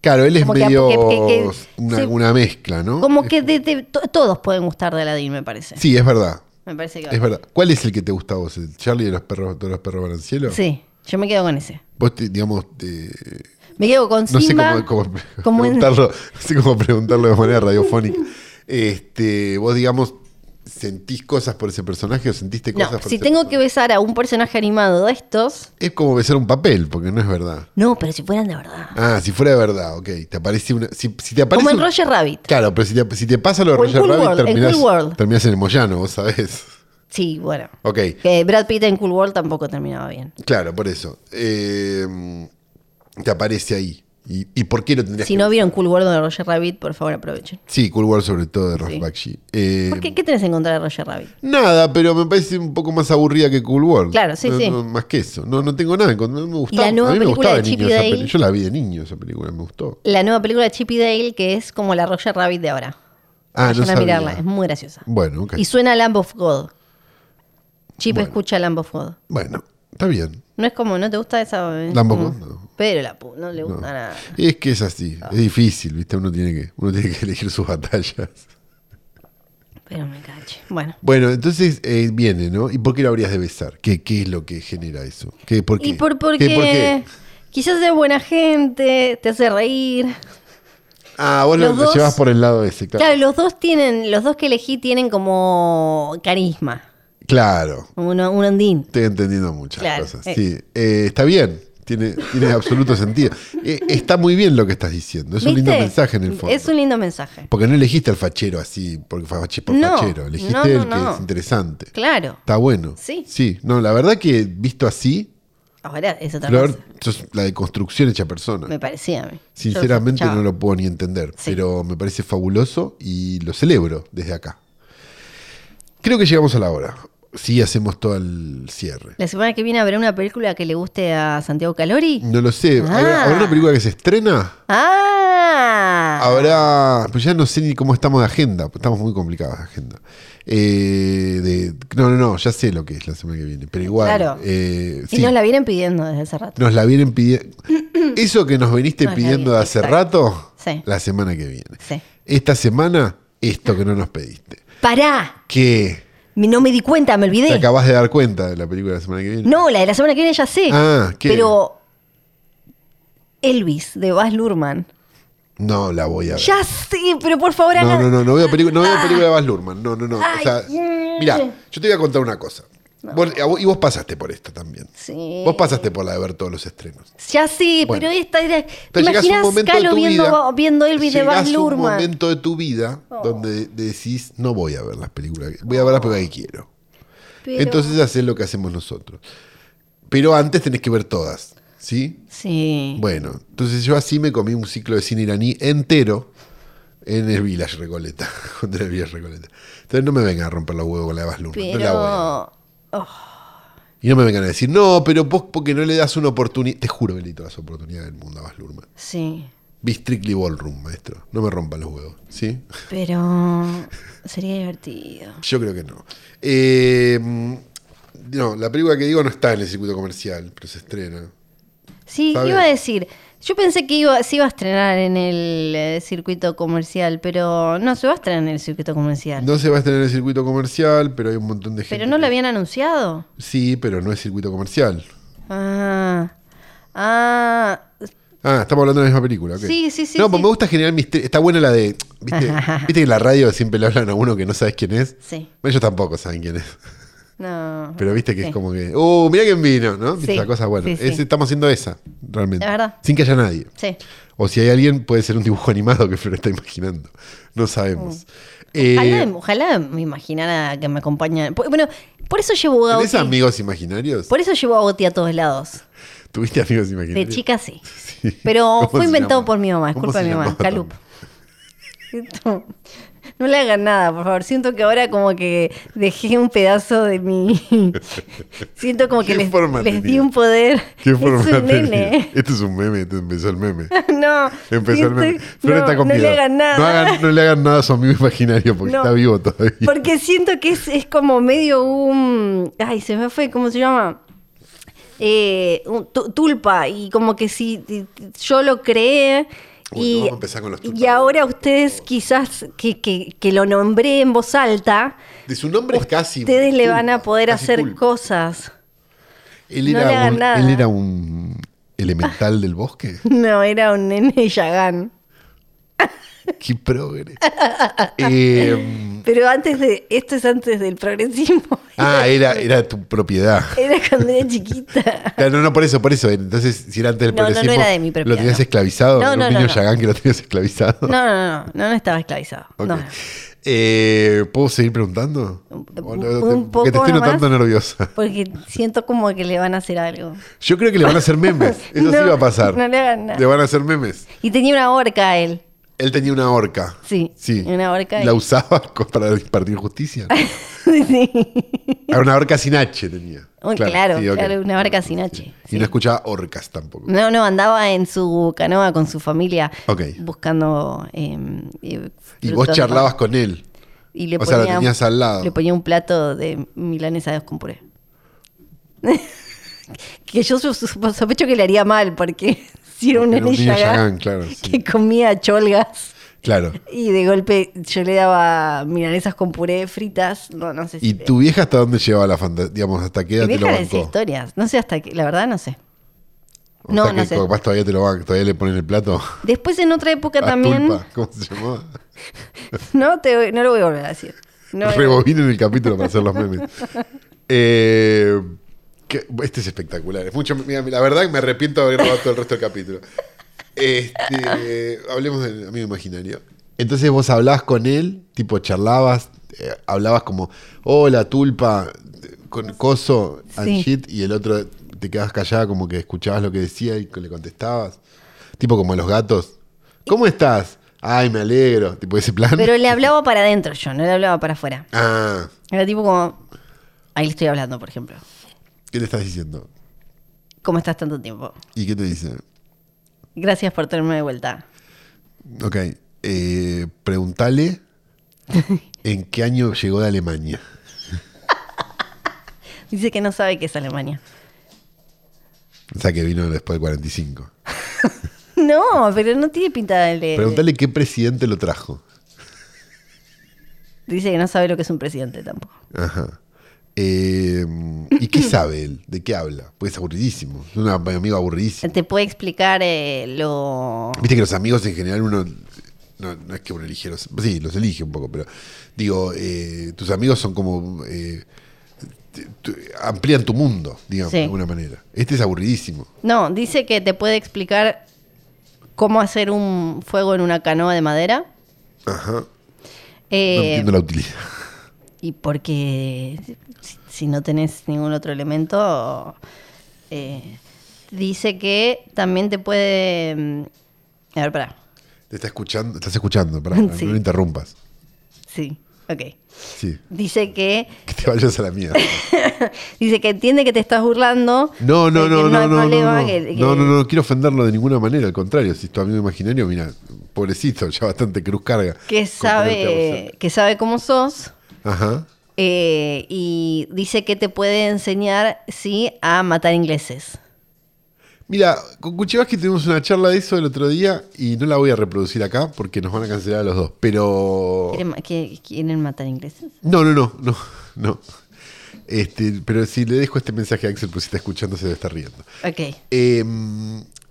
[SPEAKER 3] Claro, él es
[SPEAKER 2] como que-
[SPEAKER 3] medio
[SPEAKER 2] que- que-
[SPEAKER 3] una,
[SPEAKER 2] sí.
[SPEAKER 3] una mezcla, ¿no?
[SPEAKER 2] Como que de- de- to- todos pueden gustar de Aladdin, me parece.
[SPEAKER 3] Sí, es verdad.
[SPEAKER 2] Me parece que
[SPEAKER 3] Es verdad. ¿Cuál es el que te gusta a vos? ¿El Charlie de los perros, todos los perros van al cielo?
[SPEAKER 2] Sí, yo me quedo con ese.
[SPEAKER 3] Vos, te- digamos, te-
[SPEAKER 2] Me quedo con
[SPEAKER 3] No sé
[SPEAKER 2] Simba.
[SPEAKER 3] cómo, cómo
[SPEAKER 2] como en-
[SPEAKER 3] preguntarlo, no sé cómo preguntarlo de manera radiofónica. Este, vos, digamos, ¿sentís cosas por ese personaje o sentiste
[SPEAKER 2] No,
[SPEAKER 3] cosas por
[SPEAKER 2] si
[SPEAKER 3] ese
[SPEAKER 2] tengo que
[SPEAKER 3] personaje?
[SPEAKER 2] besar a un personaje animado de estos.
[SPEAKER 3] Es como besar un papel, porque no es verdad.
[SPEAKER 2] No, pero si fueran de verdad.
[SPEAKER 3] Ah, si fuera de verdad, ok. Te aparece una. Si, si te aparece
[SPEAKER 2] Como en
[SPEAKER 3] un-
[SPEAKER 2] Roger Rabbit.
[SPEAKER 3] Claro, pero si te, si te pasa lo de
[SPEAKER 2] O en
[SPEAKER 3] Roger
[SPEAKER 2] Cool
[SPEAKER 3] Rabbit,
[SPEAKER 2] World, en
[SPEAKER 3] terminás,
[SPEAKER 2] Cool World.
[SPEAKER 3] terminás en el Moyano, vos sabés.
[SPEAKER 2] Sí, bueno.
[SPEAKER 3] Ok,
[SPEAKER 2] Que Brad Pitt en Cool World tampoco terminaba bien.
[SPEAKER 3] claro, por eso. Eh, te aparece ahí. ¿Y, y por qué lo tendrías
[SPEAKER 2] Si
[SPEAKER 3] que
[SPEAKER 2] no vieron Cool World de Roger Rabbit, por favor aprovechen.
[SPEAKER 3] Sí, Cool World sobre todo de Ralph
[SPEAKER 2] Sí.
[SPEAKER 3] Bakshi. Eh,
[SPEAKER 2] ¿Por qué, ¿Qué tenés en contra de Roger Rabbit?
[SPEAKER 3] Nada, pero me parece un poco más aburrida que Cool World.
[SPEAKER 2] Claro, sí,
[SPEAKER 3] No,
[SPEAKER 2] sí.
[SPEAKER 3] no, más que eso. No, no tengo nada. en contra, No me gustaba.
[SPEAKER 2] la nueva
[SPEAKER 3] a mí me
[SPEAKER 2] película
[SPEAKER 3] gustaba
[SPEAKER 2] de
[SPEAKER 3] de
[SPEAKER 2] Chip
[SPEAKER 3] niño
[SPEAKER 2] y
[SPEAKER 3] esa
[SPEAKER 2] Dale.
[SPEAKER 3] peli- Yo la vi de niño esa película, me gustó.
[SPEAKER 2] La nueva película de Chip y Dale, que es como la Roger Rabbit de ahora.
[SPEAKER 3] Ah, no
[SPEAKER 2] Vayan a
[SPEAKER 3] sabía.
[SPEAKER 2] mirarla, es muy graciosa.
[SPEAKER 3] Bueno, ok.
[SPEAKER 2] Y suena Lamb of God. Chip escucha Lamb of God.
[SPEAKER 3] Bueno, está bien.
[SPEAKER 2] No es como, ¿no te gusta esa? eh?
[SPEAKER 3] Lamb of
[SPEAKER 2] Como-
[SPEAKER 3] God, no.
[SPEAKER 2] Pero la pu- no le gusta nada.
[SPEAKER 3] Es que es así. Es difícil, ¿viste? Uno tiene, que, uno tiene que elegir sus batallas.
[SPEAKER 2] Pero me cache. Bueno.
[SPEAKER 3] Bueno, entonces eh, viene, ¿no? ¿Y por qué lo habrías de besar? ¿Qué, qué es lo que genera eso? ¿Qué, por qué?
[SPEAKER 2] Y por
[SPEAKER 3] ¿Qué,
[SPEAKER 2] porque
[SPEAKER 3] por qué?
[SPEAKER 2] quizás es buena gente, te hace reír.
[SPEAKER 3] Ah, vos lo,
[SPEAKER 2] Los
[SPEAKER 3] lo
[SPEAKER 2] dos-
[SPEAKER 3] llevas por el lado ese,
[SPEAKER 2] Claro.
[SPEAKER 3] claro.
[SPEAKER 2] los dos tienen, los dos que elegí tienen como carisma.
[SPEAKER 3] Claro.
[SPEAKER 2] Como uno- un ondín.
[SPEAKER 3] Estoy entendiendo muchas
[SPEAKER 2] Claro,
[SPEAKER 3] cosas.
[SPEAKER 2] eh.
[SPEAKER 3] Sí, Eh, está bien. Tiene, tiene absoluto sentido. Eh, está muy bien lo que estás diciendo. Es un lindo
[SPEAKER 2] ¿Viste?
[SPEAKER 3] mensaje en el fondo.
[SPEAKER 2] Es un lindo mensaje.
[SPEAKER 3] Porque no elegiste al fachero así, porque fue fache- por
[SPEAKER 2] No,
[SPEAKER 3] fachero. Elegiste
[SPEAKER 2] no, no,
[SPEAKER 3] el que
[SPEAKER 2] no.
[SPEAKER 3] es interesante.
[SPEAKER 2] Claro.
[SPEAKER 3] Está bueno.
[SPEAKER 2] Sí.
[SPEAKER 3] Sí. No, la verdad que visto así,
[SPEAKER 2] Ahora es otra
[SPEAKER 3] Flor,
[SPEAKER 2] cosa.
[SPEAKER 3] sos la de construcción hecha persona.
[SPEAKER 2] Me parecía a mí.
[SPEAKER 3] Sinceramente
[SPEAKER 2] Yo los
[SPEAKER 3] no
[SPEAKER 2] escuchaba.
[SPEAKER 3] lo puedo ni entender,
[SPEAKER 2] Sí.
[SPEAKER 3] pero me parece fabuloso y lo celebro desde acá. Creo que llegamos a la hora. sí hacemos todo el cierre.
[SPEAKER 2] La semana que viene habrá una película que le guste a Santiago Calori.
[SPEAKER 3] No lo sé. ¿Habrá,
[SPEAKER 2] Ah.
[SPEAKER 3] habrá una película que se estrena?
[SPEAKER 2] ¡Ah!
[SPEAKER 3] Habrá. Pues ya no sé ni cómo estamos de agenda. pues Estamos muy complicados de agenda. Eh, de- no, no, no. Ya sé lo que es la semana que viene. Pero igual.
[SPEAKER 2] Claro.
[SPEAKER 3] eh,
[SPEAKER 2] Y
[SPEAKER 3] sí,
[SPEAKER 2] nos la vienen pidiendo desde hace rato.
[SPEAKER 3] nos la vienen pidiendo. Eso que nos viniste
[SPEAKER 2] Nos la
[SPEAKER 3] pidiendo de
[SPEAKER 2] vienen-
[SPEAKER 3] hace
[SPEAKER 2] exacto.
[SPEAKER 3] rato.
[SPEAKER 2] Sí.
[SPEAKER 3] La semana que viene.
[SPEAKER 2] Sí.
[SPEAKER 3] Esta semana, esto que no nos pediste.
[SPEAKER 2] ¡Pará!
[SPEAKER 3] Que
[SPEAKER 2] Me- No me di cuenta, me
[SPEAKER 3] te
[SPEAKER 2] olvidé.
[SPEAKER 3] acabas de dar cuenta de la película de la semana que viene.
[SPEAKER 2] No, la de la semana que viene ya sé.
[SPEAKER 3] Ah, ¿qué?
[SPEAKER 2] Pero. Elvis, de Baz Luhrmann.
[SPEAKER 3] No la voy a ver.
[SPEAKER 2] Ya sé, pero por favor,
[SPEAKER 3] No,
[SPEAKER 2] hagan-
[SPEAKER 3] no, no, no veo película, no veo película de Baz Luhrmann. No, no, no. O
[SPEAKER 2] Ay,
[SPEAKER 3] sea,
[SPEAKER 2] yeah.
[SPEAKER 3] mirá, yo te voy a contar una cosa. Vos- a vos- y vos pasaste por esta también.
[SPEAKER 2] Sí.
[SPEAKER 3] Vos pasaste por la de ver todos los estrenos.
[SPEAKER 2] Ya sé,
[SPEAKER 3] Bueno.
[SPEAKER 2] pero esta era. ¿Te
[SPEAKER 3] Pero llegás a
[SPEAKER 2] imaginas Calo viendo, viendo Elvis de
[SPEAKER 3] llegás
[SPEAKER 2] Baz
[SPEAKER 3] un
[SPEAKER 2] Luhrmann? Oh.
[SPEAKER 3] momento de tu vida donde decís, no voy a ver las películas, que- voy a ver las películas que quiero.
[SPEAKER 2] Pero-
[SPEAKER 3] Entonces haces lo que hacemos nosotros. Pero antes tenés que ver todas, ¿sí?
[SPEAKER 2] Sí.
[SPEAKER 3] Bueno, entonces yo así me comí un ciclo de cine iraní entero en el Village Recoleta. Contra el Village Recoleta. Entonces no me vengan a romper los huevos con la de Baz Luhrmann, no la voy a ver.
[SPEAKER 2] Pero.
[SPEAKER 3] Y no me vengan a decir, no, pero vos porque no le das una oportunidad. Te juro que le di todas las oportunidades del mundo a Baz Luhrmann.
[SPEAKER 2] Sí.
[SPEAKER 3] Vi Strictly Ballroom, maestro. No me rompan los huevos, ¿sí?
[SPEAKER 2] Pero. Sería divertido.
[SPEAKER 3] Yo creo que no. Eh, no, la película que digo no está en el circuito comercial, pero se estrena.
[SPEAKER 2] Sí,
[SPEAKER 3] Está
[SPEAKER 2] iba a
[SPEAKER 3] bien.
[SPEAKER 2] decir. Yo pensé que iba, se iba a estrenar en el eh, circuito comercial, pero no se va a estrenar en el circuito comercial.
[SPEAKER 3] No se va a estrenar en el circuito comercial, pero hay un montón de gente.
[SPEAKER 2] pero no la
[SPEAKER 3] que-
[SPEAKER 2] habían anunciado.
[SPEAKER 3] Sí, pero no es circuito comercial.
[SPEAKER 2] Ah. Ah.
[SPEAKER 3] Ah, estamos hablando de la misma película. ok.
[SPEAKER 2] Sí, sí, sí,
[SPEAKER 3] No, pues
[SPEAKER 2] sí.
[SPEAKER 3] me gusta generar misterio. Está buena la de. ¿viste? Viste que en la radio siempre le hablan a uno que no sabes quién es.
[SPEAKER 2] Sí.
[SPEAKER 3] Bueno, ellos tampoco saben quién es.
[SPEAKER 2] No.
[SPEAKER 3] Pero viste que
[SPEAKER 2] Sí.
[SPEAKER 3] es como que. ¡Uh, mirá quién vino! ¿No? ¿Viste
[SPEAKER 2] Sí,
[SPEAKER 3] la cosa? Bueno,
[SPEAKER 2] sí, sí.
[SPEAKER 3] es- estamos haciendo esa, realmente.
[SPEAKER 2] La verdad.
[SPEAKER 3] Sin que haya nadie.
[SPEAKER 2] Sí.
[SPEAKER 3] O si hay alguien, puede ser un dibujo animado que Flor está imaginando. No sabemos. Eh,
[SPEAKER 2] Uh. Ojalá, ojalá me imaginara que me acompañan. Por- Bueno, por eso llevo a
[SPEAKER 3] ¿Tenés
[SPEAKER 2] Gauti.
[SPEAKER 3] amigos imaginarios?
[SPEAKER 2] Por eso llevo a Gauti a todos lados.
[SPEAKER 3] ¿Tuviste amigos
[SPEAKER 2] Pues, De
[SPEAKER 3] imaginarios?
[SPEAKER 2] chica sí.
[SPEAKER 3] Sí.
[SPEAKER 2] Pero
[SPEAKER 3] ¿Cómo
[SPEAKER 2] fue
[SPEAKER 3] se
[SPEAKER 2] inventado
[SPEAKER 3] llama?
[SPEAKER 2] por mi mamá, es
[SPEAKER 3] ¿Cómo
[SPEAKER 2] culpa
[SPEAKER 3] se
[SPEAKER 2] de mi mamá.
[SPEAKER 3] llamaba
[SPEAKER 2] Calup.
[SPEAKER 3] también?
[SPEAKER 2] No, no le hagan nada, por favor. Siento que ahora como que dejé un pedazo de mi... Siento como que
[SPEAKER 3] ¿Qué
[SPEAKER 2] les,
[SPEAKER 3] forma
[SPEAKER 2] les di
[SPEAKER 3] tenía?
[SPEAKER 2] un poder.
[SPEAKER 3] ¿Qué
[SPEAKER 2] es
[SPEAKER 3] forma
[SPEAKER 2] un
[SPEAKER 3] tenía?
[SPEAKER 2] nene.
[SPEAKER 3] Este es un meme, este empezó el meme.
[SPEAKER 2] no.
[SPEAKER 3] Empezó el
[SPEAKER 2] siento-
[SPEAKER 3] meme. Flor
[SPEAKER 2] No,
[SPEAKER 3] está
[SPEAKER 2] no
[SPEAKER 3] con
[SPEAKER 2] le
[SPEAKER 3] miedo.
[SPEAKER 2] hagan nada.
[SPEAKER 3] No, hagan- no le hagan nada a su amigo imaginario porque
[SPEAKER 2] No.
[SPEAKER 3] está vivo todavía.
[SPEAKER 2] Porque siento que es, es como medio un. Ay, se me fue, ¿cómo se llama? Eh, un tu- tulpa. Y como que si ti- ti- yo lo creé.
[SPEAKER 3] Uy,
[SPEAKER 2] y,
[SPEAKER 3] no vamos a empezar con los tulpas.
[SPEAKER 2] y ahora ustedes quizás que, que- que lo nombré en voz alta,
[SPEAKER 3] De su nombre es casi.
[SPEAKER 2] ustedes le
[SPEAKER 3] culpa,
[SPEAKER 2] van a poder
[SPEAKER 3] casi
[SPEAKER 2] hacer
[SPEAKER 3] culpa.
[SPEAKER 2] cosas.
[SPEAKER 3] Él
[SPEAKER 2] no
[SPEAKER 3] era,
[SPEAKER 2] le hagan
[SPEAKER 3] un,
[SPEAKER 2] nada.
[SPEAKER 3] él era un elemental del bosque.
[SPEAKER 2] No, era un nene Yagán.
[SPEAKER 3] Qué progre. Eh,
[SPEAKER 2] Pero antes de, esto es antes del progresismo.
[SPEAKER 3] ah, era, era tu propiedad.
[SPEAKER 2] Era cuando era chiquita.
[SPEAKER 3] Claro, no, no, por eso, por eso. Entonces, si era antes del
[SPEAKER 2] No, no, no
[SPEAKER 3] progresismo,
[SPEAKER 2] era de mi propiedad,
[SPEAKER 3] ¿Lo tenías
[SPEAKER 2] no.
[SPEAKER 3] esclavizado?
[SPEAKER 2] No,
[SPEAKER 3] ¿Era un
[SPEAKER 2] no, no,
[SPEAKER 3] niño
[SPEAKER 2] no.
[SPEAKER 3] Yagán que lo tenías
[SPEAKER 2] No,
[SPEAKER 3] esclavizado?
[SPEAKER 2] no, no, no, no estaba esclavizado.
[SPEAKER 3] Ok.
[SPEAKER 2] No, no.
[SPEAKER 3] Eh, ¿Puedo seguir preguntando?
[SPEAKER 2] Un-
[SPEAKER 3] O
[SPEAKER 2] un
[SPEAKER 3] no, te-
[SPEAKER 2] poco
[SPEAKER 3] porque te estoy notando
[SPEAKER 2] nomás.
[SPEAKER 3] nerviosa.
[SPEAKER 2] Porque siento como que le van a hacer algo.
[SPEAKER 3] Yo creo que le van a hacer memes. Eso
[SPEAKER 2] No,
[SPEAKER 3] sí va a pasar.
[SPEAKER 2] no le hagan nada.
[SPEAKER 3] Le van a hacer memes.
[SPEAKER 2] Y tenía una horca él.
[SPEAKER 3] Él tenía una horca.
[SPEAKER 2] Sí,
[SPEAKER 3] Sí.
[SPEAKER 2] una horca y-
[SPEAKER 3] La usaba co- para impartir justicia. ¿no?
[SPEAKER 2] Sí.
[SPEAKER 3] Era una horca sin H tenía.
[SPEAKER 2] Un- claro,
[SPEAKER 3] sí, ok.
[SPEAKER 2] claro, una horca sin H, sí.
[SPEAKER 3] Y no escuchaba horcas tampoco.
[SPEAKER 2] No, no, andaba en su canoa con su familia
[SPEAKER 3] Ok.
[SPEAKER 2] buscando. em, eh,
[SPEAKER 3] Y vos
[SPEAKER 2] frutos.
[SPEAKER 3] charlabas con él.
[SPEAKER 2] Y le
[SPEAKER 3] o sea, lo
[SPEAKER 2] ponía-
[SPEAKER 3] tenías al lado.
[SPEAKER 2] Le ponía un plato de milanesa con puré. que yo su- su- sospecho que le haría mal porque si era un
[SPEAKER 3] Porque
[SPEAKER 2] nene
[SPEAKER 3] era un niño
[SPEAKER 2] Yagán
[SPEAKER 3] Yagán, claro, sí.
[SPEAKER 2] que comía cholgas.
[SPEAKER 3] Claro.
[SPEAKER 2] Y de golpe yo le daba milanesas con puré fritas. No, no sé si.
[SPEAKER 3] ¿Y tu vieja hasta dónde llevaba la fantasía? Digamos, ¿hasta qué edad
[SPEAKER 2] Mi
[SPEAKER 3] te lo
[SPEAKER 2] vieja decía
[SPEAKER 3] bancó?
[SPEAKER 2] historias. No sé hasta qué. La verdad, no sé.
[SPEAKER 3] O
[SPEAKER 2] No,
[SPEAKER 3] sea,
[SPEAKER 2] no
[SPEAKER 3] que
[SPEAKER 2] sé.
[SPEAKER 3] capaz todavía te lo banca, todavía le ponen el plato.
[SPEAKER 2] Después, en otra época
[SPEAKER 3] a
[SPEAKER 2] también.
[SPEAKER 3] Tulpa, ¿Cómo se llamaba?
[SPEAKER 2] No, te, no lo voy a volver a decir. No,
[SPEAKER 3] Rebobinen el capítulo para hacer los memes. Eh, que- este es espectacular. Es mucho, mira, la verdad que me arrepiento de haber grabado todo el resto del capítulo. Este, hablemos del amigo imaginario. Entonces vos hablabas con él, tipo charlabas, eh, hablabas como, hola, tulpa, con coso, and
[SPEAKER 2] Sí.
[SPEAKER 3] shit, y el otro te quedabas callada como que escuchabas lo que decía y que le contestabas. Tipo como a los gatos. ¿Cómo estás? Ay, me alegro. Tipo ese plan.
[SPEAKER 2] pero le hablaba para adentro yo, no le hablaba para afuera.
[SPEAKER 3] Ah,
[SPEAKER 2] Era tipo como. Ahí le estoy hablando, por ejemplo.
[SPEAKER 3] ¿Qué le estás diciendo?
[SPEAKER 2] ¿Cómo estás tanto tiempo?
[SPEAKER 3] ¿Y qué te dice?
[SPEAKER 2] Gracias por tenerme de vuelta.
[SPEAKER 3] Ok, eh, pregúntale en qué año llegó de Alemania.
[SPEAKER 2] Dice que no sabe que es Alemania.
[SPEAKER 3] O sea, que vino después del 45.
[SPEAKER 2] No, pero no tiene pinta de... de-
[SPEAKER 3] Pregúntale qué presidente lo trajo.
[SPEAKER 2] Dice que no sabe lo que es un presidente tampoco.
[SPEAKER 3] Ajá. Eh, ¿Y qué sabe él? ¿De qué habla? Pues es aburridísimo. Es un amigo aburridísimo.
[SPEAKER 2] Te puede explicar eh, lo...
[SPEAKER 3] Viste que los amigos en general uno. No, no es que uno elige los. Sí, los elige un poco, pero. Digo, eh, tus amigos son como. eh, t- t- amplían tu mundo, digamos,
[SPEAKER 2] Sí.
[SPEAKER 3] de alguna manera. Este es aburridísimo.
[SPEAKER 2] No, dice que te puede explicar cómo hacer un fuego en una canoa de madera.
[SPEAKER 3] Ajá.
[SPEAKER 2] Eh,
[SPEAKER 3] no entiendo la utilidad.
[SPEAKER 2] Y porque si, si no tenés ningún otro elemento, eh, dice que también te puede... mm, A ver, pará.
[SPEAKER 3] Te está escuchando, estás escuchando, pará, pará,
[SPEAKER 2] Sí.
[SPEAKER 3] no lo interrumpas.
[SPEAKER 2] Sí, ok.
[SPEAKER 3] Sí.
[SPEAKER 2] Dice que,
[SPEAKER 3] Que te vayas a la mierda.
[SPEAKER 2] dice que entiende que te estás burlando.
[SPEAKER 3] No, no,
[SPEAKER 2] de que
[SPEAKER 3] no, no,
[SPEAKER 2] hay
[SPEAKER 3] no, no,
[SPEAKER 2] problema,
[SPEAKER 3] no.
[SPEAKER 2] que- que-
[SPEAKER 3] No, no, no, no quiero ofenderlo de ninguna manera, al contrario, si es tu amigo imaginario, mira, pobrecito, ya bastante cruz carga.
[SPEAKER 2] Que sabe, que sabe cómo sos.
[SPEAKER 3] Ajá.
[SPEAKER 2] eh, y dice que te puede enseñar, sí, a matar ingleses.
[SPEAKER 3] Mira, con Cuchivaski tuvimos una charla de eso el otro día y no la voy a reproducir acá porque nos van a cancelar a los dos, pero...
[SPEAKER 2] ¿Quieren, ma- que- quieren matar ingleses?
[SPEAKER 3] No, no, no, no, no. Este, pero si le dejo este mensaje a Axel, por si está escuchando, se debe estar riendo.
[SPEAKER 2] Ok.
[SPEAKER 3] Eh,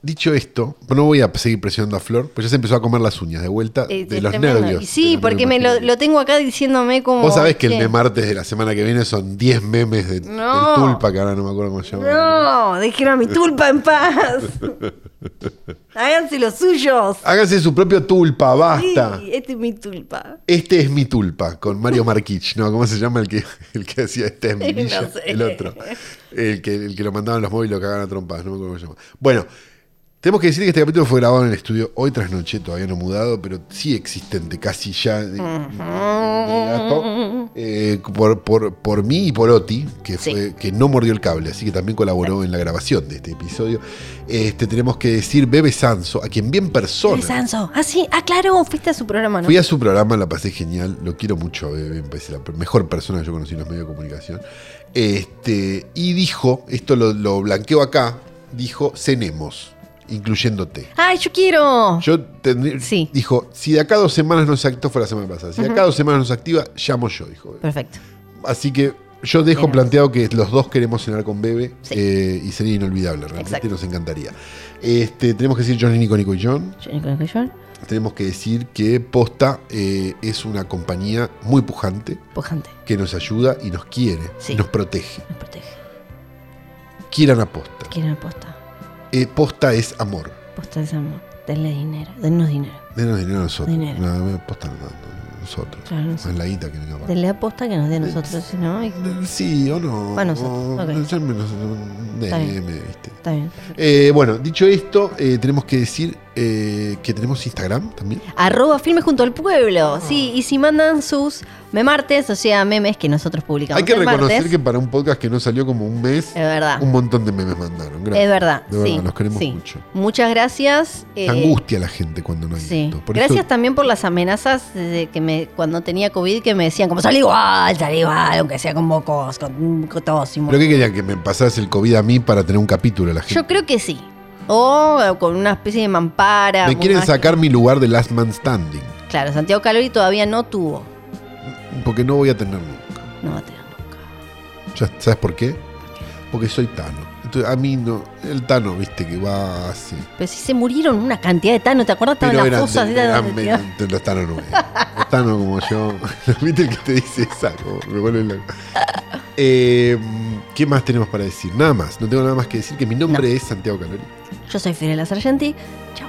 [SPEAKER 3] dicho esto, no voy a seguir presionando a Flor, pues ya se empezó a comer las uñas de vuelta
[SPEAKER 2] Es-
[SPEAKER 3] de
[SPEAKER 2] Eh, es
[SPEAKER 3] los
[SPEAKER 2] tremendo.
[SPEAKER 3] nervios.
[SPEAKER 2] Y
[SPEAKER 3] de
[SPEAKER 2] sí,
[SPEAKER 3] los
[SPEAKER 2] porque
[SPEAKER 3] nervios
[SPEAKER 2] me lo,
[SPEAKER 3] que-
[SPEAKER 2] lo tengo acá diciéndome como.
[SPEAKER 3] Vos sabés que el
[SPEAKER 2] ¿qué?
[SPEAKER 3] de martes de la semana que viene son 10 memes de, del
[SPEAKER 2] No.
[SPEAKER 3] tulpa, que ahora no me acuerdo cómo se llama.
[SPEAKER 2] No, déjenme a mi tulpa en paz. Háganse los suyos.
[SPEAKER 3] Háganse su propio tulpa, basta.
[SPEAKER 2] Sí, este es mi tulpa.
[SPEAKER 3] Este es mi tulpa, con Mario Marquich. No, ¿cómo se llama el que, el que hacía este es mi villa?
[SPEAKER 2] No sé.
[SPEAKER 3] El otro. El que, el que lo mandaban los móviles y lo cagaban a trompadas, no me acuerdo cómo se llama. Bueno, tenemos que decir que este capítulo fue grabado en el estudio hoy tras noche, todavía no mudado, pero sí existente, casi ya de, de gato, eh, por, por, por mí y por Oti, que,
[SPEAKER 2] Sí.
[SPEAKER 3] fue, que no mordió el cable, así que también colaboró en la grabación de este episodio. Este, tenemos que decir Bebe Sanso, a quien bien persona.
[SPEAKER 2] Bebe Sanso. Ah, sí. Ah, claro, fuiste a su programa, ¿no?
[SPEAKER 3] Fui a su programa, la pasé genial, lo quiero mucho, a Bebe, me parece la mejor persona que yo conocí en los medios de comunicación. Este, y dijo, esto lo, lo blanqueo acá, dijo, cenemos, incluyéndote.
[SPEAKER 2] Ay, yo quiero.
[SPEAKER 3] Yo tendrí-
[SPEAKER 2] Sí.
[SPEAKER 3] dijo, si de acá dos semanas no se actó, fue la semana pasada, si de acá dos semanas no se activa, llamo yo, dijo. Bebe.
[SPEAKER 2] Perfecto.
[SPEAKER 3] Así que yo dejo
[SPEAKER 2] Bien.
[SPEAKER 3] planteado que los dos queremos cenar con Bebe
[SPEAKER 2] Sí.
[SPEAKER 3] eh, y sería inolvidable, realmente
[SPEAKER 2] Exacto.
[SPEAKER 3] nos encantaría. Este, tenemos que decir Johnny, Nico, Nico y John
[SPEAKER 2] Yo no creo que yo.
[SPEAKER 3] tenemos que decir que Posta eh, es una compañía muy pujante
[SPEAKER 2] Pujante.
[SPEAKER 3] que nos ayuda y nos quiere,
[SPEAKER 2] Sí.
[SPEAKER 3] y nos protege.
[SPEAKER 2] Nos protege.
[SPEAKER 3] Quieran a Posta.
[SPEAKER 2] Quiero aposta.
[SPEAKER 3] Eh, posta es amor.
[SPEAKER 2] Posta de amor. Denle dinero. Dennos dinero.
[SPEAKER 3] Denos dinero a nosotros.
[SPEAKER 2] Dinero.
[SPEAKER 3] No, no, posta no, no, no, nosotros.
[SPEAKER 2] Claro,
[SPEAKER 3] Más
[SPEAKER 2] nosotros.
[SPEAKER 3] la guita que venga para- Eh,
[SPEAKER 2] Denle aposta que nos dé a nosotros, si no. y-
[SPEAKER 3] Sí o no.
[SPEAKER 2] A nosotros,
[SPEAKER 3] o-
[SPEAKER 2] ok.
[SPEAKER 3] ya me- nos- me-
[SPEAKER 2] Está bien.
[SPEAKER 3] me- viste.
[SPEAKER 2] Está bien.
[SPEAKER 3] Eh, bueno, dicho esto, eh, tenemos que decir eh, que tenemos Instagram también.
[SPEAKER 2] Arroba firme junto al pueblo. Sí, y si mandan sus memartes, o sea, memes que nosotros publicamos.
[SPEAKER 3] Hay que
[SPEAKER 2] el
[SPEAKER 3] reconocer
[SPEAKER 2] martes, Eh,
[SPEAKER 3] que para un podcast que no salió como un mes,
[SPEAKER 2] Es verdad.
[SPEAKER 3] un montón de memes mandaron. Gracias.
[SPEAKER 2] Ah. Es verdad.
[SPEAKER 3] De verdad,
[SPEAKER 2] sí,
[SPEAKER 3] los queremos
[SPEAKER 2] sí.
[SPEAKER 3] mucho.
[SPEAKER 2] Muchas gracias. eh,
[SPEAKER 3] Se angustia a la gente cuando no hay
[SPEAKER 2] sí.
[SPEAKER 3] esto. Por
[SPEAKER 2] Gracias
[SPEAKER 3] eso-
[SPEAKER 2] también por las amenazas de que me, cuando tenía COVID que me decían como salí igual, salí igual, aunque sea con mocos, con, con tos y mu-".
[SPEAKER 3] ¿Pero qué querían? ¿Que me pasas el COVID a mí para tener un capítulo la gente?
[SPEAKER 2] Yo creo que sí. O eh, con una especie de mampara.
[SPEAKER 3] Me
[SPEAKER 2] un
[SPEAKER 3] quieren
[SPEAKER 2] mag-
[SPEAKER 3] sacar mi lugar de Last Man Standing.
[SPEAKER 2] Claro, Santiago Calori todavía no tuvo.
[SPEAKER 3] Porque no voy a tener nunca.
[SPEAKER 2] No va a tener nunca.
[SPEAKER 3] Ya- ¿Sabes por qué? Porque soy Tano. Entonces, a mí no. El Tano, viste, que va así.
[SPEAKER 2] Pero sí se murieron una cantidad de Tano, ¿te acuerdas? Estaban
[SPEAKER 3] Pero
[SPEAKER 2] en las
[SPEAKER 3] eran,
[SPEAKER 2] fosas.
[SPEAKER 3] de-
[SPEAKER 2] esas
[SPEAKER 3] eran-
[SPEAKER 2] donde tiraban-
[SPEAKER 3] eran- los Tano no eran. Los Tano como yo. ¿Viste el que te dice esa? Como me vuelve loco. Eh, ¿Qué más tenemos para decir? Nada más. No tengo nada más que decir que mi nombre es Santiago Calori.
[SPEAKER 2] Yo soy Fiorella Sargenti. Chao.